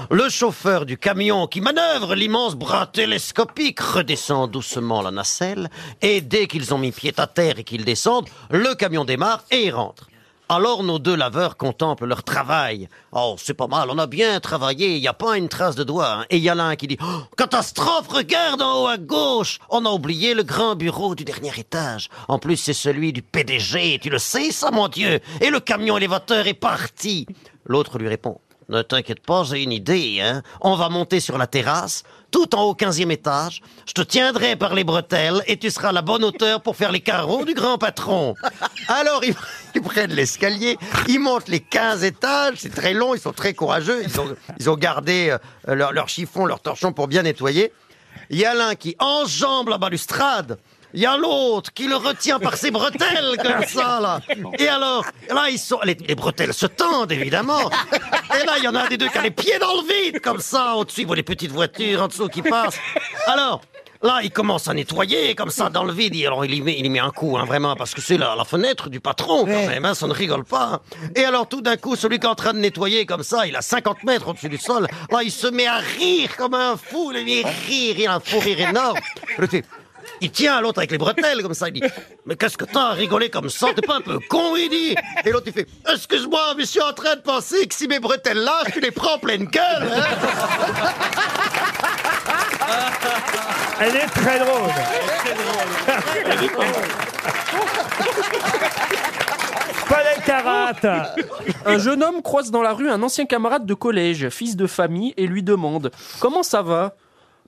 Le chauffeur du camion qui manœuvre l'immense bras télescopique redescend doucement la nacelle, et dès qu'ils ont mis pied à terre et qu'ils descendent, le camion démarre et y rentre. Alors nos deux laveurs contemplent leur travail. Oh, c'est pas mal, on a bien travaillé, il n'y a pas une trace de doigt. hein. Et il y a l'un qui dit Oh, Catastrophe, regarde en haut à gauche On a oublié le grand bureau du dernier étage. En plus, c'est celui du PDG, tu le sais ça, mon Dieu Et le camion élévateur est parti L'autre lui répond ne t'inquiète pas, j'ai une idée, hein. On va monter sur la terrasse, tout en haut au 15e étage. Je te tiendrai par les bretelles et tu seras à la bonne hauteur pour faire les carreaux du grand patron. Alors, ils, ils prennent l'escalier, ils montent les 15 étages, c'est très long, ils sont très courageux, ils ont, ils ont gardé euh, leur, leur chiffon, leur torchon pour bien nettoyer. Il y a l'un qui enjambe la balustrade. Il y a l'autre qui le retient par ses bretelles [LAUGHS] [LAUGHS] comme ça là. Et alors, là Eh ben, ils sont les, les bretelles se tendent [LAUGHS] évidemment. Et là il y en a un des deux qui a les pieds dans le vide comme ça au-dessus, il voit les petites voitures en dessous qui passent. Alors Là, il commence à nettoyer comme ça dans le vide. Et alors, il y met, il y met un coup, hein, vraiment, parce que c'est la, la fenêtre du patron quand même. hein, ça ne rigole pas. hein. Et alors, tout d'un coup, celui qui est en train de nettoyer comme ça, il a 50 mètres au-dessus du sol. Là, il se met à rire comme un fou. Il rire, il a un fou rire énorme. Le type, il tient à l'autre avec les bretelles comme ça. Il dit Mais qu'est-ce que t'as à rigoler comme ça T'es pas un peu con, il dit. Et l'autre, il fait Excuse-moi, mais je suis en train de penser que si mes bretelles lâchent, tu les prends en pleine gueule. hein. Elle est très drôle. Pas les carates [LAUGHS] Un jeune homme croise dans la rue un ancien camarade de collège, fils de famille, et lui demande Comment ça va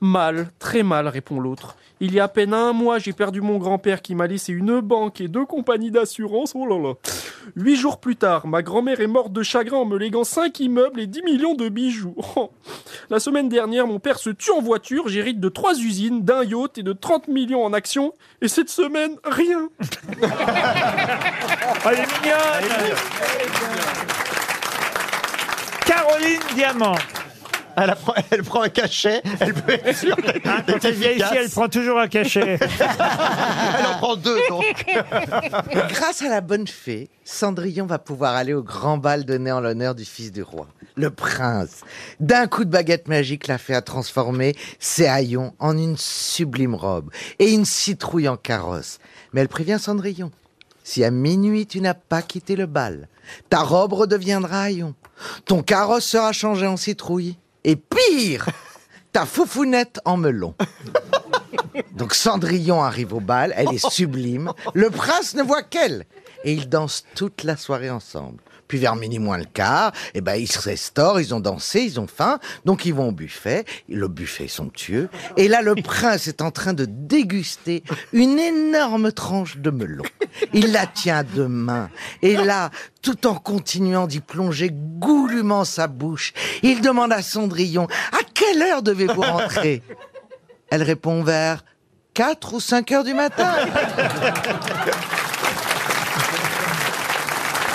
Mal, très mal, répond l'autre. Il y a à peine un mois, j'ai perdu mon grand-père qui m'a laissé une banque et deux compagnies d'assurance. Oh là là. Huit jours plus tard, ma grand-mère est morte de chagrin en me léguant cinq immeubles et 10 millions de bijoux. Oh. La semaine dernière, mon père se tue en voiture, j'hérite de trois usines, d'un yacht et de 30 millions en actions. Et cette semaine, rien. Elle est mignonne Caroline Diamant Elle, apprend- elle prend un cachet, elle peut [LAUGHS] être sûre d'être Hein, Quand elle vient ici, efficace. elle prend [LAUGHS] toujours un cachet. Elle en prend deux, donc. [LAUGHS] Grâce à la bonne fée, Cendrillon va pouvoir aller au grand bal donné en l'honneur du fils du roi, le prince. D'un coup de baguette magique, la fée a transformé ses haillons en une sublime robe et une citrouille en carrosse. Mais elle prévient Cendrillon. Si à minuit tu n'as pas quitté le bal, ta robe redeviendra haillon. Ton carrosse sera changé en citrouille. Et pire, ta foufounette en melon. Donc Cendrillon arrive au bal, elle est sublime. Le prince ne voit qu'elle. Et ils dansent toute la soirée ensemble. Puis vers minuit moins le quart, eh ben ils se restaurent, ils ont dansé, ils ont faim, donc ils vont au buffet. Le buffet est somptueux. Et là, le prince est en train de déguster une énorme tranche de melon. Il la tient à deux mains. Et là, tout en continuant d'y plonger goulûment sa bouche, il demande à Cendrillon, à quelle heure devez-vous rentrer elle répond vers 4 ou 5 heures du matin.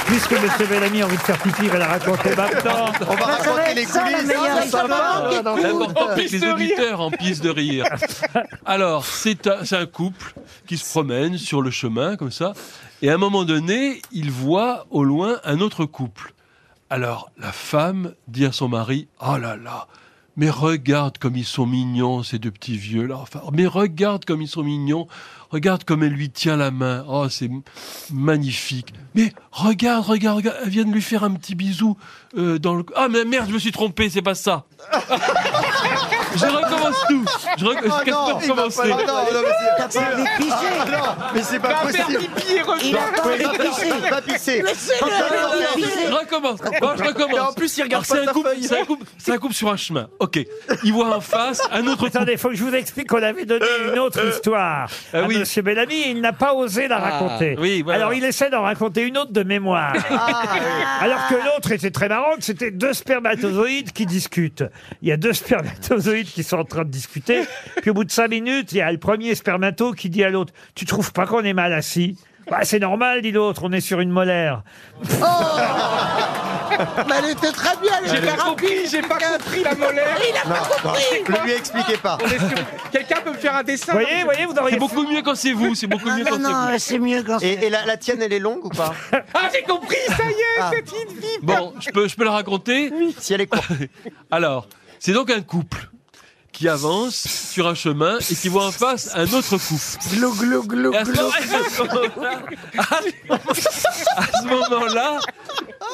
Puisque M. Bellamy a envie de faire pipi, il va la raconter maintenant. On va raconter les coulisses. en piste les auditeurs en piste de rire. Alors, c'est un, c'est un couple qui se promène sur le chemin, comme ça, et à un moment donné, il voit au loin un autre couple. Alors, la femme dit à son mari Oh là là mais regarde comme ils sont mignons, ces deux petits vieux là. Enfin, mais regarde comme ils sont mignons. Regarde comme elle lui tient la main. Oh, c'est m- magnifique. Mais regarde, regarde, regarde. Elle vient de lui faire un petit bisou euh, dans le. Ah, mais merde, je me suis trompé, c'est pas ça. Je recommence tout. Je rec- Oh Qu'est-ce non, qu'on il va recommence pas- non, non, mais c'est- T'as pas envie de pisser. Ah, non, mais c'est pas Va faire possible. pipi et revenir. Il a pas envie de pisser. Va pisser. Mais c'est Attends, vrai, il a attends, envie de attends, pisser. Je recommence. Bon, je recommence. Ah, Mais en plus, il regarde pas Alors, c'est ta un couple- feuille. C'est un couple- c'est un couple sur un chemin. Ok. Il voit en face un autre. Attendez, faut que je vous explique qu'on avait donné une autre histoire ah à oui. Monsieur Bellamy et il n'a pas osé la Ah, raconter. oui, voilà. Alors il essaie d'en raconter une autre de mémoire. Alors que l'autre était très marrante, c'était deux spermatozoïdes qui discutent. Il y a deux spermatozoïdes qui sont en train de discuter, puis au bout de cinq minutes, il y a le premier spermato qui dit à l'autre « Tu trouves pas qu'on est mal assis ?» Bah, c'est normal, dit l'autre, on est sur une molaire. Oh Mais elle était très bien, elle J'ai était pas Ah, rapide. J'ai pas compris la molaire. Il a pas compris. Ne lui expliquez pas. Quelqu'un peut me faire un dessin Voyez, voyez, vous auriez- Ah C'est beaucoup mieux quand c'est vous. C'est beaucoup mieux quand c'est vous. euh, c'est mieux quand Et, et la, la tienne, elle est longue ou [LAUGHS] pas Ah, j'ai compris, ça y est, Ah. cette une vie. Bon, je peux, je peux la raconter Si elle est courte. [LAUGHS] Alors, c'est donc un couple qui avance sur un chemin et qui voit en face un autre couple. Glou, glou, glou, Et à ce glou. moment- À ce moment-là,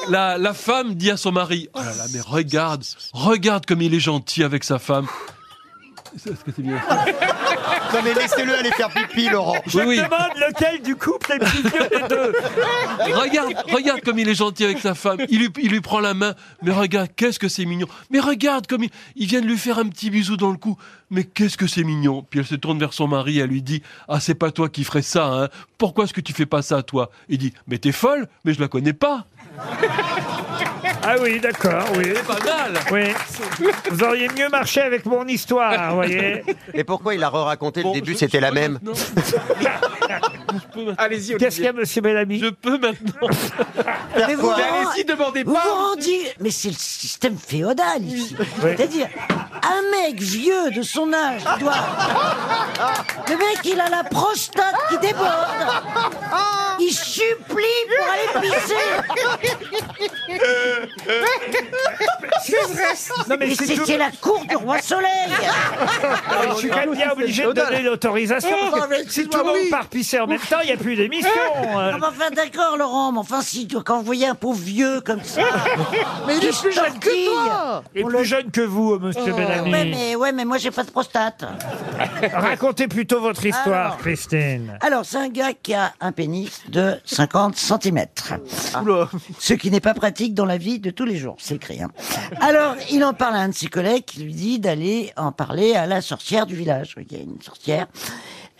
la, la femme dit à son mari Oh là là, mais regarde, regarde comme il est gentil avec sa femme. Est-ce que c'est bien Non, mais laissez-le aller faire pipi, Laurent. Je Oui, oui. me demande lequel du couple est plus vieux des deux. Regarde, regarde comme il est gentil avec sa femme. Il lui, il lui prend la main. Mais regarde, qu'est-ce que c'est mignon. Mais regarde comme il, il vient de lui faire un petit bisou dans le cou. Mais qu'est-ce que c'est mignon. Puis elle se tourne vers son mari. Elle lui dit Ah, c'est pas toi qui ferais ça, hein. Pourquoi est-ce que tu fais pas ça, toi Il dit Mais t'es folle, mais je la connais pas. Ah oui, d'accord, oui. C'est pas mal. Oui. Vous auriez mieux marché avec mon histoire, Ah, vous voyez. Et pourquoi il a re-raconté le début C'était la même. Allez-y, Qu'est-ce qu'il y a, monsieur Bellamy Je peux maintenant. Mais vous vous- Allez-y, demandez vous pas. vous rendiez- Mais c'est le système féodal ici. C'est-à-dire, un mec vieux de son âge, il doit... Le mec, il a la prostate qui déborde. Il supplie pour aller pisser. Non, mais mais c'est c'était tout- la cour du roi soleil. Ah, je suis quand même bien obligé de donner l'autorisation. Oh, parce que mais si excuse-moi, tout le monde oui. part pisser en même temps, il n'y a plus d'émission. euh. [LAUGHS] Non, mais enfin, d'accord, Laurent, mais enfin, si, tu- quand vous voyez un pauvre vieux comme ça. [LAUGHS] Mais il qui est plus se jeune que tortille, toi. Et on plus le- jeune que vous, monsieur Oh, Bellamy. Ouais, mais, ouais, mais moi, j'ai pas de prostate. Racontez plutôt votre histoire, Alors. Christine. Alors, c'est un gars qui a un pénis de 50 cm. Ah. Ce qui n'est pas pratique dans la vie de tous les jours, c'est écrit. hein. Alors, il en parle à un de ses collègues qui lui dit d'aller en parler à la sorcière du village. Il y a une sorcière.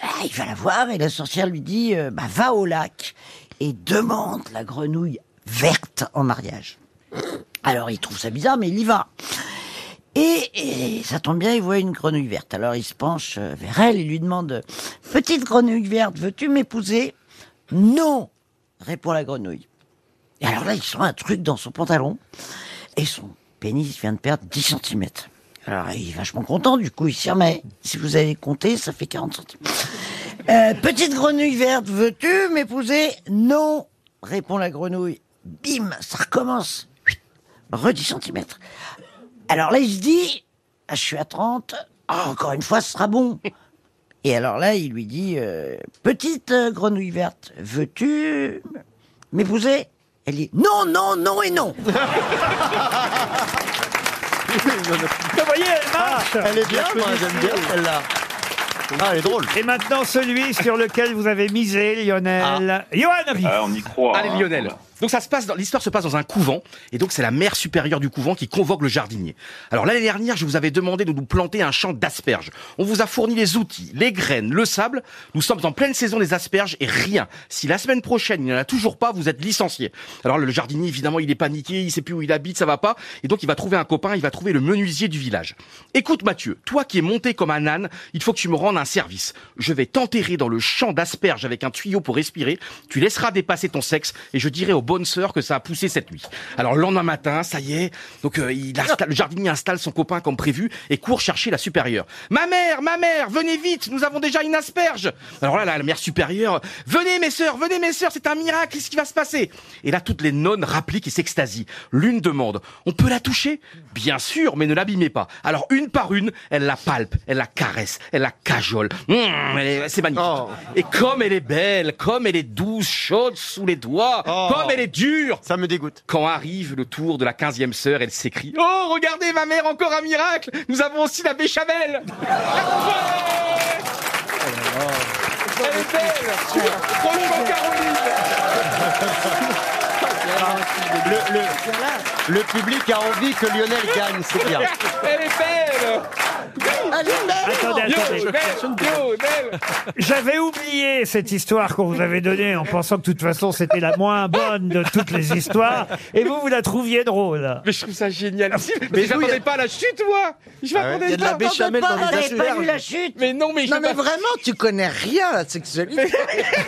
Ah, Il va la voir et la sorcière lui dit euh, bah, va au lac et demande la grenouille verte en mariage. Alors, il trouve ça bizarre, mais il y va. Et, et ça tombe bien, il voit une grenouille verte. Alors il se penche euh, vers elle et lui demande Petite grenouille verte, veux-tu m'épouser Non répond la grenouille. Et alors là, il sent un truc dans son pantalon et son pénis vient de perdre 10 cm. Alors, il est vachement content, du coup, il s'y remet. Si vous allez compter, ça fait 40 centimes. Euh, petite grenouille verte, veux-tu m'épouser Non, répond la grenouille. Bim, ça recommence. Redis centimètres. Alors là, il se dit, ah, je suis à 30, Ah, encore une fois, ce sera bon. Et alors là, il lui dit, euh, petite euh, grenouille verte, veux-tu m'épouser Elle dit, non, non, non [LAUGHS] et non. Vous voyez, elle marche Elle est bien, moi, j'aime bien celle-là. Ah, elle est drôle. Et maintenant, celui sur lequel vous avez misé, Ah. Lionel. Johan Euh, Riff. croit. Allez, Lionel. Donc ça se passe dans l'histoire se passe dans un couvent et donc c'est la mère supérieure du couvent qui convoque le jardinier. Alors l'année dernière, je vous avais demandé de nous planter un champ d'asperges. On vous a fourni les outils, les graines, le sable. Nous sommes en pleine saison des asperges et rien. Si la semaine prochaine, il n'y en a toujours pas, vous êtes licencié. Alors le jardinier évidemment, il est paniqué, il sait plus où il habite, ça va pas et donc il va trouver un copain, il va trouver le menuisier du village. Écoute Mathieu, toi qui es monté comme un âne, il faut que tu me rendes un service. Je vais t'enterrer dans le champ d'asperges avec un tuyau pour respirer. Tu laisseras dépasser ton sexe et je dirai aux bonnes sœurs que ça a poussé cette nuit. Alors le lendemain matin, ça y est, donc euh, il installe- le jardinier installe son copain comme prévu et court chercher la supérieure. Ma mère, ma mère, venez vite, nous avons déjà une asperge. Alors là, la, la mère supérieure, venez mes sœurs, venez mes sœurs, c'est un miracle, qu'est-ce qui va se passer Et là, toutes les nonnes rappliquent et s'extasient. L'une demande, on peut la toucher Bien sûr, mais ne l'abîmez pas. Alors une par une, elle la palpe, elle la caresse, elle la cajole. Mmh, elle est- c'est magnifique. Et comme elle est belle, comme elle est douce, chaude sous les doigts, comme elle est dure. Oh. Ça me dégoûte. Quand arrive le tour de la 15e sœur, elle s'écrie Oh, regardez ma mère, encore un miracle Nous avons aussi la béchamel Elle est belle Franchement, Caroline Le, le- le public a envie que Lionel gagne, [LAUGHS] c'est bien. Elle est belle Elle est belle Attendez, attendez. J'avais oublié cette histoire qu'on vous avait donnée en pensant que de toute façon c'était la moins bonne de toutes les histoires et vous vous la trouviez drôle. Mais je trouve [LAUGHS] ça génial. Mais Ah je m'attendais pas à la chute, moi Je Ah m'attendais pas T'entends pas, t'avais pas vu la chute. Mais non, mais je Non, mais m'attendais- vraiment, tu connais rien à la [LAUGHS] sexualité.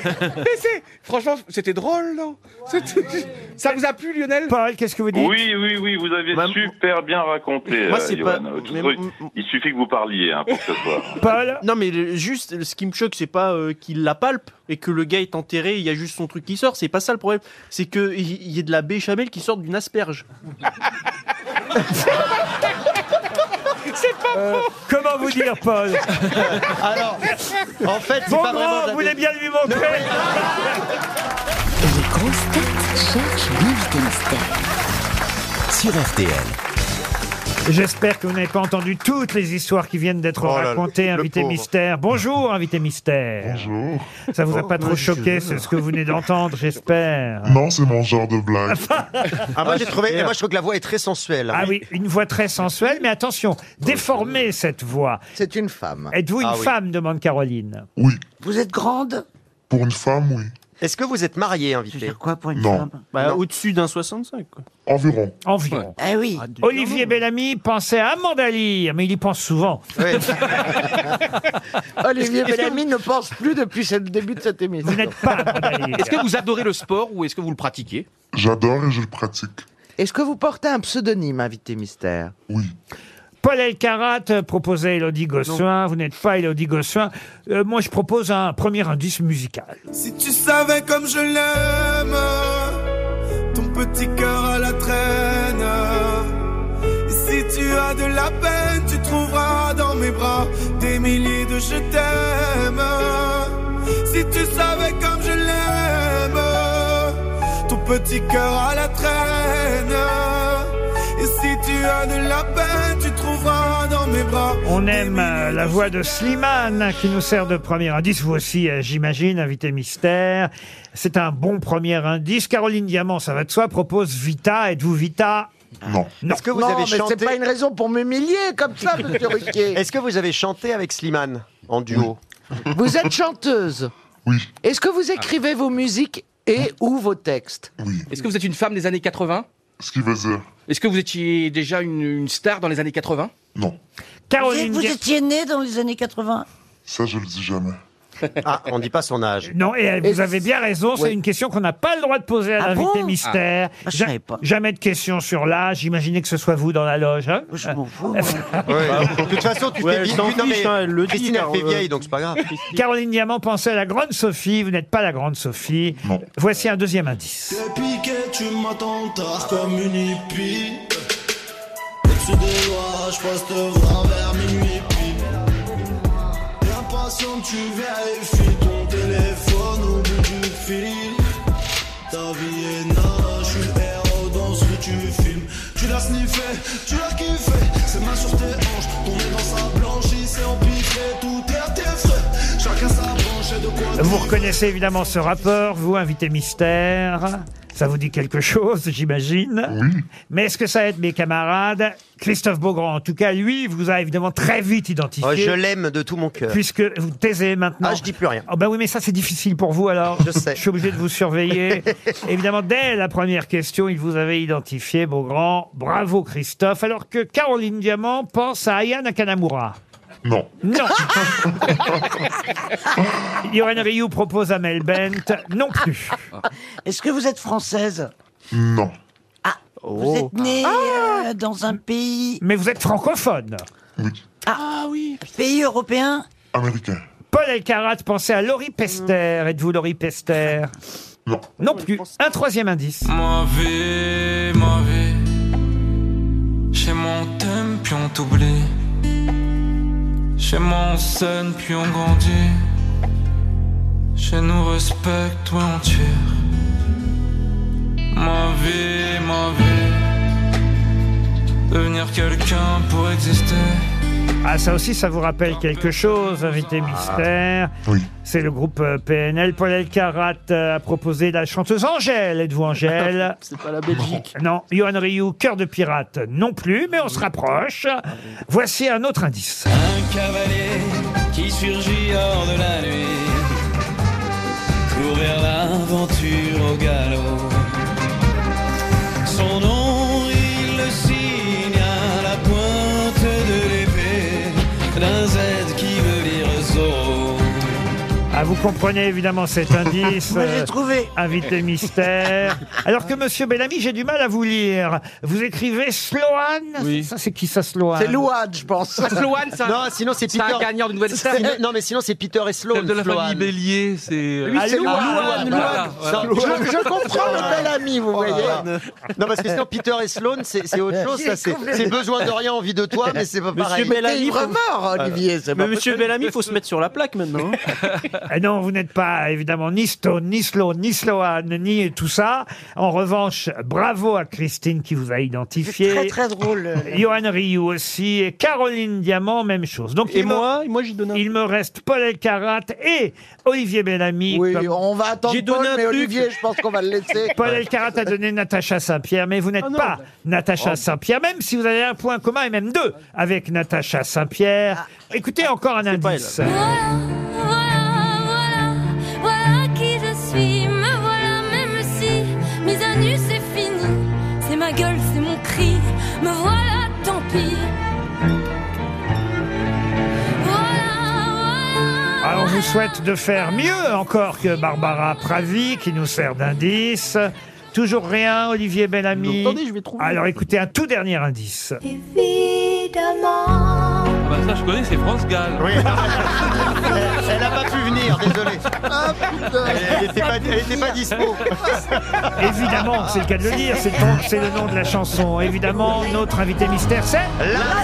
Mais c'est- Franchement, c'était drôle, non C'était- Ça vous a plu, Lionel Paul, qu'est-ce que vous Oui, oui, oui, vous avez super bien raconté, Moi, euh, c'est Johan. pas- Tout mais ça, Il suffit que vous parliez hein, pour ce [LAUGHS] soir. Non, mais le- juste, le- ce qui me choque, c'est pas euh, qu'il la palpe et que le gars est enterré, il y a juste son truc qui sort. C'est pas ça le problème. C'est qu'il y, y ait de la béchamel qui sort d'une asperge. C'est pas faux Comment vous dire, Paul Euh, Alors, en fait, c'est Bon pas vraiment. grand, de la vous voulez bien lui montrer Les grosses têtes cherchent l'invité mystère. Sur RTL. J'espère que vous n'avez pas entendu toutes les histoires qui viennent d'être Oh là là, racontées, le invité pauvre. mystère. Bonjour, invité mystère. Bonjour. Ça vous a pas trop choqué, c'est ce que vous venez d'entendre, j'espère. Non, c'est mon genre de blague. [LAUGHS] Ah, moi, j'ai trouvé, et moi, je trouve que la voix est très sensuelle. hein. Ah oui, une voix très sensuelle, mais attention, déformez cette voix. C'est une femme. Êtes-vous une Ah oui. femme demande Caroline. Oui. Vous êtes grande Pour une femme, oui. Est-ce que vous êtes marié, invité quoi pour une Non. femme Bah, Au-dessus d'un 65, quoi. Environ. Environ. Eh oui. Olivier Bellamy pensait à Amandali, mais il y pense souvent. Olivier Bellamy ne pense plus depuis le début de cette émission. Vous n'êtes pas Est-ce que vous adorez le sport ou est-ce que vous le pratiquez J'adore et je le pratique. Est-ce que vous portez un pseudonyme, invité mystère Oui. [LAUGHS] Paul Elkarat euh, proposait Elodie Gossuin. Vous n'êtes pas Elodie Gossuin. Euh, moi, je propose un premier indice musical. Si tu savais comme je l'aime, ton petit cœur à la traîne. Et si tu as de la peine, tu trouveras dans mes bras des milliers de je t'aime. Si tu savais comme je l'aime, ton petit cœur à la traîne. Et si tu as de la peine, tu trouveras dans mes bras. On aime euh, la voix de Slimane hein, qui nous sert de premier indice. Vous aussi, euh, j'imagine, invité mystère. C'est un bon premier indice. Caroline Diamant, ça va de soi, propose Vita. Êtes-vous Vita Non. Non. non, mais c'est pas une raison pour m'humilier comme [LAUGHS] ça, monsieur Ruquier. Est-ce que vous avez chanté avec Slimane en duo Vous êtes chanteuse Oui. Est-ce que vous écrivez vos musiques et ou vos textes Est-ce que vous êtes une femme des années 80 Ce qui veut dire. Est-ce que vous étiez déjà une, une star dans les années 80 Non. Vous, êtes- vous étiez né dans les années 80 Ça, je le dis jamais. Ah, on dit pas son âge. Non, et euh, vous avez bien raison, c'est Oui. une question qu'on n'a pas le droit de poser à Ah l'invité bon mystère. Ah, je Ja- savais pas. Jamais de questions sur l'âge, imaginez que ce soit vous dans la loge. hein. [LAUGHS] Bah, De toute façon, tu Ouais, fais vieille. elle s'en Oui, non, fiche, mais hein, elle le dit, Christine, elle Caro- fait vieille, donc c'est pas grave. Caroline Diamant pensait à la grande Sophie, vous n'êtes pas la grande Sophie. Voici un deuxième indice. Depuis que tu m'attends tard comme une hippie Au-dessus des lois, je passe devant vers minuit pile L'impatient, tu vérifies ton téléphone au bout du fil Ta vie est nana, je suis le héros dans ce que tu filmes Tu l'as sniffé, tu l'as kiffé Ses mains sur tes hanches, ton nez dans sa blanche Il s'est empiffé, tout est à tes frais Chacun sa branche et de quoi Vous reconnaissez évidemment ce rapport, vous, invité mystère. Ça vous dit quelque chose, [LAUGHS] j'imagine. Mais est-ce que ça aide mes camarades Christophe Beaugrand, en tout cas, lui, vous a évidemment très vite identifié. Oh, je l'aime de tout mon cœur. Puisque vous taisez maintenant. Ah, je dis plus rien. Oh ben oui, mais ça c'est difficile pour vous alors. Je sais. Je suis obligé de vous [LAUGHS] surveiller. Évidemment, dès la première question, il vous avait identifié, Beaugrand. Bravo Christophe. Alors que Caroline Diamant pense à Ayane Nakamura. Non. Non. [LAUGHS] Yoann Rioux propose à Mel Bent. Non plus. Est-ce que vous êtes française Non. Ah, Oh. Oh. Vous êtes née euh, dans un pays. Ah. Mais vous êtes francophone. Ah, oui. Pays européen Américain. Paul Elkarat pensait à Laurie Pester. Êtes-vous Laurie Pester Non. Non plus. Un troisième indice. Ma vie, ma vie, chez mon thème, puis on t'oublie. Chez mon scène, puis on grandit. Chez nous, respecte, ouais, on tire. Ma vie, ma vie, devenir quelqu'un pour exister. Ah, ça aussi, ça vous rappelle quelque chose, invité mystère. Oui. C'est le groupe euh, PNL. Paul Elkarat euh, a proposé la chanteuse Angèle. Êtes-vous Angèle C'est pas la Belgique. Non. Johan Rioux, cœur de pirate, non plus, mais on se rapproche. Voici un autre indice. Un cavalier qui surgit hors de la nuit Court vers l'aventure au galop Son nom il le signe à la pointe de l'épée D'un Z qui veut dire zoo Ah, vous comprenez évidemment cet indice. Moi, j'ai euh, trouvé. Invité mystère. Alors que Monsieur Bellamy, j'ai du mal à vous lire. Vous écrivez Sloan. Ça, c'est qui ça, Sloan C'est Louane, je pense. Non, sinon c'est Peter. Sinon- Non, mais sinon c'est Peter et Sloan. De la Sloan. famille Bélier, c'est. euh, Lui, c'est Louane. Louane, Louane. Je- je comprends le bel ami, vous voyez. Non, parce que sinon Peter et Sloan, c'est c'est autre chose. Ça, c'est c'est besoin de rien, envie de toi, mais c'est pas pareil. Mais Monsieur Bellamy, il faut se mettre sur la plaque maintenant. hein. [LAUGHS] Ah non, vous n'êtes pas évidemment ni Stone, ni Sloan, ni Sloan, ni tout ça. En revanche, bravo à Christine qui vous a identifié. Très très drôle. euh, la- Johan Rioux aussi et Caroline Diamant, même chose. Donc Et il me- moi, moi j'y donne un. Il me reste Paul Elkarat et Olivier Bellamy. Oui, comme- on va attendre J'ai donné Paul, un mais truc. Olivier, je pense qu'on va le laisser. Paul Elkarat a donné Natacha Saint-Pierre, mais vous Ah n'êtes pas Natacha Oh. Saint-Pierre, même si vous avez un point commun et même deux avec Natacha Saint-Pierre. Ah. Écoutez encore un indice. Voilà, voilà, voilà qui je suis, me voilà même si mise à nu c'est fini, c'est ma gueule, c'est mon cri, me voilà tant pis. Alors, on vous souhaite de faire mieux encore que Barbara Pravi, qui nous sert d'indice. Toujours rien, Olivier Bellamy. Attendez, je vais trouver. Alors écoutez un tout dernier indice. Évidemment. Ah bah ça, je connais, c'est France Gall. [LAUGHS] Elle n'a pas pu venir, désolé. Elle n'était pas, elle était pas dispo. [LAUGHS] Évidemment, c'est le cas de le dire, c'est le, nom- c'est le nom de la chanson. Évidemment, notre invité mystère, c'est... La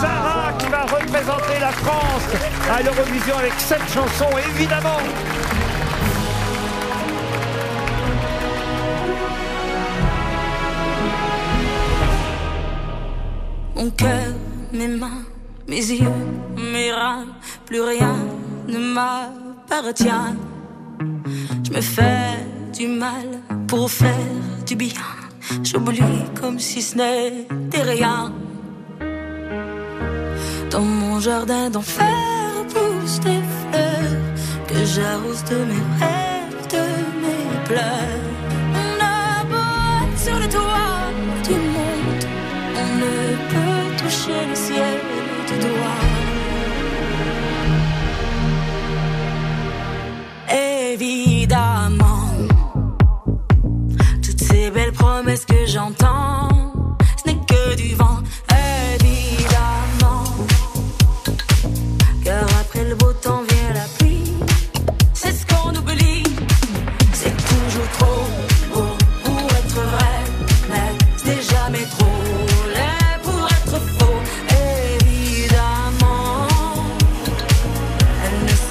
Sarah qui va représenter la France à l'Eurovision avec cette chanson, évidemment Mon cœur, mes mains, mes yeux, mes reins, plus rien ne m'appartient. Je me fais du mal pour faire du bien. J'oublie comme si ce n'était rien. Dans mon jardin d'enfer poussent des fleurs que j'arrose de mes rêves, de mes pleurs. On a beau être sur le toit du monde, on ne peut toucher le ciel du doigt.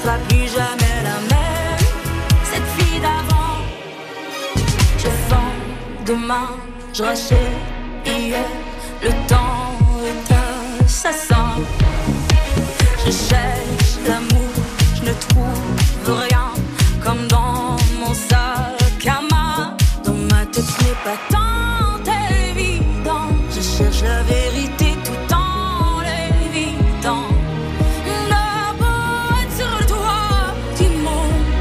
sois plus jamais la même, cette fille d'avant. Je vends demain, je rachète hier, le temps est assassin. Je cherche l'amour, je ne trouve rien, comme dans mon sac à main. Dans ma tête, ce n'est pas tant évident, je cherche la vérité tout en l'évitant. La boîte sur le toit du monde,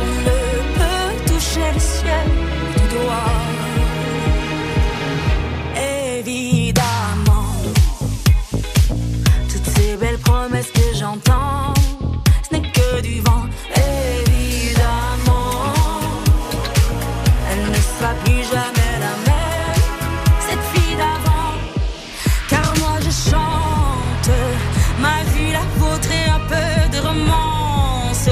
on ne peut toucher le ciel du doigt. Évidemment, toutes ces belles promesses que j'entends, ce n'est que du vent. Évidemment, elle ne sera plus jamais la même, cette fille d'avant. Car moi je chante Ma vue, la vôtre et un peu de romance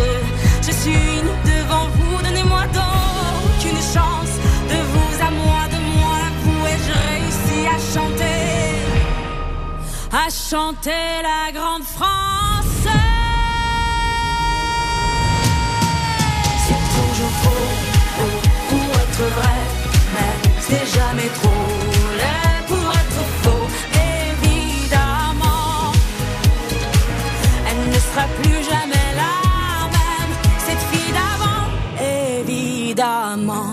Je suis une devant vous, donnez-moi donc une chance De vous à moi, de moi à vous Et je réussis à chanter À chanter la grande France C'est toujours faux oh, pour être vrai Mais c'est jamais trop laid pour être faux Évidemment elle ne sera plus jamais la même, cette fille d'avant, évidemment.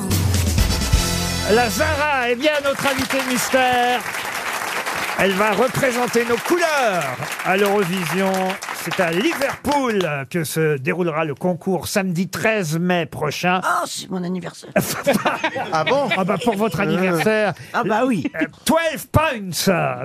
La Zara est bien notre invitée mystère. Elle va représenter nos couleurs à l'Eurovision. C'est à Liverpool que se déroulera le concours samedi 13 mai prochain. Ah, c'est mon anniversaire. [LAUGHS] Ah bon Ah bah pour Euh. votre anniversaire. Euh. Ah bah oui. Euh, 12 points.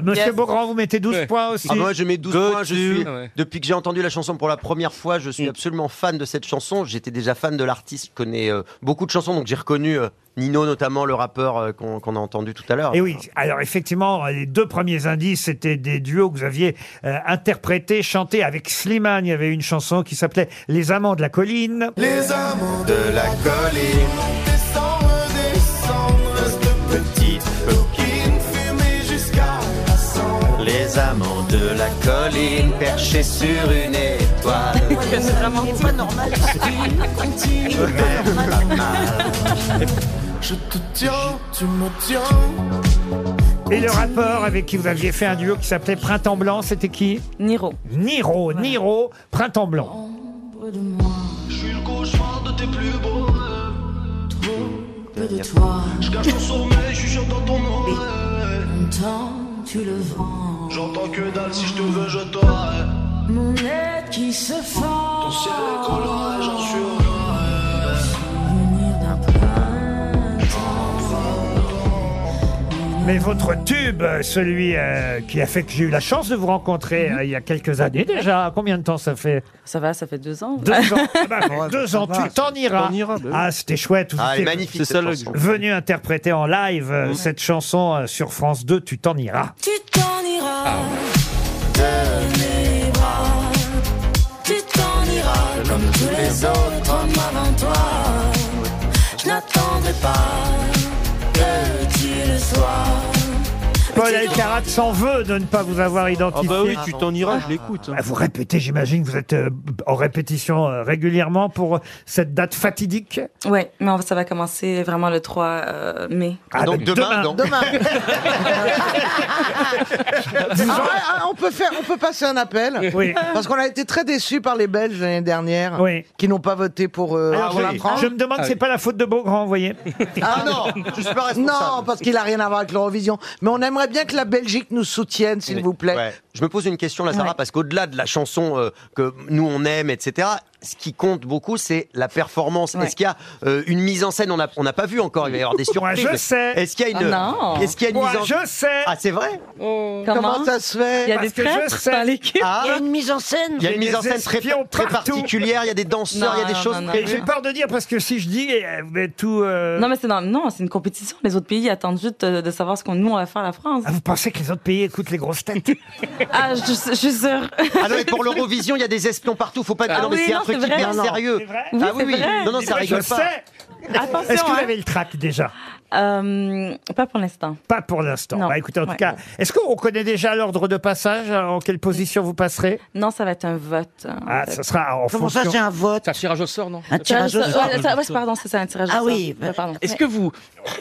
Monsieur Yes. Beaugrand, vous mettez 12 points aussi. Ah, moi, je mets 12 points. Je suis, Depuis que j'ai entendu la chanson pour la première fois, je Mm. suis absolument fan de cette chanson. J'étais déjà fan de l'artiste. Je connais euh, beaucoup de chansons, donc j'ai reconnu euh, Nino, notamment le rappeur euh, qu'on qu'on a entendu tout à l'heure. Eh Et oui, alors effectivement, les deux premiers indices, c'était des duos que vous aviez euh, interprétés, chantés avec Slimane. Il y avait une chanson qui s'appelait Les Amants de la Colline. Les amants de la colline Descends, redescends, reste petite coquine Fumée jusqu'à la cendre Les amants de la colline perchés sur une étoile. [LAUGHS] C'est vraiment pas normal. Je te tiens, tu me tiens Et le rappeur avec qui vous aviez fait un duo qui s'appelait Printemps Blanc, c'était qui Niro. Niro, Niro, Printemps Blanc. Je suis le cauchemar de tes plus beaux rêves Je cache ton sommeil, je suis sûr dans ton Tant tu le vends. J'entends que dalle, si je te veux, je t'aurai Mon aide qui se fend. Ton ciel est coloré, j'en suis Mais votre tube, euh, celui euh, qui a fait que j'ai eu la chance de vous rencontrer euh, il y a quelques années déjà. Combien de temps ça fait Ça va, ça fait deux ans. Deux [LAUGHS] ans. Ah bah, deux ans, tu t'en iras. Ah, c'était chouette. vous Ah, elle est étiez magnifique, bah C'est cette ça, le- chanson. Venu interpréter en live euh, cette chanson euh, sur France 2, tu t'en iras. Tu t'en iras Ah. de mes bras. Tu t'en iras comme tous les autres hommes avant toi. Je n'attendrai pas que tu le sois. Paul Alcarat s'en veut de ne pas vous avoir identifié. bah oui, tu t'en iras, je l'écoute. hein. Ah, Vous répétez, j'imagine que vous êtes euh, en répétition euh, régulièrement pour cette date fatidique. Ouais, mais on- ça va commencer vraiment le 3 euh, mai. Ah, Donc bah, demain, demain. donc. [LAUGHS] Demain. Ah ouais, ah, on peut faire, on peut passer un appel. Oui. Parce qu'on a été très déçus par les Belges l'année dernière, Oui. qui n'ont pas voté pour, euh, Alors, pour la je, France. je me demande si c'est pas la faute de Beaugrand, vous voyez. Ah non, Non, parce qu'il a rien à voir avec l'Eurovision. Mais on aimerait bien que la Belgique nous soutienne, s'il vous plaît. Ouais. Je me pose une question là, Sarah, parce qu'au-delà de la chanson euh, que nous on aime, etc., ce qui compte beaucoup, c'est la performance. Ouais. Est-ce qu'il y a euh, une mise en scène On n'a on n'a pas vu encore. Il va y avoir des Moi, surprises. je sais. Est-ce qu'il y a une Ah non. Est-ce qu'il y a une Moi, mise en je sais. Ah, c'est vrai. Oh. Comment ça se fait Il y a des prêtres par l'équipe. Ah. Il y a une mise en scène. Il y a une mise en scène très, très particulière. Il y a des danseurs. Il y a des choses. Et j'ai peur de dire parce que si je dis, euh, vous êtes tout. euh, Non, mais c'est dans- non, c'est une compétition. Les autres pays attendent juste euh, de, savoir ce qu'on nous on va faire la France. Ah, Vous pensez que les autres pays écoutent les grosses têtes Ah, je, je suis sûre. Ah non, mais pour l'Eurovision, il y a des espions partout. Faut pas. Ah non, mais oui, c'est un non, c'est truc vrai, hyper non. sérieux. C'est vrai ah oui, C'est oui. vrai. Non, non, Eh ben, ça Je rigole pas. sais. Attention, Est-ce que vous hein. [LAUGHS] avez le trac déjà [LAUGHS] Euh, pas pour l'instant. Pas pour l'instant. Non. Bah, écoutez, en tout Ouais. cas, est-ce qu'on connaît déjà l'ordre de passage hein, En quelle position vous passerez Non, ça va être un vote. Ah, ça sera en Comment ça, fonction- c'est un vote C'est un tirage au sort, non Un tirage au sort. Ah Ouais, ça- ouais, pardon, c'est ça, un tirage au sort. Ouais, pardon. Est-ce que vous,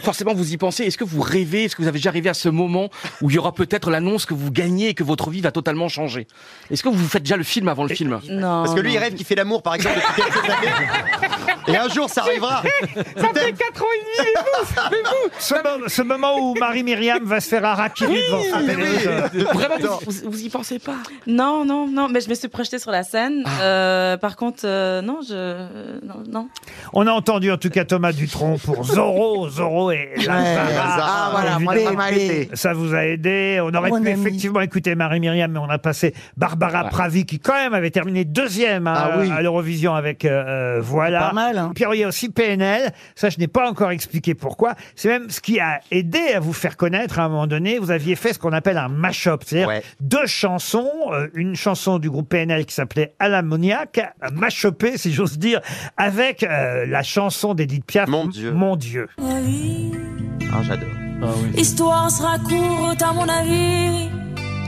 forcément, vous y pensez Est-ce que vous rêvez Est-ce que vous avez déjà rêvé à ce moment où il y aura peut-être l'annonce que vous gagnez et que votre vie va totalement changer Est-ce que vous faites déjà le film avant le film Non. Parce que lui, il rêve qu'il fait l'amour, par exemple, [LAUGHS] depuis quelques années. Et un jour, ça arrivera. Ça fait 4 ans et demi, mais vous, ce, mo- ce moment où Marie-Myriam va se faire harakiri devant sa télévision. Vraiment, vous, y pensez pas Non, non, non, mais je me suis projetée sur la scène. Euh, par contre, euh, non, je. Non, non. On a entendu en tout cas Thomas Dutronc pour Zorro, Zorro et la Ouais, Sarah. ah, voilà, moi, ça m'a aidé. Ça vous a aidé. On aurait Mon pu ami. effectivement écouter Marie-Myriam, mais on a passé Barbara Pravi qui quand même avait terminé deuxième hein, Ah oui. à l'Eurovision avec euh, euh, Voilà. Pas mal, hein. Puis alors, il y a aussi PNL. Ça, je n'ai pas encore expliqué pourquoi. C'est même ce qui a aidé à vous faire connaître à un moment donné. Vous aviez fait ce qu'on appelle un mash-up, c'est-à-dire deux chansons, euh, une chanson du groupe PNL qui s'appelait À l'ammoniaque, mash-upée, si j'ose dire, avec euh, la chanson d'Edith Piaf. Mon Dieu. Mon Dieu. La vie, Ah, j'adore. L'histoire sera courte à mon avis,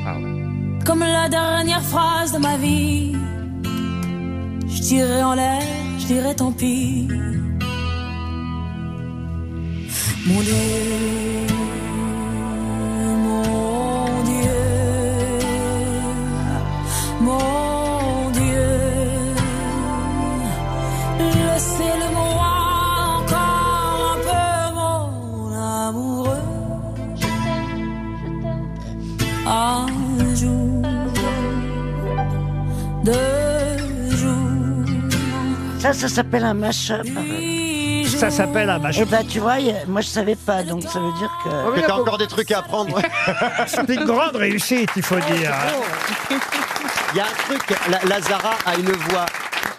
Ah, comme la dernière phrase de ma vie. Je dirais en l'air, je dirais tant pis. Mon Dieu, mon Dieu, mon Dieu, laissez-le-moi encore un peu, mon amoureux. Un jour, deux jours. Ça, ça s'appelle un mash-up. Ça s'appelle un mash-up. Eh ben, tu vois, y a- moi, je savais pas, donc ça veut dire que. Ah Que t'as encore des trucs [LAUGHS] à apprendre. C'était une grande réussite, il faut dire. Il y a un truc, la, la Zara a une voix.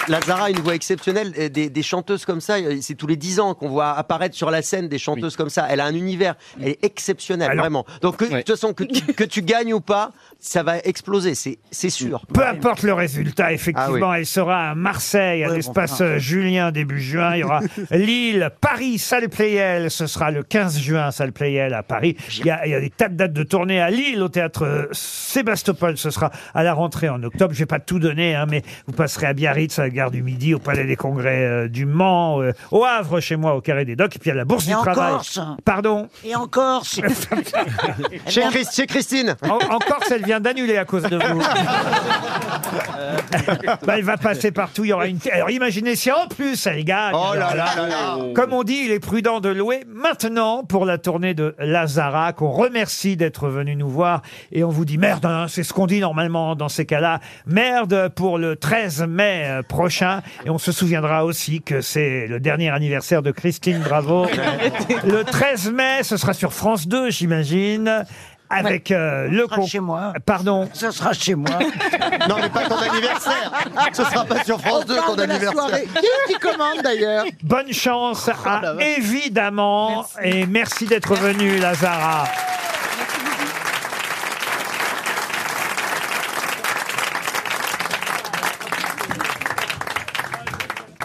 La Zara a une voix exceptionnelle. Et Des, des chanteuses comme ça, euh, c'est tous les 10 ans qu'on voit apparaître sur la scène des chanteuses comme ça. Elle a un univers, elle est exceptionnelle, vraiment. Donc, que- de toute façon, que, tu- que tu gagnes ou pas, ça va exploser, c'est c'est sûr. Peu importe le résultat, effectivement, Ah oui. elle sera à Marseille, à Ouais, l'espace bon, enfin. euh, Julien début juin. Il y [LAUGHS] aura Lille, Paris, Salle Playel. Ce sera le 15 juin, Salle Playel à Paris. Il y, a, il y a des tas de dates de tournée à Lille, au théâtre euh, Sébastopol. Ce sera à la rentrée en octobre. Je vais pas tout donner, hein, mais vous passerez à Biarritz, à la gare du Midi, au Palais des Congrès euh, du Mans, euh, au Havre, chez moi, au Carré des Docks, et puis à la Bourse Et du en Travail. Corse. Pardon. Et en [LAUGHS] Corse. [LAUGHS] [LAUGHS] Chez, Chris- chez Christine. En, en Corse, elle vient d'annuler à cause de [LAUGHS] vous. Bah, elle va passer partout. Il y aura une. Alors imaginez si en plus hein, elle gagne. Oh là Alors là là là. Comme on dit, il est prudent de louer maintenant pour la tournée de Lazara, qu'on remercie d'être venu nous voir. Et on vous dit merde, hein, c'est ce qu'on dit normalement dans ces cas-là. Merde pour le 13 mai euh, prochain. Et on se souviendra aussi que c'est le dernier anniversaire de Christine [LAUGHS] Bravo. le 13 mai, ce sera sur France 2, j'imagine. Avec euh, le con... chez moi. Pardon. Ce sera chez moi. Non, mais pas ton anniversaire. Ce sera pas sur France 2 ton anniversaire. Qui est-ce qui commande d'ailleurs Oh Bonne chance à évidemment et merci d'être venu Lazara.